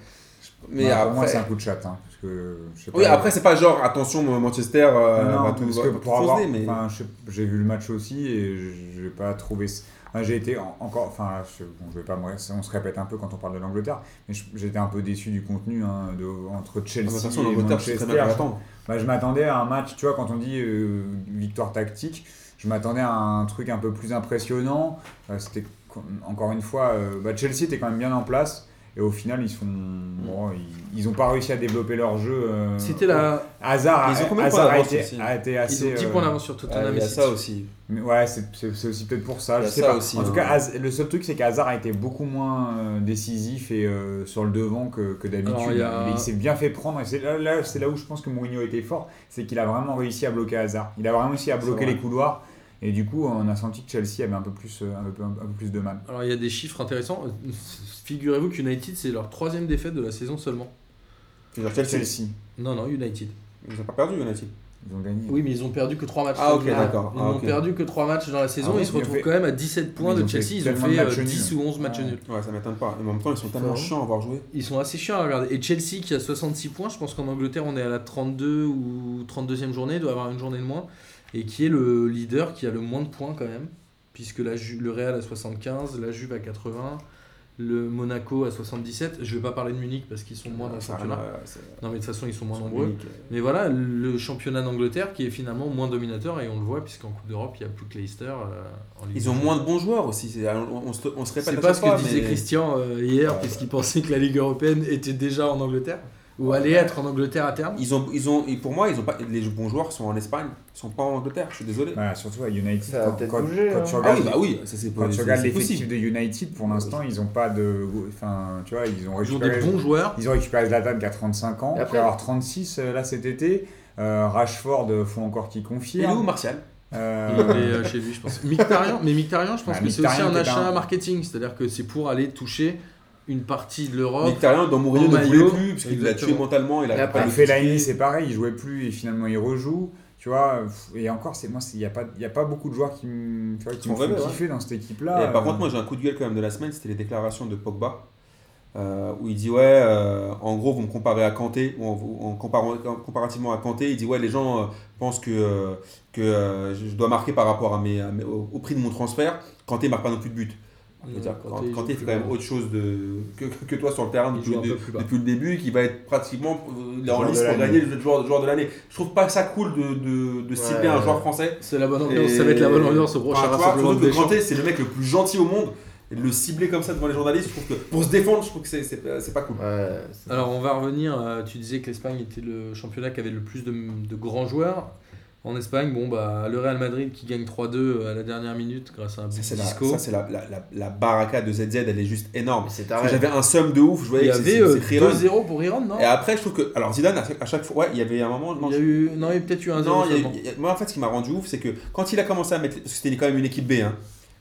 Mais
Bah, Pour moi,
après.
c'est un coup de chat. hein, parce que, je sais
oui,
pas,
après, c'est pas genre, attention, Manchester euh,
Non,
va
non,
tout-
parce
va
que
tout
pour avoir,
foncer, mais-
enfin, je sais- j'ai vu le match aussi et je- j'ai pas trouvé. ce- enfin, j'ai été en- encore, enfin, je, bon, je vais pas, me ré- on se répète un peu quand on parle de l'Angleterre, mais je- j'étais un peu déçu du contenu hein, de, entre
Ah,
Chelsea
bah, De toute façon,
et
l'Angleterre, c'est
Manchester.
très bien à attendre.
Bah, je m'attendais à un match, tu vois, quand on dit euh, victoire tactique, je m'attendais à un truc un peu plus impressionnant. Euh, C'était con- encore une fois, euh, bah, Chelsea était quand même bien en place. Et au final, ils sont,
Mm.
bon, ils, ils ont pas réussi à développer leur jeu. euh,
C'était la.
Hazard,
Ils ont
a-
combien de
Hazard
points
a,
d'avance
été,
aussi
a été
Ils
assez.
ont 10
euh,
points d'avance sur
Ah,
Tottenham
il
et
y a
City.
ça aussi.
mais ouais, c'est c'est- c'est aussi peut-être pour ça.
Il y
Je
a
sais
ça
pas.
aussi,
en tout
hein.
cas, Haz- le seul truc, c'est qu'Hazard a été beaucoup moins euh, décisif et euh, sur le devant que, que
Alors,
d'habitude.
il y a-
Il, il s'est bien fait prendre. Et c'est là, là, c'est là où je pense que Mourinho était fort, c'est qu'il a vraiment réussi à bloquer Hazard. Il a vraiment réussi à
C'est
bloquer
vrai.
les couloirs. Et du coup, on a senti que Chelsea avait un peu plus, euh, un peu, un peu plus de mal.
Alors il y a des chiffres intéressants. Euh, Figurez-vous qu'United, c'est leur troisième défaite de la saison seulement.
Tu veux dire Chelsea
Chelsea,
Non, non, United.
Ils ont pas perdu United.
ils ont gagné.
Oui, mais ils ont perdu que 3 matchs.
Ah, ok,
Ils ont-
d'accord.
Ils
Ah,
n'ont
ok.
perdu que 3 matchs dans la saison.
Ah,
ils se
oui,
retrouvent
mais-
quand même à 17 points
Ils
de
ont fait
Chelsea. Ils ont
tellement
fait
de
euh,
matchs nuls.
10 ou 11 matchs
Ouais.
nuls.
Ouais, ça m'étonne pas. Mais en même temps, ils sont tellement
Fort, hein.
chiants à avoir joué.
Ils sont assez chiants à regarder. Et Chelsea qui a 66 points, je pense qu'en Angleterre on est à la 32 ou 32e journée, doit avoir une journée de moins. Et qui est le leader qui a le moins de points quand même. Puisque la Ju- le Real à 75, la Juve à 80, le Monaco à 77. Je vais pas parler de Munich parce qu'ils sont moins dans le
Ça,
championnat.
euh, c'est-
Non mais de toute façon ils sont moins
c'est
nombreux.
unique.
Mais voilà, le championnat d'Angleterre qui est finalement moins dominateur et on le voit puisqu'en Coupe d'Europe il n'y a plus que Leicester euh, en Ligue
Ils
des
ont
Champions.
moins de bons joueurs aussi. c'est- On, on se, on se répète
C'est
à
pas
chaque
ce
fois,
que disait
mais-
Christian euh, hier, puisqu'il pensait que la Ligue européenne était déjà en Angleterre, ou allait être en Angleterre à terme.
Ils ont, ils ont, et pour moi, ils ont pas, les bons joueurs sont en Espagne, sont pas en Angleterre. Je suis désolé.
Voilà, surtout à United,
Ça a
quand,
peut-être
quand-
bougé,
quand
hein.
tu
Ah
regardes
oui, bah oui, ça c'est
Quand tu
c'est-
regardes
c'est
l'effectif
possible.
de United, pour l'instant, ils n'ont pas de. Enfin, tu vois, ils
Ils
ont
ont
récupéré.
des bons joueurs.
Ils ont récupéré Zlatan qui a 35 ans,
Et après-
qui va avoir 36 euh, là cet été. Euh, Rashford, euh, faut encore qu'il confie.
Il est où Martial
Il est euh, chez lui, je pense. Mkhitaryan, mais Mictarian, je pense
Bah,
que c'est aussi
Mkhitaryan
un
qui est
achat
un-
marketing, c'est-à-dire que c'est pour aller toucher une partie de l'Europe.
Mkhitaryan dans Mourinho ne
maillot,
voulait plus parce qu'il l'a tué
exactement.
mentalement. Il
Et
a
après,
pas
Enfin,
le-
bah, Fellaini, c'est pareil, il jouait plus et finalement il rejoue. Tu vois, pff, et encore, c'est moi, il n'y a, pas- y a pas beaucoup de joueurs qui me tu vois, qui
Qui
me
sont
font
rêvés, ouais.
kiffer dans cette équipe-là.
Ah,
Et par
Euh,
contre, moi j'ai un coup de gueule quand même de la semaine, c'était les déclarations de Pogba. euh, où il dit ouais, euh, en gros, vous me comparez à Kanté, ou en, en comparant, en- comparativement à Kanté, il dit ouais, les gens euh, pensent que, euh, que euh, je je dois marquer par rapport à mes, à mes- au, au prix de mon transfert. Kanté marque pas non plus de but. Je veux dire, quand,
Kanté, il
quand
joue
il fait
plus
quand même
loin.
autre chose de, que, que- que toi sur le terrain
Il
depuis,
joue un
de-
peu plus bas.
depuis le début, qui va être pratiquement euh, il est en
Joueur
lice
de
pour
l'année.
gagner le joueur, le joueur de l'année. Je trouve pas ça cool de, de, de cibler
Ouais.
un joueur français.
C'est la bonne ambiance, ça va être la bonne ambiance au prochain
Enfin, tu vois,
rassemblement de
surtout que
Deschamps.
Kanté, c'est le mec le plus gentil au monde. Et de le cibler comme ça devant les journalistes, je trouve que pour se défendre, je trouve que c'est- c'est pas- c'est pas cool.
Ouais, c'est-
Alors on va revenir, euh, tu disais que l'Espagne était le championnat qui avait le plus de, de grands joueurs. En Espagne, bon bah le Real Madrid qui gagne 3-2 à la dernière minute grâce à un but
Ça, c'est la,
disco. Ah
ça, c'est la, la, la, la baraka de ZZ, elle est juste énorme.
mais c'est
Parce que
taré.
J'avais un somme de ouf, je
Il
voyais
y
que c'est-
avait
c'est
euh,
c'est Riron.
2-0 pour Iran, non
Et après, je trouve que. Alors Zidane, à chaque- à chaque fois, ouais, il y avait un moment. non,
Il y a eu, non, il y a peut-être eu un 0
Non, il y a eu-
seulement.
il y a- moi en fait ce qui m'a rendu ouf, c'est que quand il a commencé à mettre. Parce que c'était quand même une équipe B, hein.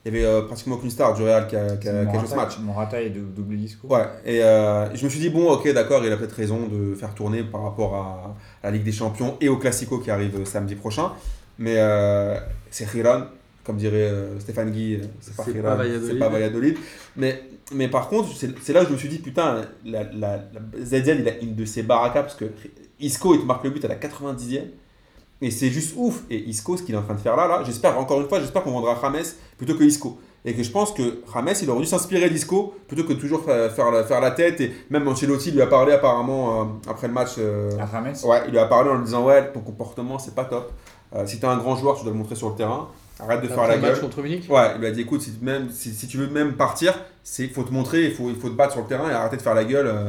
il y avait euh, pratiquement aucune star du Real qui a, qui a- qui a joué ce euh, match.
euh, Morata et dou- double disco.
Ouais, et euh, je me suis dit, bon, ok, d'accord, il a peut-être raison de faire tourner par rapport à, à la Ligue des Champions et au Classico qui arrive euh, samedi prochain. Mais euh, c'est Riran, comme dirait euh, Stéphane Guy, euh, c'est pas
C'est
Riran,
pas Valladolid.
c'est pas Valladolid. Mais, mais par contre, c'est c'est là où je me suis dit, putain, la, la, la- ZZ, il a une de ses baracas parce que Isco, il te marque le but à la 90e. Et c'est juste ouf. Et Isco, ce qu'il est en train de faire là, là j'espère, encore une fois, j'espère qu'on vendra Rames plutôt que Isco. Et que je pense que Rames, il aurait dû s'inspirer d'Isco plutôt que de toujours fa- faire la, faire la tête. Et même Ancelotti lui a parlé apparemment euh, après le match. euh,
À Ah, Rames,
ouais, il lui a parlé en lui disant Ouais, ton comportement, c'est pas top. Euh, si t'es un grand joueur, tu dois le montrer sur le terrain. Arrête de faire
Après
la
le match
gueule.
contre Munich.
Ouais, il lui a dit Écoute, si, tu- même, si, si tu veux même partir, il faut te montrer, il faut, il faut te battre sur le terrain et arrêter de faire la gueule. euh.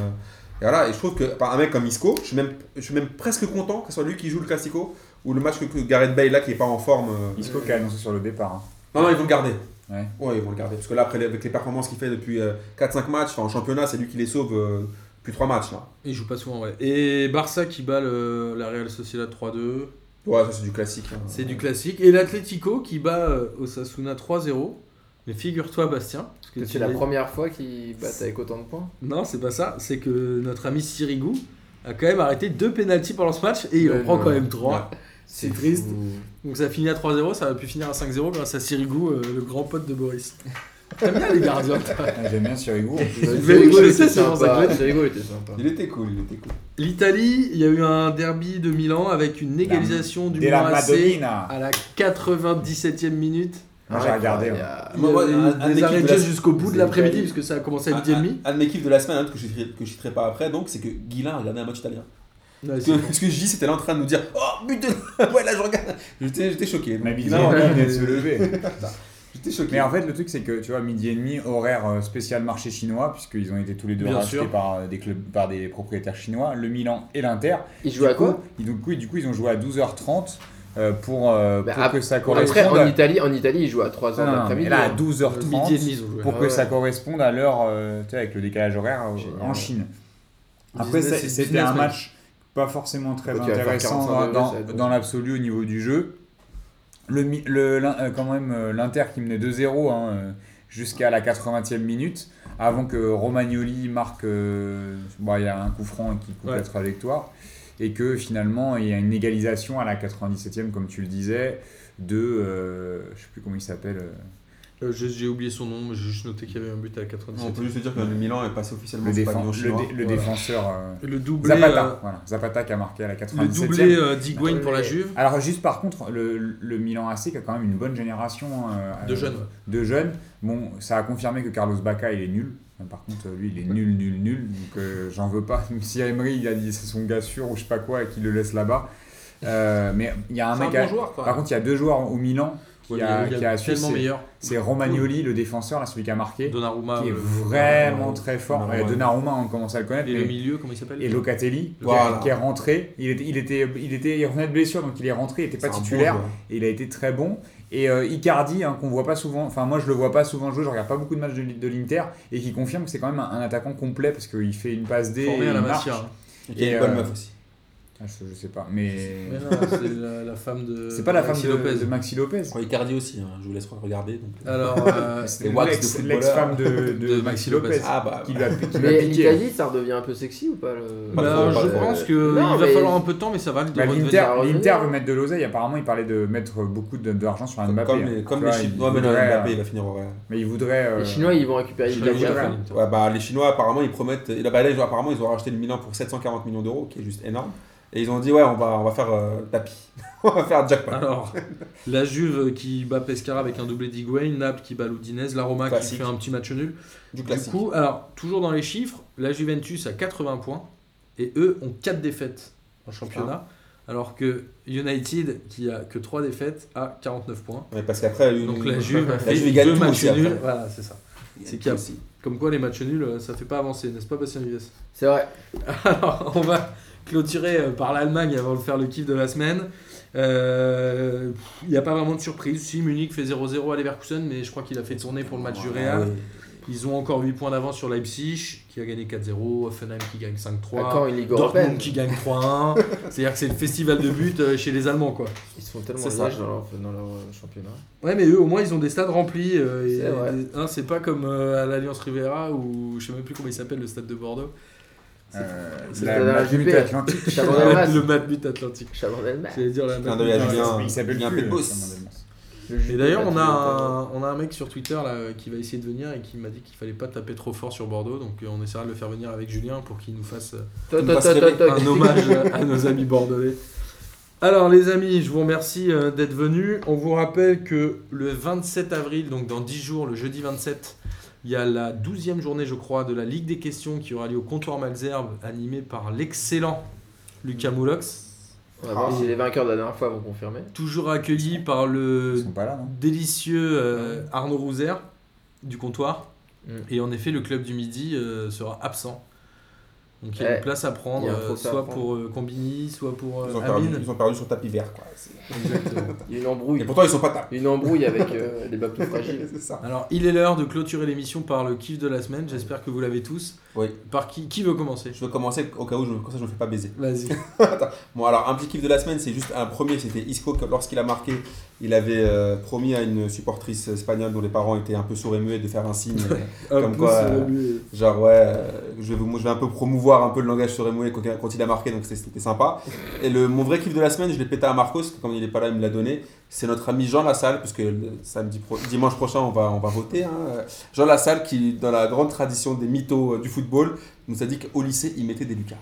et voilà, et je trouve que par un mec comme Isco, je suis même, je suis même presque content que ce soit lui qui joue le Classico ou le match que, que Gareth Bale là qui est pas en forme. euh,
Isco qui a annoncé sur le départ. hein.
non, non, ils vont le garder.
Ouais.
ils vont le garder. Parce que là, après, les- avec les performances qu'il fait depuis euh, 4-5 matchs, enfin, en championnat, c'est lui qui les sauve euh, depuis 3 matchs. Là.
Il joue pas souvent, ouais. Et Barça qui bat le- la Real Sociedad 3-2.
Ouais, ça, c'est du classique. hein.
C'est du classique. Et l'Atlético qui bat euh, Osasuna 3-0. Mais figure-toi, Bastien. parce que
Que
tu
c'est la
l'as-
première fois qu'ils battent avec autant de points.
Non, c'est pas ça. C'est que notre ami Sirigu a quand même arrêté deux pénalties pendant ce match et il en
Ouais,
prend
ouais.
quand même trois.
Ouais.
C'est triste.
fou.
Donc ça finit à 3-0, ça va plus finir à 5-0 grâce à Sirigu, euh, le grand pote de Boris. T'aimes bien les gardiens, toi.
Ouais, Ah, J'aime bien Sirigu.
Zerigo,
Zerigo
il
était
était sur sa
sympa.
gueule.
Zerigo était sympa.
Il était cool, il était cool.
L'Italie, il y a eu un derby de Milan avec une égalisation du
De la
Milan AC
Madonnina.
à la 97e minute.
Moi,
Arrête,
j'ai regardé.
il y
ouais.
a-
Il y a
Moi,
eu
un- un
des
équipe
arrêts de
de la-
jeu jusqu'au bout de
des
l'après-midi,
Italiens.
puisque ça a commencé à
Un,
midi et
un,
demi.
un de mes kiffs de la semaine, hein, que je ne que je citerai pas après, donc, c'est que Guilain a regardé un match italien.
Ouais,
Parce
c'est-
que, ce que je dis, c'était là en train de nous dire Oh, but de. ouais, là, je regarde. J'étais j'étais choqué.
On a
Donc,
mis
Guilain,
Zidane, il vient de se lever.
j'étais T'es choqué.
Mais en fait, le truc, c'est que tu vois, midi et demi, horaire euh, spécial marché chinois, puisqu'ils ont été tous les deux
Bien
rachetés
sûr.
par euh, des, clubs, par des propriétaires chinois, le Milan et l'Inter.
Ils jouent à
Du coup,
quoi
ils- du, coup, ils- du coup, ils ont joué à 12h30 euh, pour, euh,
Bah,
pour
ap-
que ça corresponde.
Après, en Italie, en Italie, ils jouent à 3
Non,
ans
non, non,
l'après-midi.
mais là, à
hein.
Midi et demi,
12h30
ils ont joué.
pour
Ah
que
ouais.
ça corresponde à l'heure, euh, tu sais, avec le décalage horaire euh,
Génial.
en Chine.
Le
Après,
19,
c'est-
c'est
c'était
19,
un
mais-
match pas forcément très
Quand tu vas faire
intéressant
45
dans,
degrés, ça va être bon.
dans l'absolu au niveau du jeu. Le, mi- le- l'in- euh, quand même, euh, l'Inter qui menait 2-0 hein, euh, jusqu'à la 80e minute, avant que Romagnoli marque. euh, bon, il y a un coup franc qui coupe
Ouais.
la trajectoire. Et que finalement, il y a une égalisation à la 97e, comme tu le disais, de. euh, je sais plus comment il s'appelle. euh,
Euh, je- J'ai oublié son nom, mais j'ai juste noté qu'il y avait un but à 97.
On peut juste te dire que le Milan est passé officiellement
le,
au
défen-
pavillon
le
chinois.
dé- le
Voilà.
défenseur euh,
Le doublé,
Zapata, e
euh,
voilà, Zapata qui a marqué à la
le
97e.
doublé euh, d'Higuaín pour la
Ouais.
Juve.
Alors juste par contre, le, le Milan AC qui a quand même une bonne génération euh,
De
euh,
jeunes.
de jeunes. Bon, ça a confirmé que Carlos Bacca il est nul. Par contre, lui il est nul, nul, nul. Donc euh, j'en veux pas. Même si Emery il a dit c'est son gars sûr ou je sais pas quoi et qu'il le laisse là-bas. Euh, mais il y a un mec. à-
joueur, quand
Par contre, il y a deux joueurs au Milan qui
Ouais,
a,
mais il
qui
y a
a su,
tellement
c'est-
meilleur.
C'est Romagnoli, le défenseur, là, celui qui a marqué,
Donnarumma.
qui est
euh,
vraiment
euh,
très fort.
Donnarumma.
Euh, Donnarumma, on commence à le connaître.
Et le
mais-
milieu, comment il s'appelle
et Locatelli qui,
Voilà.
est- qui est rentré. Il était, il était, il était, il revenait de blessure, donc il est rentré, il était pas
C'est un bon
titulaire.
joueur.
et il a été très bon. Et euh, Icardi, hein, qu'on voit pas souvent, enfin moi je le vois pas souvent jouer, je regarde pas beaucoup de matchs de, l'I- de l'Inter et qui confirme que c'est quand même un, un attaquant complet parce qu'il fait une passe D.
Formé
et
à la
il marche.
Masia.
Et qui a
Et,
une bonne
euh,
meuf aussi.
Ah, je, je sais pas, mais
Mais non, c'est la, la femme de.
c'est pas la femme
Maxi
de,
Lopez.
de Maxi Lopez.
Pour Icardi aussi, hein, je vous laisse regarder. donc.
Alors, euh,
C'était
Wax de
l'ex-
footballeur.
l'ex-femme de, de
De
Maxi
Maxi
Lopez,
Lopez.
Ah bah,
qui lui a, qui lui a
Mais
piqué.
l'Italie, ça redevient un peu sexy ou pas le...
Pas
bah,
trop,
je
pas trop.
pense qu'il
Non,
va
mais-
falloir un peu de temps, mais ça va le
Bah,
redevenir.
L'Inter
ça revient.
l'Inter veut mettre de l'oseille, apparemment il parlait de mettre beaucoup de- d'argent sur un
Comme,
Mbappé.
comme
hein.
les, comme
Tu
les
vois, il
Chinois, mais non,
voudrait,
Mbappé,
euh,
il va finir au Real.
Mais il voudrait. euh,
Les Chinois, ils vont récupérer
Je
Icardi
l'ai
après.
dit après.
Ouais, bah, les Chinois, apparemment, ils promettent. et là, bah, là, ils ont- apparemment, ils ont racheté le Milan pour 740 millions d'euros, qui est juste énorme. Et ils ont dit, ouais, on va, on va faire euh, tapis. on va faire jackpot.
Ah,
Alors, la Juve qui bat Pescara avec un doublé d'Higuain, Naples qui bat l'Udinese, la Roma
Classique.
qui fait un petit match nul.
du
Du
classique.
coup, alors, toujours dans les chiffres, la Juventus a 80 points et eux ont 4 défaites en championnat,
Ah.
alors que United, qui a que 3 défaites, a 49 points.
Ouais, parce qu'après, euh, une-
Donc la Juve a
la
fait
Juve gagne
deux
tout
matchs
aussi après.
nuls. Voilà, c'est ça. C'est qu'il y a-
aussi.
Comme quoi, les matchs nuls, euh, ça fait pas avancer, n'est-ce pas, Bastien Vives
C'est vrai.
Alors, on va clôturer euh, par l'Allemagne avant de faire le kiff de la semaine. Euh, pff, Il n'y a pas vraiment de surprise. Si Munich fait 0-0 à Leverkusen, mais je crois qu'il a fait tourner pour le match du
euh,
Real.
Ah ouais.
Ils ont encore 8 points d'avance sur Leipzig, qui a gagné 4-0, Offenheim qui gagne 5-3,
À Bah, quand une Ligue européenne
Dortmund qui gagne 3-1. C'est-à-dire que c'est le festival de buts euh, chez les Allemands, quoi.
Ils sont tellement
C'est ça.
lâches dans leur, dans leur, euh, championnat.
Ouais, mais eux, au moins, ils ont des stades remplis. euh, et
C'est vrai.
des- hein, c'est pas comme euh, à l'Alliance Rivera ou je sais même plus comment il s'appelle le stade de Bordeaux.
euh,
c'est
la-
la-
la
la
lutte
Juppé.
atlantique.
Chalandel Mas.
le Matmut Atlantique.
Chalandel Mas.
J'allais dire la
Clin
Matmut
d'œil à
Atlantique.
Ah, Julien.
Il s'appelle
Julien
plus, euh,
Pebos.
Chalandel Mas.
Le Juppé,
Et d'ailleurs,
là,
on
tout
a,
le monde,
un, on a un mec sur Twitter là, qui va essayer de venir et qui m'a dit qu'il fallait pas taper trop fort sur Bordeaux. Donc euh, on essaiera de le faire venir avec Julien pour qu'il nous fasse euh,
euh,
on
toc,
va
toc,
se
toc,
lever.
toc.
un hommage à nos amis bordelais. Alors les amis, je vous remercie euh, d'être venus. On vous rappelle que le 27 avril, donc dans 10 jours, le jeudi 27, il y a la 12e journée, je crois, de la Ligue des questions qui aura lieu au comptoir Malzerbe, animée par l'excellent Lucas Moulox.
On va voir si les vainqueurs de la dernière fois vont confirmer.
Toujours accueilli par le
Ils sont pas là, non
délicieux euh, Arnaud Rouzer du comptoir.
Ah Mm.
Et en effet, le club du midi euh, sera absent. Donc il y a
Eh,
une place à prendre,
il y a un
euh,
procès à
soit
prendre.
pour euh, Combini, soit pour euh,
Ils ont, perdu,
Amine.
ils ont perdu sur tapis vert. Quoi. C'est-
Exactement.
Il y a une
Et
embrouille.
pourtant, ils sont pas tapis.
Une embrouille avec euh, des babes tout fragiles.
C'est ça.
Alors il est l'heure de clôturer l'émission par le kiff de la semaine. J'espère que vous l'avez tous.
Oui.
Par qui Qui veut commencer
Je veux commencer au cas où, je, comme ça, je me fais pas baiser.
Vas-y.
Bon, alors, un petit kiff de la semaine, c'est juste un premier. C'était Isco, que lorsqu'il a marqué, il avait euh, promis à une supportrice espagnole dont les parents étaient un peu sourds et muets de faire un signe. euh, Comme
Un
quoi,
pouce,
euh,
euh,
Genre, ouais, euh, je, vais, vous- je vais un peu promouvoir un peu le langage sur Emoué quand, quand il a marqué, donc c'est- c'était sympa. Et le, mon vrai kiff de la semaine, je l'ai pété à Marcos, parce que comme il n'est pas là, il me l'a donné. C'est notre ami Jean Lassalle, puisque le samedi pro- dimanche prochain, on va, on va voter. hein. Jean Lassalle, qui, dans la grande tradition des mythos euh, du football, nous a dit qu'au lycée, il mettait des lucards.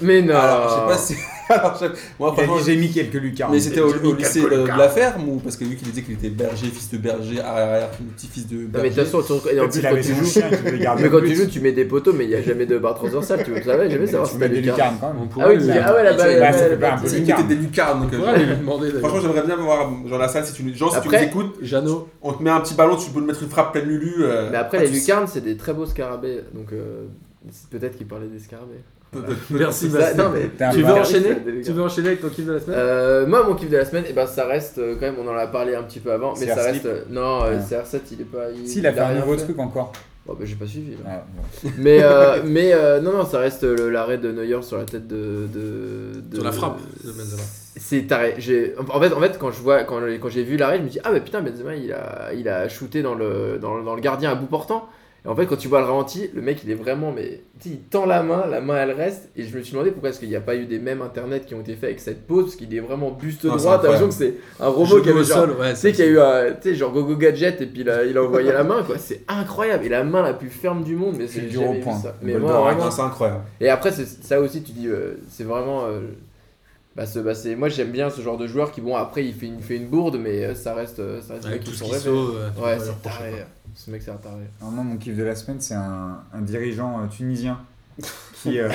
Mais non.
Alors, je sais pas si. Alors, je- Moi,
Ah. Il a
franchement,
dit, J'ai mis quelques lucarnes.
mais c'était au,
J'ai mis
au
quelques
lycée euh, de, de
lucarnes.
la ferme ou parce que vu qu'il disait qu'il était berger, fils de berger, arrière, petit-fils de
Non, mais
berger.
de toute façon, tu- et en
Quand
plus,
il
quand
avait
tu
son
joues,
chien qui devait garder
mais
le
quand
but,
tu joues, tu mets des poteaux, mais il n'y a jamais de barre transversale. Tu veux savoir, j'aimais savoir
tu
si
mets
t'as
des
lucarne.
lucarnes quand
On
même.
pourrait,
Ah oui,
lui-
tu dis, ah ouais, la
Bah,
balle.
ça
la
fait pas un
balle.
peu
Il mettait des lucarnes. Donc,
on
euh,
pourrait lui demander d'ailleurs.
franchement, j'aimerais bien voir euh, genre la salle si tu nous, genre, si tu nous
Après-
écoutes,
Jeannot,
on te met un petit ballon, tu peux nous mettre une frappe pleine lulu. euh,
Mais après,
pas
les
de soucis.
lucarnes, c'est des très beaux scarabées. Donc, euh, c'est peut-être qu'il parlait des scarabées.
Peu- peu- peu-
merci
Ça,
Bastien.
non, mais-
T'es
Ah,
un
Tu veux
bâtard.
Bah,
enchaîner
c'est délicat.
Tu veux enchaîner avec ton kiff de la semaine
Euh, moi, mon kiff de la semaine, et ben, ça reste euh, quand même, on en a parlé un petit peu avant, mais
CR7.
ça reste. euh, non, euh,
Ah.
CR7, il est pas. il-
Si, il a fait un
rien
nouveau
fait.
truc encore.
Oh, bah, j'ai pas suivi. là.
Ouais, bon.
Mais, euh, mais euh, non, non, ça reste le- l'arrêt de Neuer sur la tête de. de, de
Sur la frappe de Benzema.
C'est taré. J'ai- En fait, en fait, quand je vois, quand, quand j'ai vu l'arrêt, je me dis ah mais putain Benzema il a, il a shooté dans le, dans, le- dans le gardien à bout portant. Et en fait, quand tu vois le ralenti, le mec il est vraiment mais tu sais, il tend la main, la main elle reste. Et je me suis demandé pourquoi est-ce qu'il n'y a pas eu des mêmes internet qui ont été faits avec cette pose parce qu'il est vraiment buste
Ah, c'est
droit. T'as l'impression que c'est un robot qui
Jeu
avait
au
genre,
sol, ouais.
tu sais qu'il y a eu euh, tu sais genre gogo gadget et puis il a, il a envoyé la main quoi. C'est incroyable. Et la main la plus ferme du monde, mais
C'est
c'est
dur au
jamais vu
point.
ça. Mais
Golden
moi,
Ring,
vraiment,
hein, c'est incroyable.
et après, c'est- ça aussi, tu dis, euh, c'est vraiment. euh, bah, ce- bah, c'est- moi, j'aime bien ce genre de joueur qui, bon, après, il fait une, fait une bourde, mais euh, ça reste. euh, Ça reste
Avec
des
tout
qui
ce
sont
qui
rêvés.
saute. euh,
Ouais,
on va leur
c'est
reprocher
taré.
pas.
Ce mec, c'est un taré.
Alors moi, mon kiff de la semaine, c'est un, un dirigeant euh, tunisien qui, euh,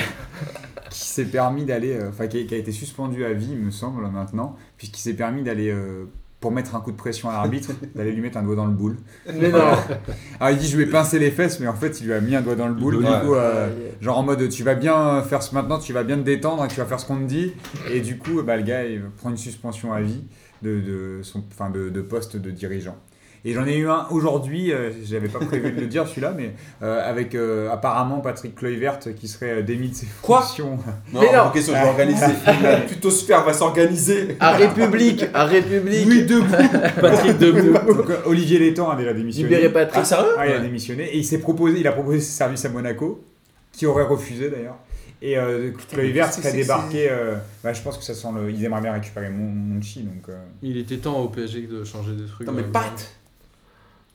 qui s'est permis d'aller, euh, enfin qui, a- qui a été suspendu à vie, il me semble maintenant, puisqu'il s'est permis d'aller euh, pour mettre un coup de pression à l'arbitre, d'aller lui mettre un doigt dans le boule.
Mais non
Alors il dit je vais pincer les fesses, mais en fait il lui a mis un doigt dans le boule.
Ouais.
Du coup, euh, genre en mode tu vas bien faire ce maintenant, tu vas bien te détendre, tu vas faire ce qu'on te dit, et du coup bah, le gars il prend une suspension à vie de, de son, enfin, de, de poste de dirigeant. Et j'en ai eu un aujourd'hui, euh, j'avais pas prévu de le dire celui-là, mais euh, avec euh, apparemment Patrick Kluivert qui serait euh, démis de ses
Quoi
fonctions.
Non,
Mais non.
en question, je vais organiser. La tutosphère va s'organiser.
À République À République
Oui, debout
Patrick Debout.
Donc, euh, Olivier Létang a déjà démissionné.
Libérez Patrick
Ah, sérieux
Ah, il a
Ouais.
démissionné et il s'est proposé, il a proposé ses services à Monaco, qui aurait refusé d'ailleurs. Et euh, Kluivert
qu'est-ce que
qui a
c'est que
débarqué, euh, bah, je pense que ça sent le. Ils aimeraient bien récupérer Mon Monchi, donc. euh,
Il était temps au PSG de changer des trucs.
Non, mais
euh,
Pat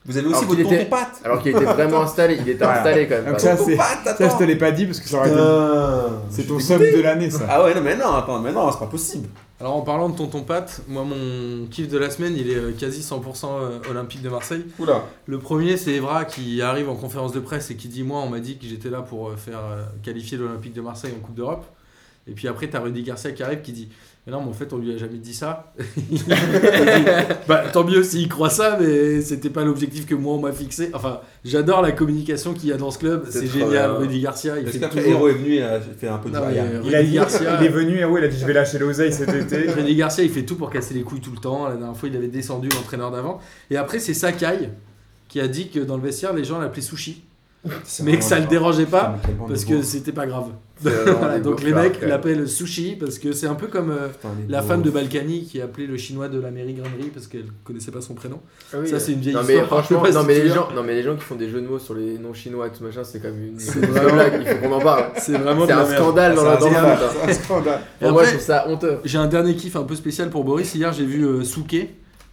Vous avez
Ah,
Alors
aussi vos
qu'il
tontons
était-
Pat
Alors qu'il était vraiment installé, il était
Voilà.
installé quand même.
Donc
pardon.
ça,
Tonton
c'est-
Pat,
Ça, je
attends
te l'ai pas dit parce que ça aurait été.
Putain.
bah, Euh, C'est ton somme de l'année, ça.
Ah ouais, non, mais non, attends, mais non, c'est pas possible.
Alors en parlant de Tonton Pat, moi mon kiff de la semaine, il est euh, quasi 100% euh, olympique de Marseille.
Oula.
Le premier, c'est Evra qui arrive en conférence de presse et qui dit Moi, on m'a dit que j'étais là pour euh, faire euh, qualifier l'Olympique de Marseille en Coupe d'Europe. Et puis après, t'as Rudy Garcia qui arrive qui dit Mais non, mais en fait, on lui a jamais dit ça. Il dit, bah, tant mieux s'il croit ça, mais c'était pas l'objectif que moi, on m'a fixé. Enfin, j'adore la communication qu'il y a dans ce club.
C'est
C'est
trop
génial,
bien.
Rudy Garcia. Il
Est-ce
fait
qu'après,
toujours.
Hero est venu et a fait un peu de
Non, mais,
Zaya
euh,
Ah, Il, a,
Rudy
dit-
Garcia.
il est venu, et ouais, il a dit je vais lâcher l'oseille cet été.
René Garcia, il fait tout pour casser les couilles tout le temps. La dernière fois, il avait descendu l'entraîneur d'avant. Et après, c'est Sakai qui a dit que dans le vestiaire, les gens l'appelaient Sushi,
C'est
mais que ça le
vraiment-
dérangeait pas
Putain, mais quelle bande
parce
de
que
bourses.
c'était pas grave.
C'est vraiment
Voilà,
des
donc
beaux
les
fleurs,
Ah,
mecs
quand même.
l'appellent Sushi parce que c'est un peu comme euh,
Putain, les
la
Oh.
bourses.
femme de Balkany qui appelait le chinois de la mairie Grindery parce qu'elle connaissait pas son prénom.
Ah oui,
Ça,
euh,
c'est une vieille
non,
histoire,
Mais franchement,
je sais pas
non,
si
mais
tu
les
l'as.
gens, non, mais les gens qui font des jeux de mots sur les noms chinois et tout machin, c'est quand même une c'est une blague, il faut qu'on en parle.
C'est vraiment
C'est
de la
un
merde.
scandale dans
C'est
la
un
dans le
scandale.
monde, hein.
C'est un scandale.
Et
Moi, je
après-
trouve ça honteux.
J'ai un dernier kiff un peu spécial pour Boris. Hier, j'ai vu euh, Souquet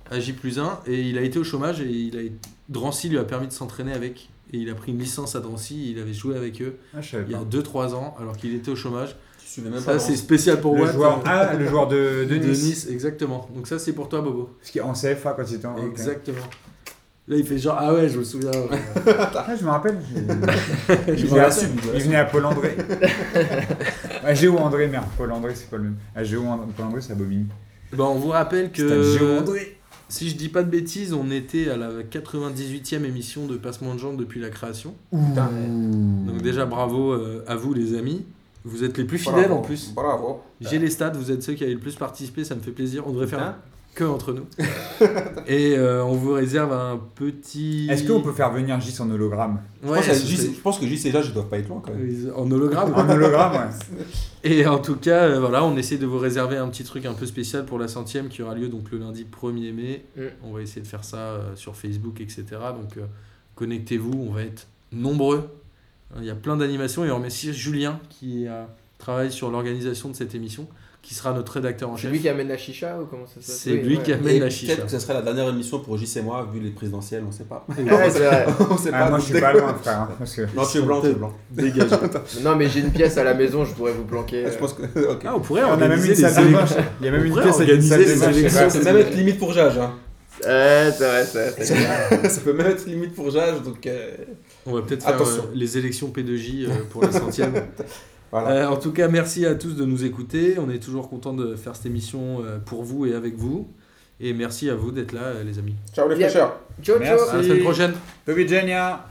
à J 1 et il a été au chômage et il a... Drancy lui a permis de s'entraîner avec. Et il a pris une licence à Drancy, il avait joué avec eux
Ah, je savais
il y a
pas.
2-3 ans alors qu'il était au chômage.
Tu suivais même
Ça,
pas. hein.
c'est spécial pour
Le
moi.
joueur, ah, le joueur de, de
de
Nice.
nice. exactement. Donc ça, c'est pour toi, Bobo.
Parce qu'il est en CFA quand il était en. Ah, ok.
Exactement. Là, il fait genre, ah ouais, je me souviens.
Ah, je me rappelle.
Je
Il
me
venait à-
rappelle.
il venait à Paul André. à Ah, Géo André, merde. Paul André, c'est pas le même. À Géo André, Paul André, c'est à Bobigny.
Bah, on vous rappelle
C'est à Géo
que,
André.
si je dis pas de bêtises, on était à la 98e émission de Passement de Jambes depuis la création.
Putain, mais-
Donc déjà, bravo euh, à vous, les amis. Vous êtes les plus fidèles en plus.
Bravo.
Bah.
J'ai les stats, vous êtes ceux qui avaient le plus participé, ça me fait plaisir. On devrait faire que entre nous. Et euh, on vous réserve un petit.
Est-ce qu'on peut faire venir Gis en hologramme
Ouais,
je, pense que
ce serait-
J- je pense que J et J, ils doivent pas être loin quand même.
Oui, En hologramme.
En hologramme, ouais.
Et en tout cas, euh, voilà, on essaie de vous réserver un petit truc un peu spécial pour la centième qui aura lieu donc le lundi 1er mai.
Mm.
On va essayer de faire ça euh, sur Facebook, etc. Donc euh, connectez-vous, on va être nombreux. Euh, Il y a plein d'animations et on remercie Julien qui a travaillé sur l'organisation de cette émission, qui sera notre rédacteur en
C'est
chef.
lui qui amène la chicha ou comment ça se passe
C'est
Oui,
lui
ouais.
qui amène
Et
la chicha.
peut-être que ce serait la dernière émission pour J et moi, vu les présidentielles, on sait pas.
Ouais, c'est vrai.
on sait
Ah, moi, je
donc
suis
dès-
pas loin, frère. hein, parce que...
Non, tu es blanc, tu es blanc.
Dégage.
Non, mais j'ai une pièce à la maison, je pourrais vous planquer.
Je pense que. ok.
Ah, on pourrait
On a même
organiser
une
des
salle de
élections.
vache. Il y a même une
pourrait
pièce avec Ah, une salle
organiser
de
des
vache.
élections.
je sais
Ça peut même être limite pour Jage. Hein.
Ouais, c'est vrai, c'est vrai. c'est vrai.
Ça peut même être limite pour Jage, donc. euh,
On va peut-être faire
Attention.
euh, les élections P2J euh, pour la centième. Euh,
Voilà.
en tout cas, merci à tous de nous écouter. On est toujours content de faire cette émission euh, pour vous et avec vous. Et merci à vous d'être là, euh, les amis.
Ciao les
Bien.
fraîcheurs
Ciao, ciao.
Merci.
À la semaine prochaine.
Bobby Genia.